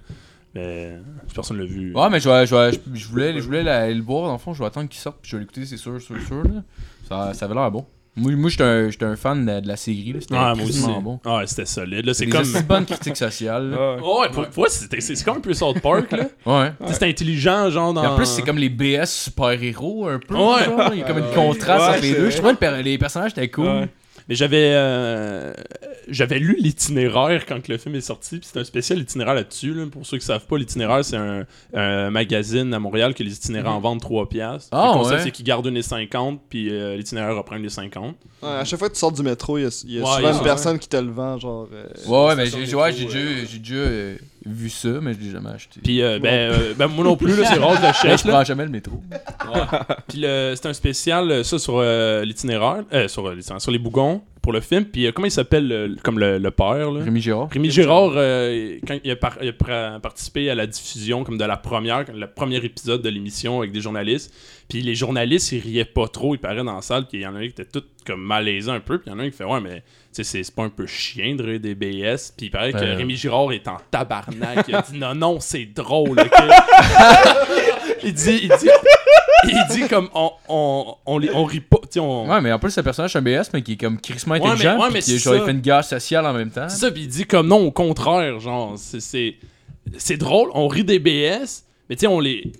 Mais personne l'a vu.
euh,
Ouais, mais je, vais- je, vais- je- je voulais, je voulais la- le voir, dans le fond, je vais attendre qu'il sorte, puis je vais l'écouter, c'est sûr, sûr, sûr. là. Ça, ça avait l'air bon. Moi, moi j'étais un, j'étais un fan de la, de la série, là, c'était
Ouais, moi aussi.
vraiment bon.
Ah, c'était solide. Là, c'est
C'est
comme.
comme une bonne critique sociale. là.
Ouais.
Oh, ouais, pour, pour moi, c'était- c'est c'est comme un peu South Park, là.
Ouais.
Tu sais, C'est intelligent, genre dans.
Et en plus, c'est comme les BS super-héros, un peu.
Ah. Ouais.
genre, Il y a comme
Ouais.
une contraste
Ouais,
entre les
c'est
deux.
vrai.
Je trouvais le per- les personnages étaient cool.
Ouais.
Mais j'avais euh, j'avais lu l'itinéraire quand que le film est sorti, puis c'est un spécial itinéraire là-dessus. là. Pour ceux qui savent pas, l'itinéraire, c'est un, un magazine à Montréal que les itinérants vendent 3 piastres.
Mhm. Ah,
le concept,
ouais.
c'est qu'ils gardent une et 50, puis euh, l'itinéraire reprend une et 50.
Ouais, à chaque fois que tu sors du métro, il y a, il y a
Ouais, il y
souvent
a
une
ça,
personne qui te le vend, genre. euh,
Ouais, ouais, mais
station
j'ai
métro,
ouais, j'ai
euh,
déjà, j'ai déjà euh, vu ça, mais je l'ai jamais acheté.
Puis euh, ben, euh, ben, moi non plus, là, c'est rare que
Mais
j'achète.
je
là.
prends jamais le métro.
Puis le- c'est un spécial, euh, ça, sur euh, l'itinéraire, euh, sur, euh, l'itinéraire, sur les bougons, pour le film. Puis euh, comment il s'appelle, euh, comme le, le père, là?
Rémi Girard.
Rémi Girard, euh, quand il a, par- il a pra- participé à la diffusion comme de la première, comme le premier épisode de l'émission avec des journalistes, puis les journalistes, ils riaient pas trop, il paraît dans la salle, puis il y en a un qui était tout comme malaisant un peu, puis il y en a un qui fait ouais mais tu sais, c'est c'est pas un peu chien de rire des BS, puis il paraît que
Ouais.
Rémi Girard est en tabarnak, il a dit non non c'est drôle, ok? il dit il dit il dit comme on on on, rit- on rit pas, tu sais on
Ouais, mais en plus, c'est un personnage, c'est un BS, mais qui est comme crissement
Ouais, mais-
intelligent.
ouais,
puis
mais
qui est
c'est
genre, il
ça.
fait une guerre sociale en même temps.
C'est ça, puis il dit comme non, au contraire, genre, c'est- c'est c'est drôle, on rit des BS, mais tu sais, on les.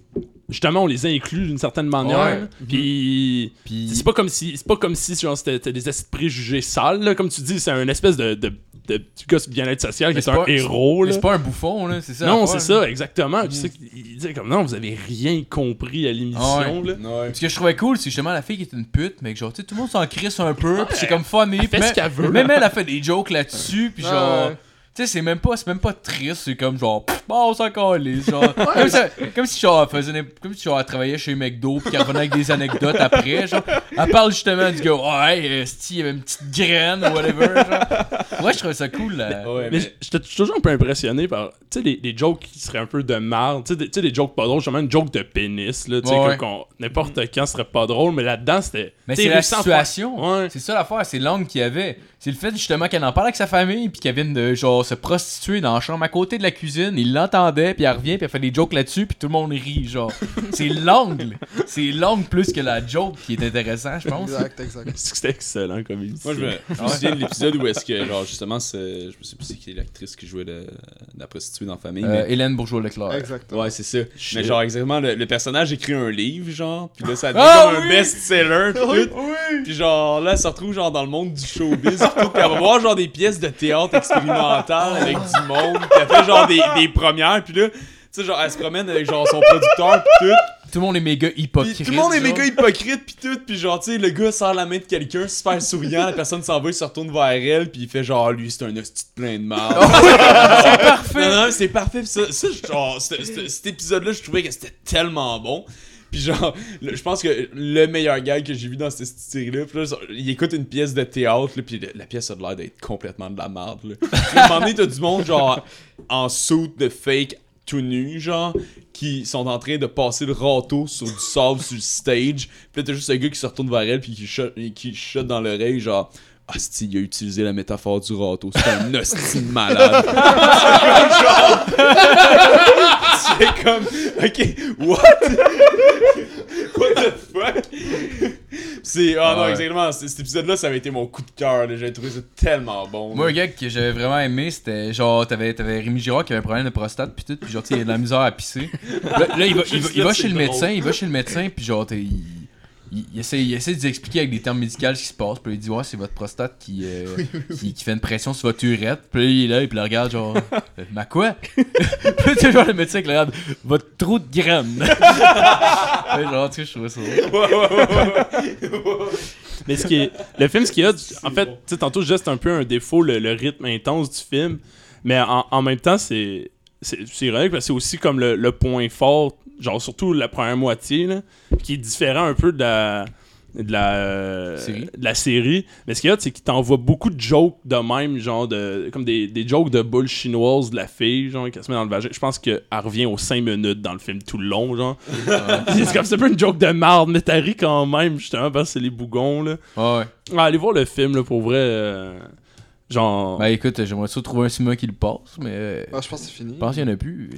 Justement, on les inclut d'une certaine manière.
Ouais. Mhm.
Puis.
Puis-
C'est pas comme si, c'est pas comme si genre, c'était c'était des acides préjugés sales, là. Comme tu dis, c'est un espèce de, de, de petit gars sur bien-être social qui
Mais
est
c'est
un
pas-
héros,
Mais
là.
c'est pas Mhm. un bouffon, là, c'est ça.
Non,
l'affaire,
c'est
là.
ça, exactement. Tu sais, il disait comme non, vous avez rien compris à l'émission, là.
Ce que je trouvais cool, c'est justement la fille qui est une pute, mais que genre, tu sais, tout le monde s'en crisse un peu, pis c'est comme funny.
elle fait
pis
ce
même-
qu'elle veut.
Même elle a fait des jokes là-dessus, pis
Ouais,
genre.
ouais.
Tu sais, c'est même pas, c'est même pas triste, c'est comme genre, pff, bon, on s'en calisse, genre. comme, ça- comme si genre, elle faisait, n'im- comme si genre, elle travaillait chez McDo pis qu'elle revenait avec des anecdotes après, genre. Elle parle justement du gars, ouais, hey, esti, il y avait une petite graine ou whatever, genre. Ouais, je trouvais ça cool, là.
Mais j- j'étais toujours un peu impressionné par tu sais, les, les jokes qui seraient un peu de marde. Tu sais, des- tu sais, les jokes pas drôles, justement une joke de pénis. Là, tu sais,
Ouais, ouais.
que- qu'on- N'importe quand serait pas drôle, mais là-dedans, c'était.
Mais
tu sais,
c'est la
réussir à faire-
situation.
Ouais.
C'est ça l'affaire, c'est l'angle qu'il y avait. C'est le fait justement qu'elle en parle avec sa famille, puis qu'elle vient de genre se prostituer dans la chambre à côté de la cuisine. Il l'entendait, puis elle revient, puis elle fait des jokes là-dessus, puis tout le monde rit, genre. c'est l'angle. C'est l'angle plus que la joke qui est intéressant, je pense.
Exact, exact.
C'est que C'était excellent comme il dit.
Moi, je me, je me souviens de l'épisode où est-ce que, genre, justement, c'est- je me sais plus c'est qui l'actrice qui jouait le- la prostituée dans la famille.
Euh, Hélène Bourgeois-Leclerc.
Exact.
mais... Ouais, c'est ça. Mais genre, exactement, le, le personnage écrit un livre, genre, puis là, ça devient
Ah,
comme
oui!
un best-seller, pis tout. Puis genre, là, elle se retrouve, genre, dans le monde du showbiz, pis tout. Puis elle va voir, genre, des pièces de théâtre expérimentales avec du monde. Puis elle fait, genre, des, des premières, puis là... Tu sais, genre, elle se promène avec genre son producteur pis tout.
Tout le monde est méga
Pis
hypocrite.
tout le monde est
genre.
méga hypocrite pis tout. Pis genre, tu sais, le gars serre la main de quelqu'un, super souriant, la personne s'en va, il se retourne vers elle pis il fait genre, lui, c'est un hostie de plein de mal. Non, non, c'est parfait. pis ça, ça, genre, c'était- c'était- cet épisode-là, je trouvais que c'était tellement bon. Puis genre, le- je pense que le meilleur gag que j'ai vu dans cette cette série-là, pis là, ça- il écoute une pièce de théâtre, là, puis le- la pièce a l'air d'être complètement de la merde. Là. Puis à un moment donné, t'as du monde, genre, en soute de fake, tout nu, genre, qui sont en train de passer le râteau sur du sable sur le stage. Puis là, t'as juste un gars qui se retourne vers elle, puis qui shot, et qui shot dans l'oreille, genre... Asti, il a utilisé la métaphore du râteau. C'est un hostie de malade. C'est comme, ok, what? what the fuck?
C'est. Ah non,
Ouais.
exactement. c- Cet épisode-là, ça avait été mon coup de cœur. là. J'ai trouvé ça tellement bon.
Moi, un gars que j'avais vraiment aimé, c'était genre, t'avais, t'avais Rémi Girard qui avait un problème de prostate, puis tout, puis genre, tu sais, il a de la misère à pisser. Là, là, il va, il va- il va chez le médecin, il va chez le médecin, puis genre, t'es- il, il, il essaie, il essaie de lui expliquer avec des termes médicaux ce qui se passe, puis là, il dit, ouais, c'est votre prostate qui, euh, qui, qui fait une pression sur votre urette, puis là, il est là, puis il le regarde, genre, Euh, ma quoi? puis là, tu vois le médecin qui le regarde, votre trou de graine. Ouais, genre, tu sais, je trouvais ça. drôle.
Mais ce qui est, le film, ce qu'il y a, du- en fait, tu sais, tantôt, je disais, c'est un peu un défaut, le, le rythme intense du film. Mais en, en même temps, c'est, c'est, c'est ironique parce que c'est aussi comme le, le point fort, genre surtout la première moitié, là, qui est différent un peu de la. De la, euh,
Série.
de la série. Mais ce qu'il y a, c'est qu'il t'envoie beaucoup de jokes de même, genre de, comme des, des jokes de boules chinoises de la fille, genre, qui se met dans le vagin. Je pense qu'elle revient aux 5 minutes dans le film tout le long, genre. c'est comme c'est un peu une joke de marde, mais t'as ri quand même, justement, parce que c'est les bougons, là.
Ouais, ouais.
Ah, allez voir le film, là, pour vrai. euh, genre.
Bah écoute, j'aimerais ça trouver un cinéma qui le passe, mais euh,
Ah, je pense que c'est fini.
je pense qu'il y en a plus.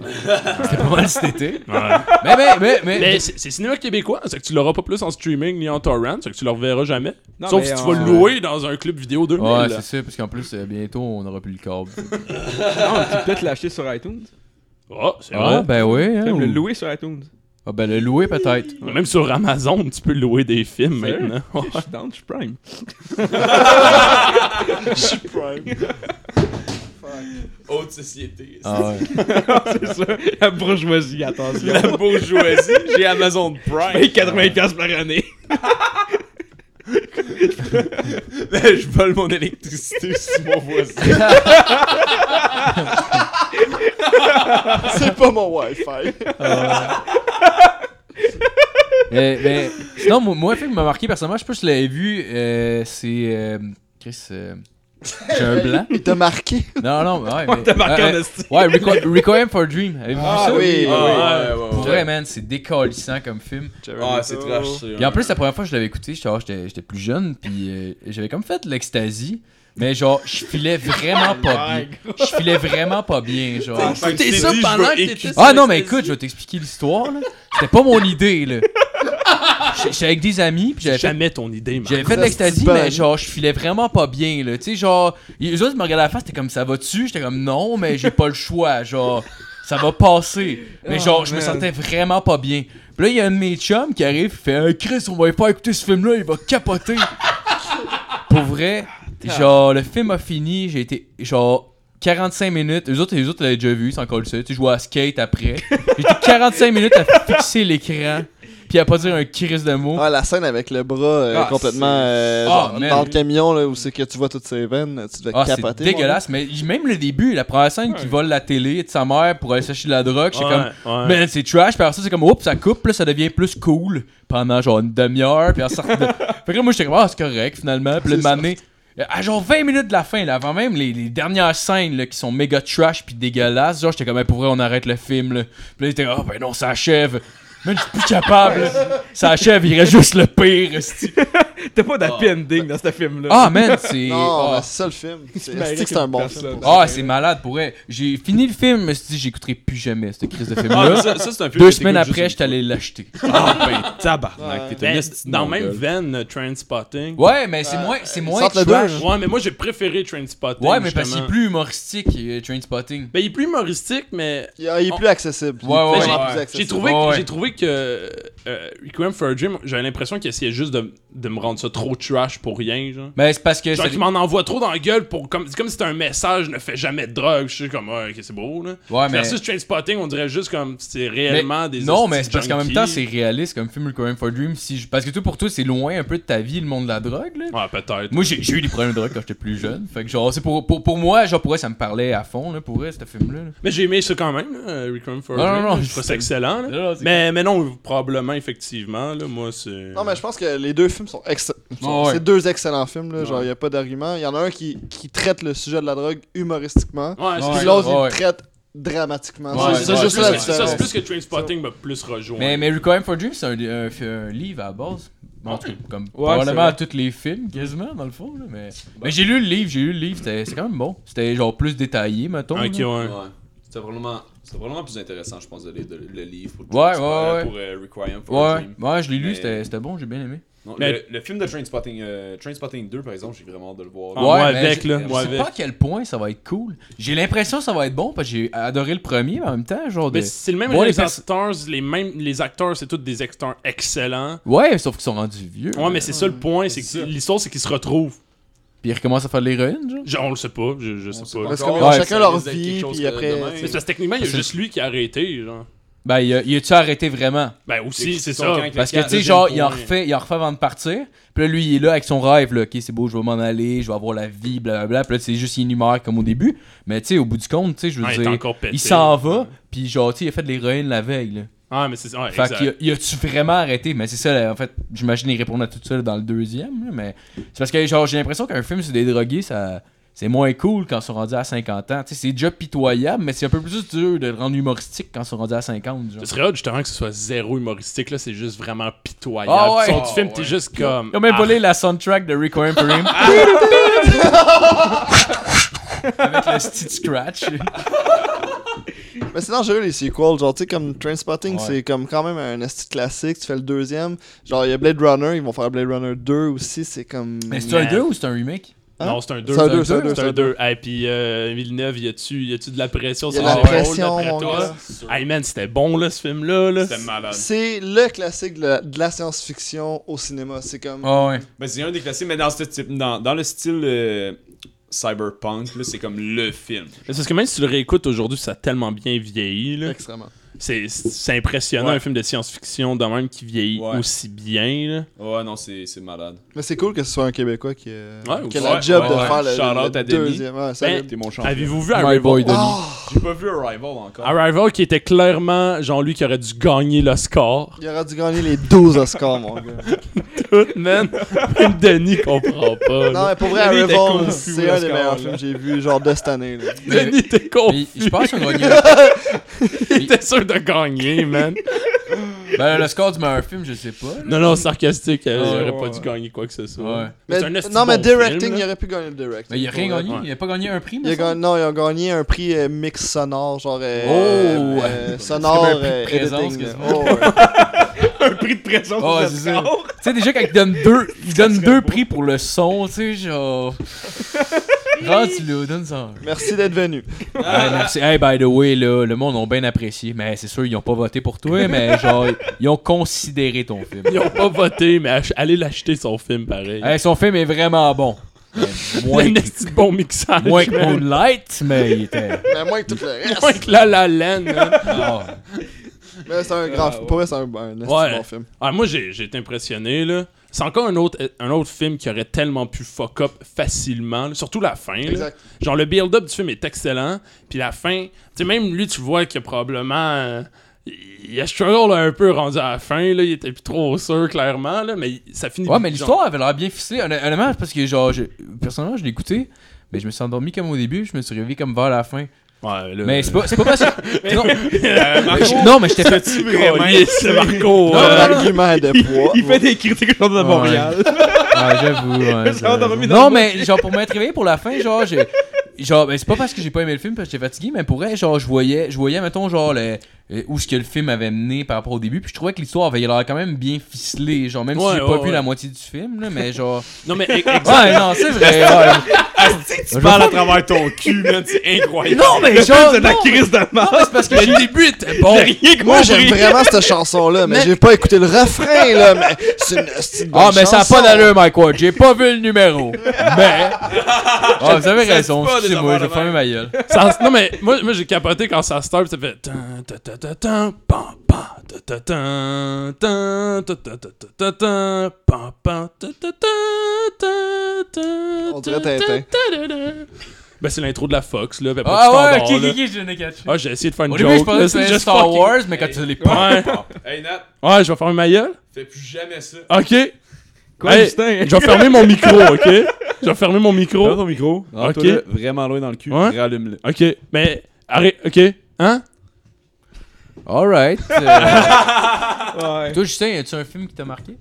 C'était pas mal cet été.
Ouais.
Mais, mais, mais, mais,
Mais c'est c'est cinéma québécois, c'est que tu l'auras pas plus en streaming ni en torrent, c'est que tu le reverras jamais.
Non,
Sauf
mais
si tu
on-
vas le louer dans un club vidéo 2000.
Ouais,
là.
c'est ça, parce qu'en plus, euh, bientôt, on aura plus le câble.
Non, tu peux peut-être l'acheter sur iTunes.
Oh.
Ah, c'est
Ah,
vrai.
ben oui.
Tu peux
Hein,
le
ou-
louer sur iTunes.
Ah, ben le louer, peut-être.
Même sur Amazon, tu peux louer des films
Sérieux?
maintenant. Ouais.
Ah, Je suis down, je suis prime.
Haute société.
Ah, ouais.
C'est ça, la bourgeoisie, attention.
La bourgeoisie. J'ai Amazon Prime.
Paye 80$ par année.
Ben, Je vole mon électricité sur mon voisin.
C'est pas mon Wi-Fi.
Euh, Ah mais, sinon, moi, moi, un film qui m'a marqué personnellement, je sais pas si je l'avais vu, euh, c'est. euh, Chris. euh, J'ai un blanc.
Il t'a marqué.
Non, non, ouais. mais-
T'as marqué
euh,
en
euh,
esti.
Ouais, Reco- Requiem for a Dream. Avez-vous
Ah,
vu ça?
Ah oui,
Ah, ouais, ouais,
Pour
ouais.
vrai, man, c'est décalissant comme film.
Ah, c'est trash. ça.
Puis en plus, la première fois que je l'avais écouté, j'étais- ah, j'étais j'étais plus jeune, puis euh, j'avais comme fait de l'ecstasy, mais genre, je filais vraiment pas bien. Je filais vraiment pas bien, genre.
Fait que tu t'es dit, je veux écouter-
Ah non, mais écoute, je vais t'expliquer l'histoire, là. C'était pas mon idée, là. J'étais- J'étais avec des amis, puis j'avais fait,
Jamais ton idée, man.
j'avais fait de l'ecstasy,
Bonne.
mais genre, je filais vraiment pas bien, là. Tu sais, genre, les autres ils me regardaient la face, c'était comme ça va dessus, j'étais comme non, mais j'ai pas le choix, genre. Ça va passer. Mais genre, je me
man.
sentais vraiment pas bien. Puis là, il y a un de mes chums qui arrive, il fait Hey, Chris, on va lui faire écouter ce film-là, il va capoter. Pour vrai, genre, le film a fini, j'ai été, genre, 45 minutes. Les autres, les autres l'avaient déjà vu, c'est encore le seul. Tu jouais à skate après. J'ai été 45 minutes à fixer l'écran, puis à pas dire un Chris de mots.
Ah, la scène avec le bras euh,
Ah,
complètement euh,
Ah,
genre,
man.
dans le camion là, où c'est que tu vois toutes ses veines, tu devais
Ah, c'est
capoter. mon gars.
dégueulasse, mais j- même le début, la première scène qui vole la télé de sa mère pour aller chercher de la drogue, c'est
Ouais,
comme.
ouais.
Man, c'est trash, puis après ça, c'est comme, oups, ça coupe, puis là, ça devient plus cool pendant genre une demi-heure, puis en sortant de- Fait que là, moi, j'étais comme, ah, c'est correct, finalement, puis là, de m'amener. À genre 20 minutes de la fin, là, avant même les, les dernières scènes là, qui sont méga trash puis dégueulasses, genre, j'étais comme, Ah, pour vrai, on arrête le film, là. Puis là, j'étais, ah, ben non, ça achève. Man, je suis plus capable, là. Ça achève, il reste juste le pire, esti.
T'as pas d'happy ending dans ce film-là.
Ah, man, c'est.
Non,
ah.
mais c'est ça le film. C'est
marierais
c'est que c'est un bon
avec
film.
une
pour ça.
Bah,
Ah, c'est malade pour vrai. J'ai fini le film, je me suis dit, j'écouterai plus jamais cette crise de
Ah, mais
film-là.
ça, ça, c'est
Deux
un film que t'écoutes
semaines
juste
après,
une
je suis allé l'acheter.
fois. Tabarnak, t'es un
Ben,
esti de
dans
mongol.
même veine, euh, Trainspotting.
Ouais, mais
Bah,
c'est moins, c'est moins
sortent le
trash.
deux,
Ouais, mais moi, j'ai préféré Trainspotting.
Ouais, mais parce que
justement.
c'est plus humoristique, euh, Trainspotting.
Ben, il est plus humoristique, mais
Il il est plus accessible.
Ah. Ouais, ouais,
Il est
ouais.
plus
Ouais.
accessible.
J'ai
Ouais,
trouvé, que
ouais.
j'ai trouvé que euh, Requiem for a Dream, j'avais l'impression qu'il essayait juste de, de me rendre ça trop trash pour rien, genre.
Mais c'est parce que
Genre
c'est...
qu'il m'en envoie trop dans la gueule pour comme c'est comme si c'était un message ne fais jamais de drogue, je suis comme ah, OK, c'est beau là.
Ouais, Ah, mais...
Versus Trainspotting, on dirait juste comme c'est
mais-
réellement des
non,
hosties
mais c'est parce qu'en même
junkies.
temps, c'est réaliste comme film Requiem for a Dream. Si je- Parce que tout pour toi, c'est loin un peu de ta vie, le monde de la drogue. Là.
Ouais, peut-être.
Moi, j'ai j'ai eu des problèmes de drogue quand j'étais plus jeune. Fait que, genre, c'est pour, pour, pour moi, genre, pour vrai, ça me parlait à fond, là, pour vrai, ce film-là. là.
Mais j'ai aimé ça quand même, là, euh, Requiem for a
Non, non,
Dream.
non,
là. je
c'est-
trouve ça excellent. là.
Non, non, c'est-
Mais, mais non, probablement, effectivement, là, moi, c'est...
Non, mais je pense que les deux films sont excellents.
Ah, Ouais, Ah, ouais.
C'est deux excellents films, là. Genre, il n'y a pas d'argument. Il y en a un qui, qui traite le sujet de la drogue humoristiquement.
Ouais, c'est
Puis
Ah, Ouais,
l'autre, il
ouais.
le traite dramatiquement.
Ouais,
c'est c'est
ouais,
juste
plus-
la
c'est ça,
différence.
c'est plus que Trainspotting m'a plus rejoint.
Mais, mais Requiem for a Dream, c'est un, un- un livre à la base. En tout cas, comme
c'est
probablement
vrai.
à tous les films, quasiment, dans le fond. là, mais mais j'ai lu le livre, j'ai lu le livre, c'était c'est quand même bon. C'était genre plus détaillé, mettons.
Ok,
là.
ouais.
Ouais. C'était probablement, c'était probablement plus intéressant, je pense, de, lire- de- le livre pour,
Ouais,
pour,
ouais, ouais.
pour, euh, Requiem for a
Ouais,
Dream.
ouais, je l'ai lu,
Mais-
c'était c'était bon, j'ai bien aimé.
Non,
Mais-
le, le film de Trainspotting, euh, Trainspotting 2, par exemple, j'ai vraiment hâte de le voir.
Ah, moi
mais
avec,
je-
là,
Je
moi
sais
avec.
pas à quel point ça va être cool. J'ai l'impression que ça va être bon parce que j'ai adoré le premier, mais en même temps, genre.
Mais
de-
c'est le même
Moi, les
réalisateur, les mêmes les acteurs, c'est tous des acteurs excellents.
Ouais, sauf qu'ils sont rendus vieux.
Ouais, mais c'est ça le point, c'est que l'histoire, c'est qu'ils se retrouvent.
Puis ils recommencent à faire de l'héroïne, genre.
Genre, on le sait pas, je, je sais pas.
Parce
Encore,
qu'ils ont
ouais,
chacun
ça
leur
risque d'être
vie,
quelque chose
puis
que
après,
demain-
tu sais.
Mais c'est parce que techniquement, il y a
Parce
juste lui qui a arrêté, genre.
Ben, il a- il a-tu arrêté vraiment?
Ben aussi, c'est
Ils sont
ça.
quand avec le
Parce que,
quatre,
tu sais,
deuxième
genre, il en,
point.
refait, il en refait avant de partir. Puis là, lui, il est là avec son rêve, là. Ok, c'est beau, je vais m'en aller, je vais avoir la vie, blablabla. Puis là, c'est juste, il énumère comme au début. Mais, tu sais, au bout du compte, tu sais, je veux
Ah, il est
dire.
encore pété.
Il s'en va, puis genre, tu sais, il a fait de l'héroïne la veille, là.
Ah, mais c'est ça. Ouais,
Fait
exact.
qu'il a- il a-tu vraiment arrêté? Mais c'est ça, là, en fait, j'imagine, il répondent à tout ça là, dans le deuxième, là, mais c'est parce que, genre, j'ai l'impression qu'un film sur des drogués, ça. C'est moins cool quand ils sont rendus à 50 ans. Tu sais, c'est déjà pitoyable, mais c'est un peu plus dur de le rendre humoristique quand ils sont rendus à 50. Genre.
Ce serait hot, justement, que ce soit zéro humoristique, là, c'est juste vraiment pitoyable.
Ah ouais.
Son
Ah
film, t'es juste comme.
Ils ont même
Ah,
volé la soundtrack de Requiem for Him. Avec le petit scratch.
Mais c'est dangereux les sequels, genre tu sais comme Trainspotting
Ouais.
c'est comme quand même un esti classique, tu fais le deuxième, genre il y a Blade Runner, ils vont faire Blade Runner 2 aussi, c'est comme...
Mais c'est un
Mais-
2 ou c'est un remake?
ah, Non, c'est un 2.
C'est un deux, c'est un deux,
C'est un 2. Et puis, euh, Villeneuve, y a-tu y a-tu de la pression
Il y a
sur
de la
ses
pression,
épaules,
mon
d'après toi?
gars.
Hey man, c'était bon, là, ce film-là. Là.
C'était malade.
C'est le classique de la, de la science-fiction au cinéma, c'est comme...
Ah ouais.
Ben, c'est un des classiques, mais dans, ce type, dans, dans le style euh, cyberpunk, là, c'est comme le film.
Mais c'est Parce que même si tu le réécoutes aujourd'hui, ça a tellement bien vieilli. là.
Extrêmement.
C'est c'est impressionnant,
Ouais.
un film de science-fiction de même qui vieillit
Ouais.
aussi bien.
Ouais, non, c'est c'est malade.
Mais c'est cool que ce soit un Québécois qui, euh,
Ouais,
qui a
ou-
la
ouais,
job
ouais,
de
ouais.
faire le,
Shout out
le
à Demi.
deuxième. Ouais, ça, Oh,
Ben,
T'es mon champion.
là. Avez-vous vu
My
Arrival?
boy Denis.
J'ai pas vu Arrival encore.
Arrival qui était clairement, genre lui, qui aurait dû gagner le score.
il aurait dû gagner les 12 Oscars, mon gars.
tout, man. Même Denis comprend pas.
Non,
là.
mais pour vrai,
Denis était
Arrival,
confus,
c'est un des
Oscar,
meilleurs
là.
films que j'ai vu, genre de cette année. là.
Denis était confus.
Mais je pense qu'on a gagné.
Il était sûr de gagner, man.
Ben, le score du meilleur film, je sais pas. là.
Non, non, sarcastique, euh,
Ouais,
il aurait
ouais,
pas
ouais.
dû gagner quoi que ce soit.
Ouais.
Mais-
c'est un esti
non, mais
bon
directing,
film, là.
il aurait pu gagner le directing.
Mais il a rien
pour vrai.
gagné. Il a pas gagné un prix,
Il a
me
gagné-
semble.
non, ils ont gagné un prix euh, mix sonore, genre euh,
Oh!
euh, sonore
C'est comme un prix de
euh,
présence,
editing, là.
quasiment.
Oh, ouais.
Ah, c'est ça. Tu sais, déjà, quand il donne deux, il donne deux prix pour le son, tu sais, genre. Rends, tu le donnes ça.
Merci d'être venu.
Hey, merci. Hey, by the way, là, le monde ont bien apprécié. Mais c'est sûr, ils ont pas voté pour toi, mais genre, ils ont considéré ton film.
Ils ont pas voté, mais ach- allez l'acheter son film pareil.
Hey, son film est vraiment bon. Mais
Ouais.
Moins,
Un esti de bon mixage.
moins que Moonlight, mais il était.
Mais moins que Ben, tout le reste.
Moins que La La Land, man.
Ah.
Mais c'est un grand film. Pour vrai, c'est un, un esti
Ouais.
bon film.
Ah, moi, j'ai j'ai été impressionné, là. C'est encore un autre, euh, un autre film qui aurait tellement pu fuck up facilement, là. surtout la fin. là.
Exact.
Genre, le build-up du film est excellent, puis la fin, tu sais, même lui, tu vois que probablement. euh, il a struggle un peu rendu à la fin, là, il était plus trop sûr, clairement, là, mais il- ça finit.
Ouais, mais
genre-
l'histoire avait l'air bien ficelée. Honn- Honnêtement, c'est parce que, genre, je- personnellement, je l'ai écouté. Mais je me suis endormi comme au début, je me suis réveillé comme vers la fin.
Ah,
Ouais, là.
Mais c'est pas, c'est pas parce que. Non,
Euh, Marco,
je- non, mais j'étais fait.
Calisse, Marco.
Un
euh,
argument de poids.
Il fait des critiques genre de
Ouais.
Montréal.
Ouais, j'avoue. ouais, j'avoue.
endormi dans
non,
le
mais genre pour m'être réveillé pour la fin, genre j'ai genre ben, c'est pas parce que j'ai pas aimé le film parce que j'étais fatigué, mais pour elle, genre je voyais je voyais mettons genre le euh, où ce que le film avait mené par rapport au début, puis je trouvais que l'histoire avait l'air quand même bien ficelée, genre même
Ouais,
si j'ai
ouais,
pas
ouais.
vu la moitié du film là, mais genre
Non, mais ex- ex-
Ouais, non, c'est vrai. ouais.
Tu parles à travers ton cul, man, c'est incroyable.
Non, mais genre
C'est de la
non,
crise de
non, mais c'est parce que j'ai début était bon.
Moi, j'aime vraiment cette chanson-là, mais,
Mais-
j'ai pas écouté le refrain, là. Mais c'est une esti de bonne
Ah, mais ça a
chanson.
pas d'allure, Mike Ward. J'ai pas vu le numéro. Mais. Ah, vous avez raison. Excusez-moi, je vais fermer ma gueule.
ça- non, mais moi, moi j'ai capoté quand ça start, ça fait. tan, ta, ta, ta, tan, pam, pam, ta, ta, tan, tan, ta, ta, ta, ta, ta, tan, pam, pam, ta, ta, ta, ta, ta,
On dirait
ta, ta,
Tintin.
ta, ta, ta. Ben, c'est l'intro de la Fox, là. ben, après, tu
Ah, ouais,
t'endors,
ok,
là.
ok, je l'ai catché.
Ah, j'ai essayé de faire une
Au
joke.
début, je pensais
là,
que
c'est
c'était
juste
Star
fucking-
Wars, mais quand tu l'es pas.
Ouais,
Hey Nat,
ouais, je vais fermer ma gueule.
fais plus jamais ça.
Ok.
Quoi,
Hey,
Justin?
Je vais fermer mon micro, ok? Je vais fermer mon micro.
ton micro.
Ok.
Rends-toi-le Ah, Vraiment loin dans le cul.
Ouais.
Rallume-le.
Ok, mais arrête, ok, hein?
Alright. Euh,
Ouais.
toi, Justin, as-tu un film qui t'a marqué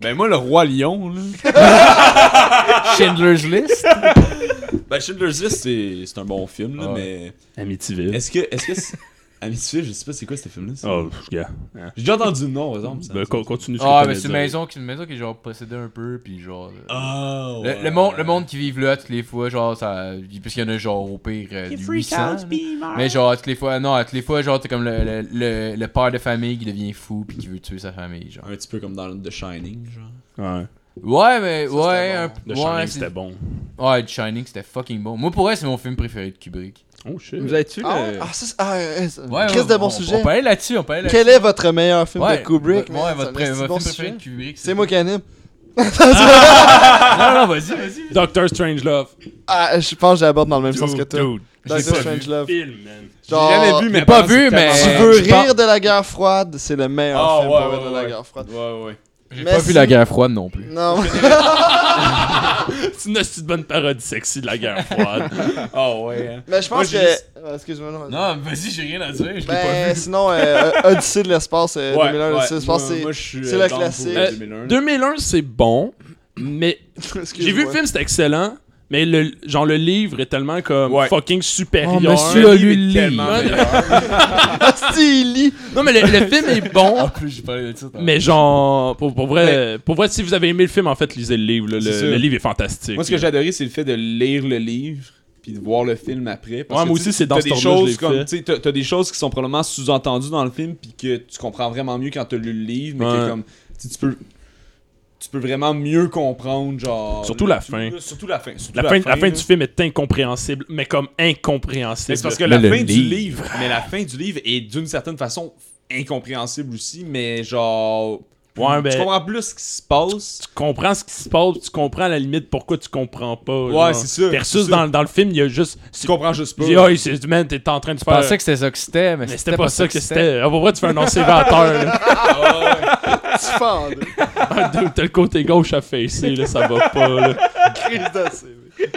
Ben moi, le Roi Lion, là.
Schindler's List
Ben Schindler's List, c'est c'est un bon film, là,
Ah ouais.
mais...
Amityville.
Est-ce que... Est-ce que... c'est- Amitié, je sais pas c'est quoi ce film-là. ça.
Oh, pff, gars.
J'ai déjà entendu le nom, par exemple. ça.
Ben, co- continue ce que
Ah,
t'allais
mais c'est une
dire.
maison, qui- une maison qui est genre possédée un peu, puis genre. euh,
Ah,
le,
ouais.
le monde, le monde qui vivent là, toutes les fois, genre, ça. Parce qu'il y en a, genre, au pire, euh, du 800. là. Mais genre, à toutes les fois, non, à toutes les fois, genre, t'es comme le, le, le, le père de famille qui devient fou, puis qui veut tuer sa famille, genre.
Un petit peu comme dans The Shining, genre.
Ouais.
Ouais, mais ouais, un
The
ouais,
Shining,
c'est-
c'était bon.
Ouais, The Shining, c'était fucking bon. Moi, pour vrai, c'est mon film préféré de Kubrick.
Oh, shit.
Vous avez-tu le.
Ah, ouais? ah, ça, c'est- ah, euh, c'est-
Ouais,
Chris
ouais,
de bon
on-
sujet.
On peut aller là-dessus, on peut aller là-dessus.
Quel est votre meilleur film
Ouais,
de Kubrick
vo-
man?
Ouais,
C'est
votre,
un esti
votre
bon
film
sujet.
préféré de Kubrick.
C'est moi qui anime.
Ah, Non, non, vas-y, vas-y.
Doctor Strangelove.
Ah, je pense que j'aborde dans le même sens que
Dude,
toi.
dude. J'ai
Doctor
pas vu le
Strangelove.
film, man.
Genre,
jamais vu, mais
J'ai pas
apparemment,
vu,
c'est
mais.
tu
tellement-
veux
Euh, je pense-
rire de la guerre froide, c'est le meilleur
Euh, Ah,
film
ouais,
pour
ouais,
rire de
ouais.
la guerre froide.
Ouais, ouais.
J'ai
Mais
pas vu
si-
la guerre froide non plus.
Non,
C'est une petite bonne parodie sexy de la guerre froide.
Ah, ouais. hein.
mais je
Moi,
pense
j'ai
que.
juste-
Ah, Excuse-moi, non.
Non, vas-y, j'ai rien à dire. Je
Ben, sinon, euh, Odyssée de l'espace, euh, 2001,
ouais.
Odyssée de l'espace, c'est.
Moi, moi, je suis,
c'est
euh,
la
down pour
classique.
le 2001.
2001, c'est bon, mais
Excuse-moi.
j'ai vu le film, c'était excellent. Mais le, genre, le livre est tellement comme
Ouais.
fucking supérieur.
Oh, monsieur a lu le
Tellement
livre.
meilleur.
Asti, Ah, il lit.
Non, mais le, le film est bon.
En plus, j'ai parlé de ça.
Mais genre, pour, pour vrai, pour vrai, si vous avez aimé le film, en fait, lisez le livre. là.
C'est
Le,
sûr.
le livre est fantastique.
Moi, ce que j'ai adoré, c'est le fait de lire le livre puis de voir le film après. Parce
Ouais,
que,
moi
tu sais,
aussi, c'est dans
t'as
ce
des
tournoi que je l'ai
choses comme
fait.
tu sais, t'as- t'as des choses qui sont probablement sous-entendues dans le film puis que tu comprends vraiment mieux quand t'as lu le livre, mais que
Ouais.
comme tu sais, tu peux tu peux vraiment mieux comprendre genre
Surtout
le-
la fin.
Surtout la fin. surtout
la, fin, la fin
là.
du film est incompréhensible, mais comme
Mais
incompréhensible.
c'est parce que
Mais
la
le
fin du
livre.
livre, mais la fin du livre est d'une certaine façon incompréhensible aussi, mais genre
Ouais,
tu
ben-
comprends plus ce qui se passe.
tu comprends ce qui se passe, tu comprends à la limite pourquoi tu comprends pas.
Ouais,
genre.
c'est ça,
Versus
c'est ça.
dans, dans le film, il y a juste.
Tu
c'est-
comprends juste pas.
il dit, oh, c'est- man, t'es en train de
Je
faire.
pensais que c'était ça que c'était, mais,
mais c'était pas ça que c'était. Ah, Pour vrai, tu fais un observateur. là.
Ah,
Tu fends, là.
Ah, dude, T'as le côté gauche affaissé, là, ça va pas. là.
Crise d'ACV.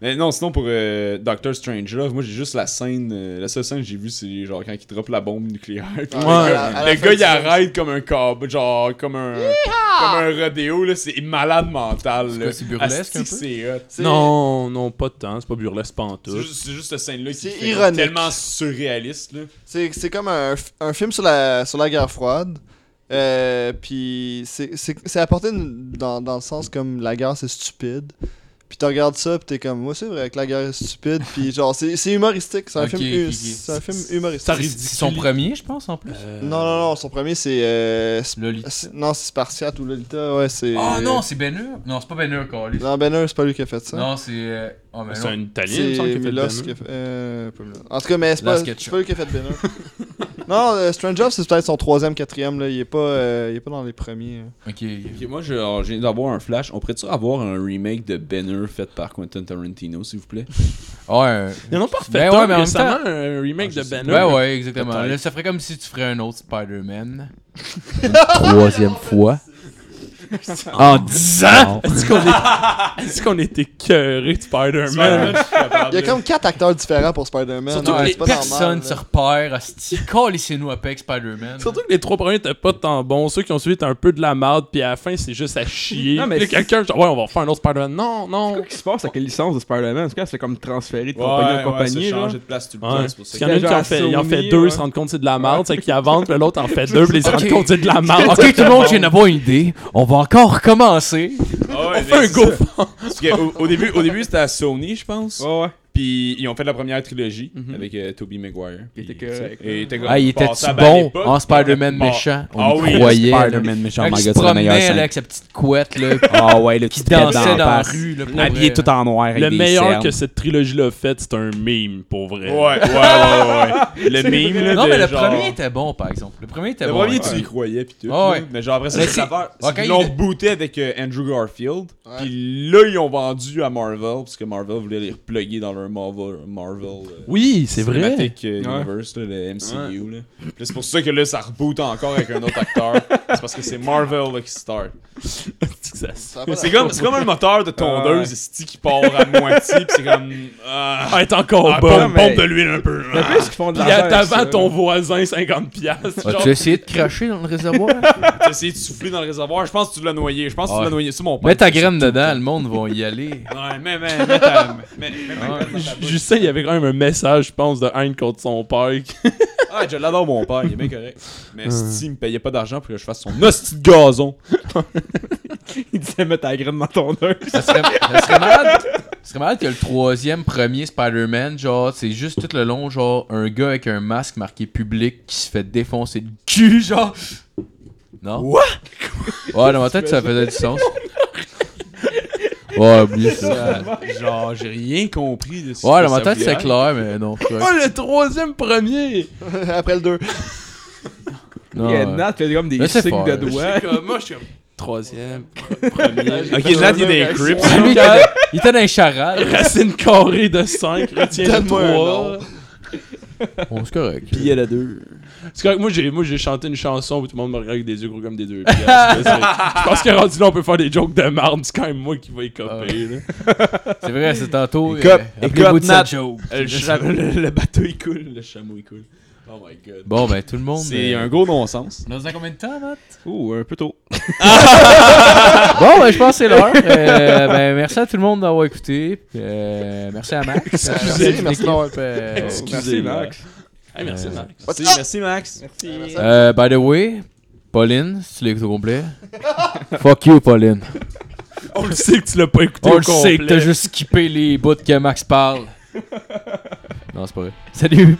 Mais non, sinon pour euh, Doctor Strangelove, moi j'ai juste la scène, euh, la seule scène que j'ai vue c'est genre quand il droppe la bombe nucléaire. Puis le
à la-
gars,
à la
le
fin
gars, il
du film.
arrête comme un cob, genre comme un comme un rodéo là, c'est malade mental.
C'est
là.
quoi, c'est burlesque,
Asti,
un peu?
C'est hot.
C'est-
Non, non, pas tant. C'est pas burlesque
C'est
pantoute.
juste, c'est juste cette scène là qui
C'est
est
ironique.
tellement surréaliste là.
C'est c'est comme un, f- un film sur la, sur la guerre froide. Euh, puis c'est- c'est c'est apporté une- dans, dans le sens comme la guerre c'est stupide. Puis tu regardes ça, puis t'es comme, moi c'est vrai que la guerre est stupide. Puis genre, c'est c'est humoristique. C'est un,
Ok,
film
ok,
hu-
ok.
c'est un film humoristique. Euh,
C'est c'est son premier, je pense, en plus.
Non, non, non, son premier c'est. euh, Sp-
Euh, Lolita.
c'est- non, c'est Spartiate ou Lolita, ouais, c'est.
Ah non, c'est Ben Hur. Non, c'est pas Ben Hur, Carlis.
Non, Benner, c'est pas lui qui a fait ça.
Non, c'est. euh, Oh, mais
C'est
non.
un italien, il me
C'est
semble, qui a fait le
Milos
film.
qui a fait. euh, pas Milos. En tout cas, mais c'est pas,
Las Ketchup.
c'est pas lui qui a fait Benner. non, euh, Strange Off, c'est peut-être son troisième, quatrième. Là. Il, est pas, euh, il est pas dans les premiers. hein.
Ok.
Ok, moi je alors, je viens d'avoir un flash. On pourrait-tu avoir un remake de Banner fait par Quentin Tarantino s'il vous plaît
Ah, Ouais.
Ils en ont pas refait
Ben
tant
ouais, mais en même
récemment, un remake de Ben Hur.
Ouais, ouais, exactement.
Peut-être.
Là, ça ferait comme si tu ferais un autre Spider-Man. Une troisième fois. en 10 ans!
Est-ce qu'on était cœuré de Spider-Man?
Il y a comme quatre acteurs différents pour Spider-Man.
Ah, Surtout
hein,
que
c'est
les
pas
Personne
normal,
se
là.
repère à ce Collez-nous à Peg Spider-Man.
Surtout que les trois premiers étaient pas tant bons. Ceux qui ont suivi étaient un peu de la merde, puis à la fin, c'est juste à chier.
Non, mais
Puis là,
c'est-
quelqu'un, genre, ouais, on va refaire un autre Spider-Man. Non, non.
Qu'est-ce qui se passe avec les licences de Spider-Man? En tout cas, c'est comme transféré de compagnie en compagnie.
ça
là.
changeait de place tout le
Ouais.
temps, c'est pour
Parce
ça
qu'il y
que-
en a une
Genre
qui en fait, il en
Sony,
fait deux,
ouais.
il se rend compte que c'est de la merde, c'est qu'il en vente, puis l'autre en fait deux, puis il se rend
Ok.
compte que c'est de la merde.
Ah, Ok, tout le monde qui n'a pas une idée, on va encore recommencer.
Ah ouais,
On
mais
fait un
c'est
go.
ça. Parce que au, au début, au début c'était à Sony, je pense.
Ouais, ouais.
Puis ils ont fait la première trilogie avec euh, Tobey Maguire.
Il
Puis-
était correct. hein.
Et il était
Ah, il était
passable à
bon
l'époque,
Ah,
en Spider-Man
bon.
méchant. On
Ah
y
oui, le
croyait. là.
méchant,
Là, qui se promenait là, avec sa petite couette là,
Ah ouais, le
qui dansait dans la rue. Là, pour vrai.
en noir
Le meilleur que cette trilogie-là a fait, c'est un meme, pour vrai.
Ouais, ouais, ouais, ouais. ouais. Le meme, là,
Non,
de
mais le
genre-
premier était bon, par exemple. Le premier était
Le
bon. hein.
premier,
ouais.
tu y croyais, pis tout.
Ah ouais.
là. Mais genre, après ça,
Mais
c'est
c'est-
l'affaire.
Ouais, quand
Ils
il
l'ont
est-
booté avec euh, Andrew Garfield.
Ouais.
Puis là, ils ont vendu à Marvel, parce que Marvel voulait les repluguer dans leur Marvel. Marvel euh,
Oui, c'est vrai.
Cinematic euh, Universe, là, le MCU. Là. Puis là, c'est pour ça que là, ça reboot encore avec un autre acteur. c'est parce que c'est Marvel là, qui start.
C'est Texas.
Ça a pas
C'est
d'allure.
comme, c'est comme un moteur de tondeuse esti, qui part à moitié, pis c'est comme. ah,
Ah, est encore
Ah,
bon.
non, mais-
Pompe de l'huile un peu.
Le plus qu'ils font de
Puis à
l'argent. avec
t'avant
ça.
ton voisin 50$. piastres, genre.
As-tu essayé de cracher dans le réservoir?
T'as essayé de souffler dans le réservoir, je pense que tu l'as noyé, je pense que tu
Ouais.
l'as noyé. C'est mon père.
Mets ta graine dedans, le monde va y aller.
Ouais, mais, mais, mais, ta- mais, mais, mais-
Ju- Justin, il y avait quand même un message, je pense, de haine contre son père.
Ah, je l'adore, mon père, il est bien correct. Mais si il me payait pas d'argent pour que je fasse son hostie de gazon.
Il disait, mets ta graine dans ton œuf.
Ça serait, ça serait malade. ça serait malade que le troisième, premier Spider-Man, genre, c'est juste tout le long, genre, un gars avec un masque marqué public qui se fait défoncer le cul, genre. Non? What? Ouais, dans ma tête, ça faisait du sens. Ouais, oublie ça.
Genre, j'ai rien compris de ce
Ouais,
que
dans ma
ça
tête,
voulait
c'est
être.
clair, mais non. c'est correct.
Oh, le troisième premier!
Après le 2.
Non,
Il y a
ouais.
Nat, fait comme des
Mais c'est
signes
fort.
de
J'étais
doigts.
comme, moi, je suis comme, troisième,
Ok,
premier.
Nat, il est des crips.
Ah, lui, il était dans- il était dans les charades.
Racine carrée de 5, retiens
Donne-moi un
3.
nom.
Bon, c'est correct.
Puis elle a deux.
C'est correct, moi j'ai, moi j'ai chanté une chanson où tout le monde me regarde avec des yeux gros comme des deux pièces. je pense que rendu là, on peut faire des jokes de marde, c'est quand même moi qui vais y copier. là.
C'est vrai, c'est tantôt. euh,
Écoute,
rappelez-vous
écoute,
de ça.
Nat.
Le, cha- le- le bateau il coule, le chameau il coule. Oh my god.
Bon, ben, tout le monde.
C'est
euh,
un gros non-sens.
Dans un combien de temps, Nat?
Oh, un peu tôt.
Bon, ben, je pense que c'est l'heure. Euh, ben, merci à tout le monde d'avoir écouté. Euh, merci à Max.
Excusez,
à
merci
l'équipe.
d'avoir-
Euh,
Merci, Max.
Hey, merci
Euh,
Max.
Merci, merci Max.
Merci.
euh, by the way, Pauline, si tu l'écoutes au complet. Fuck you, Pauline.
On le sait que tu l'as pas écouté
On
au
le sait que t'as juste skippé les bouts que Max parle. non, c'est pas vrai. Salut!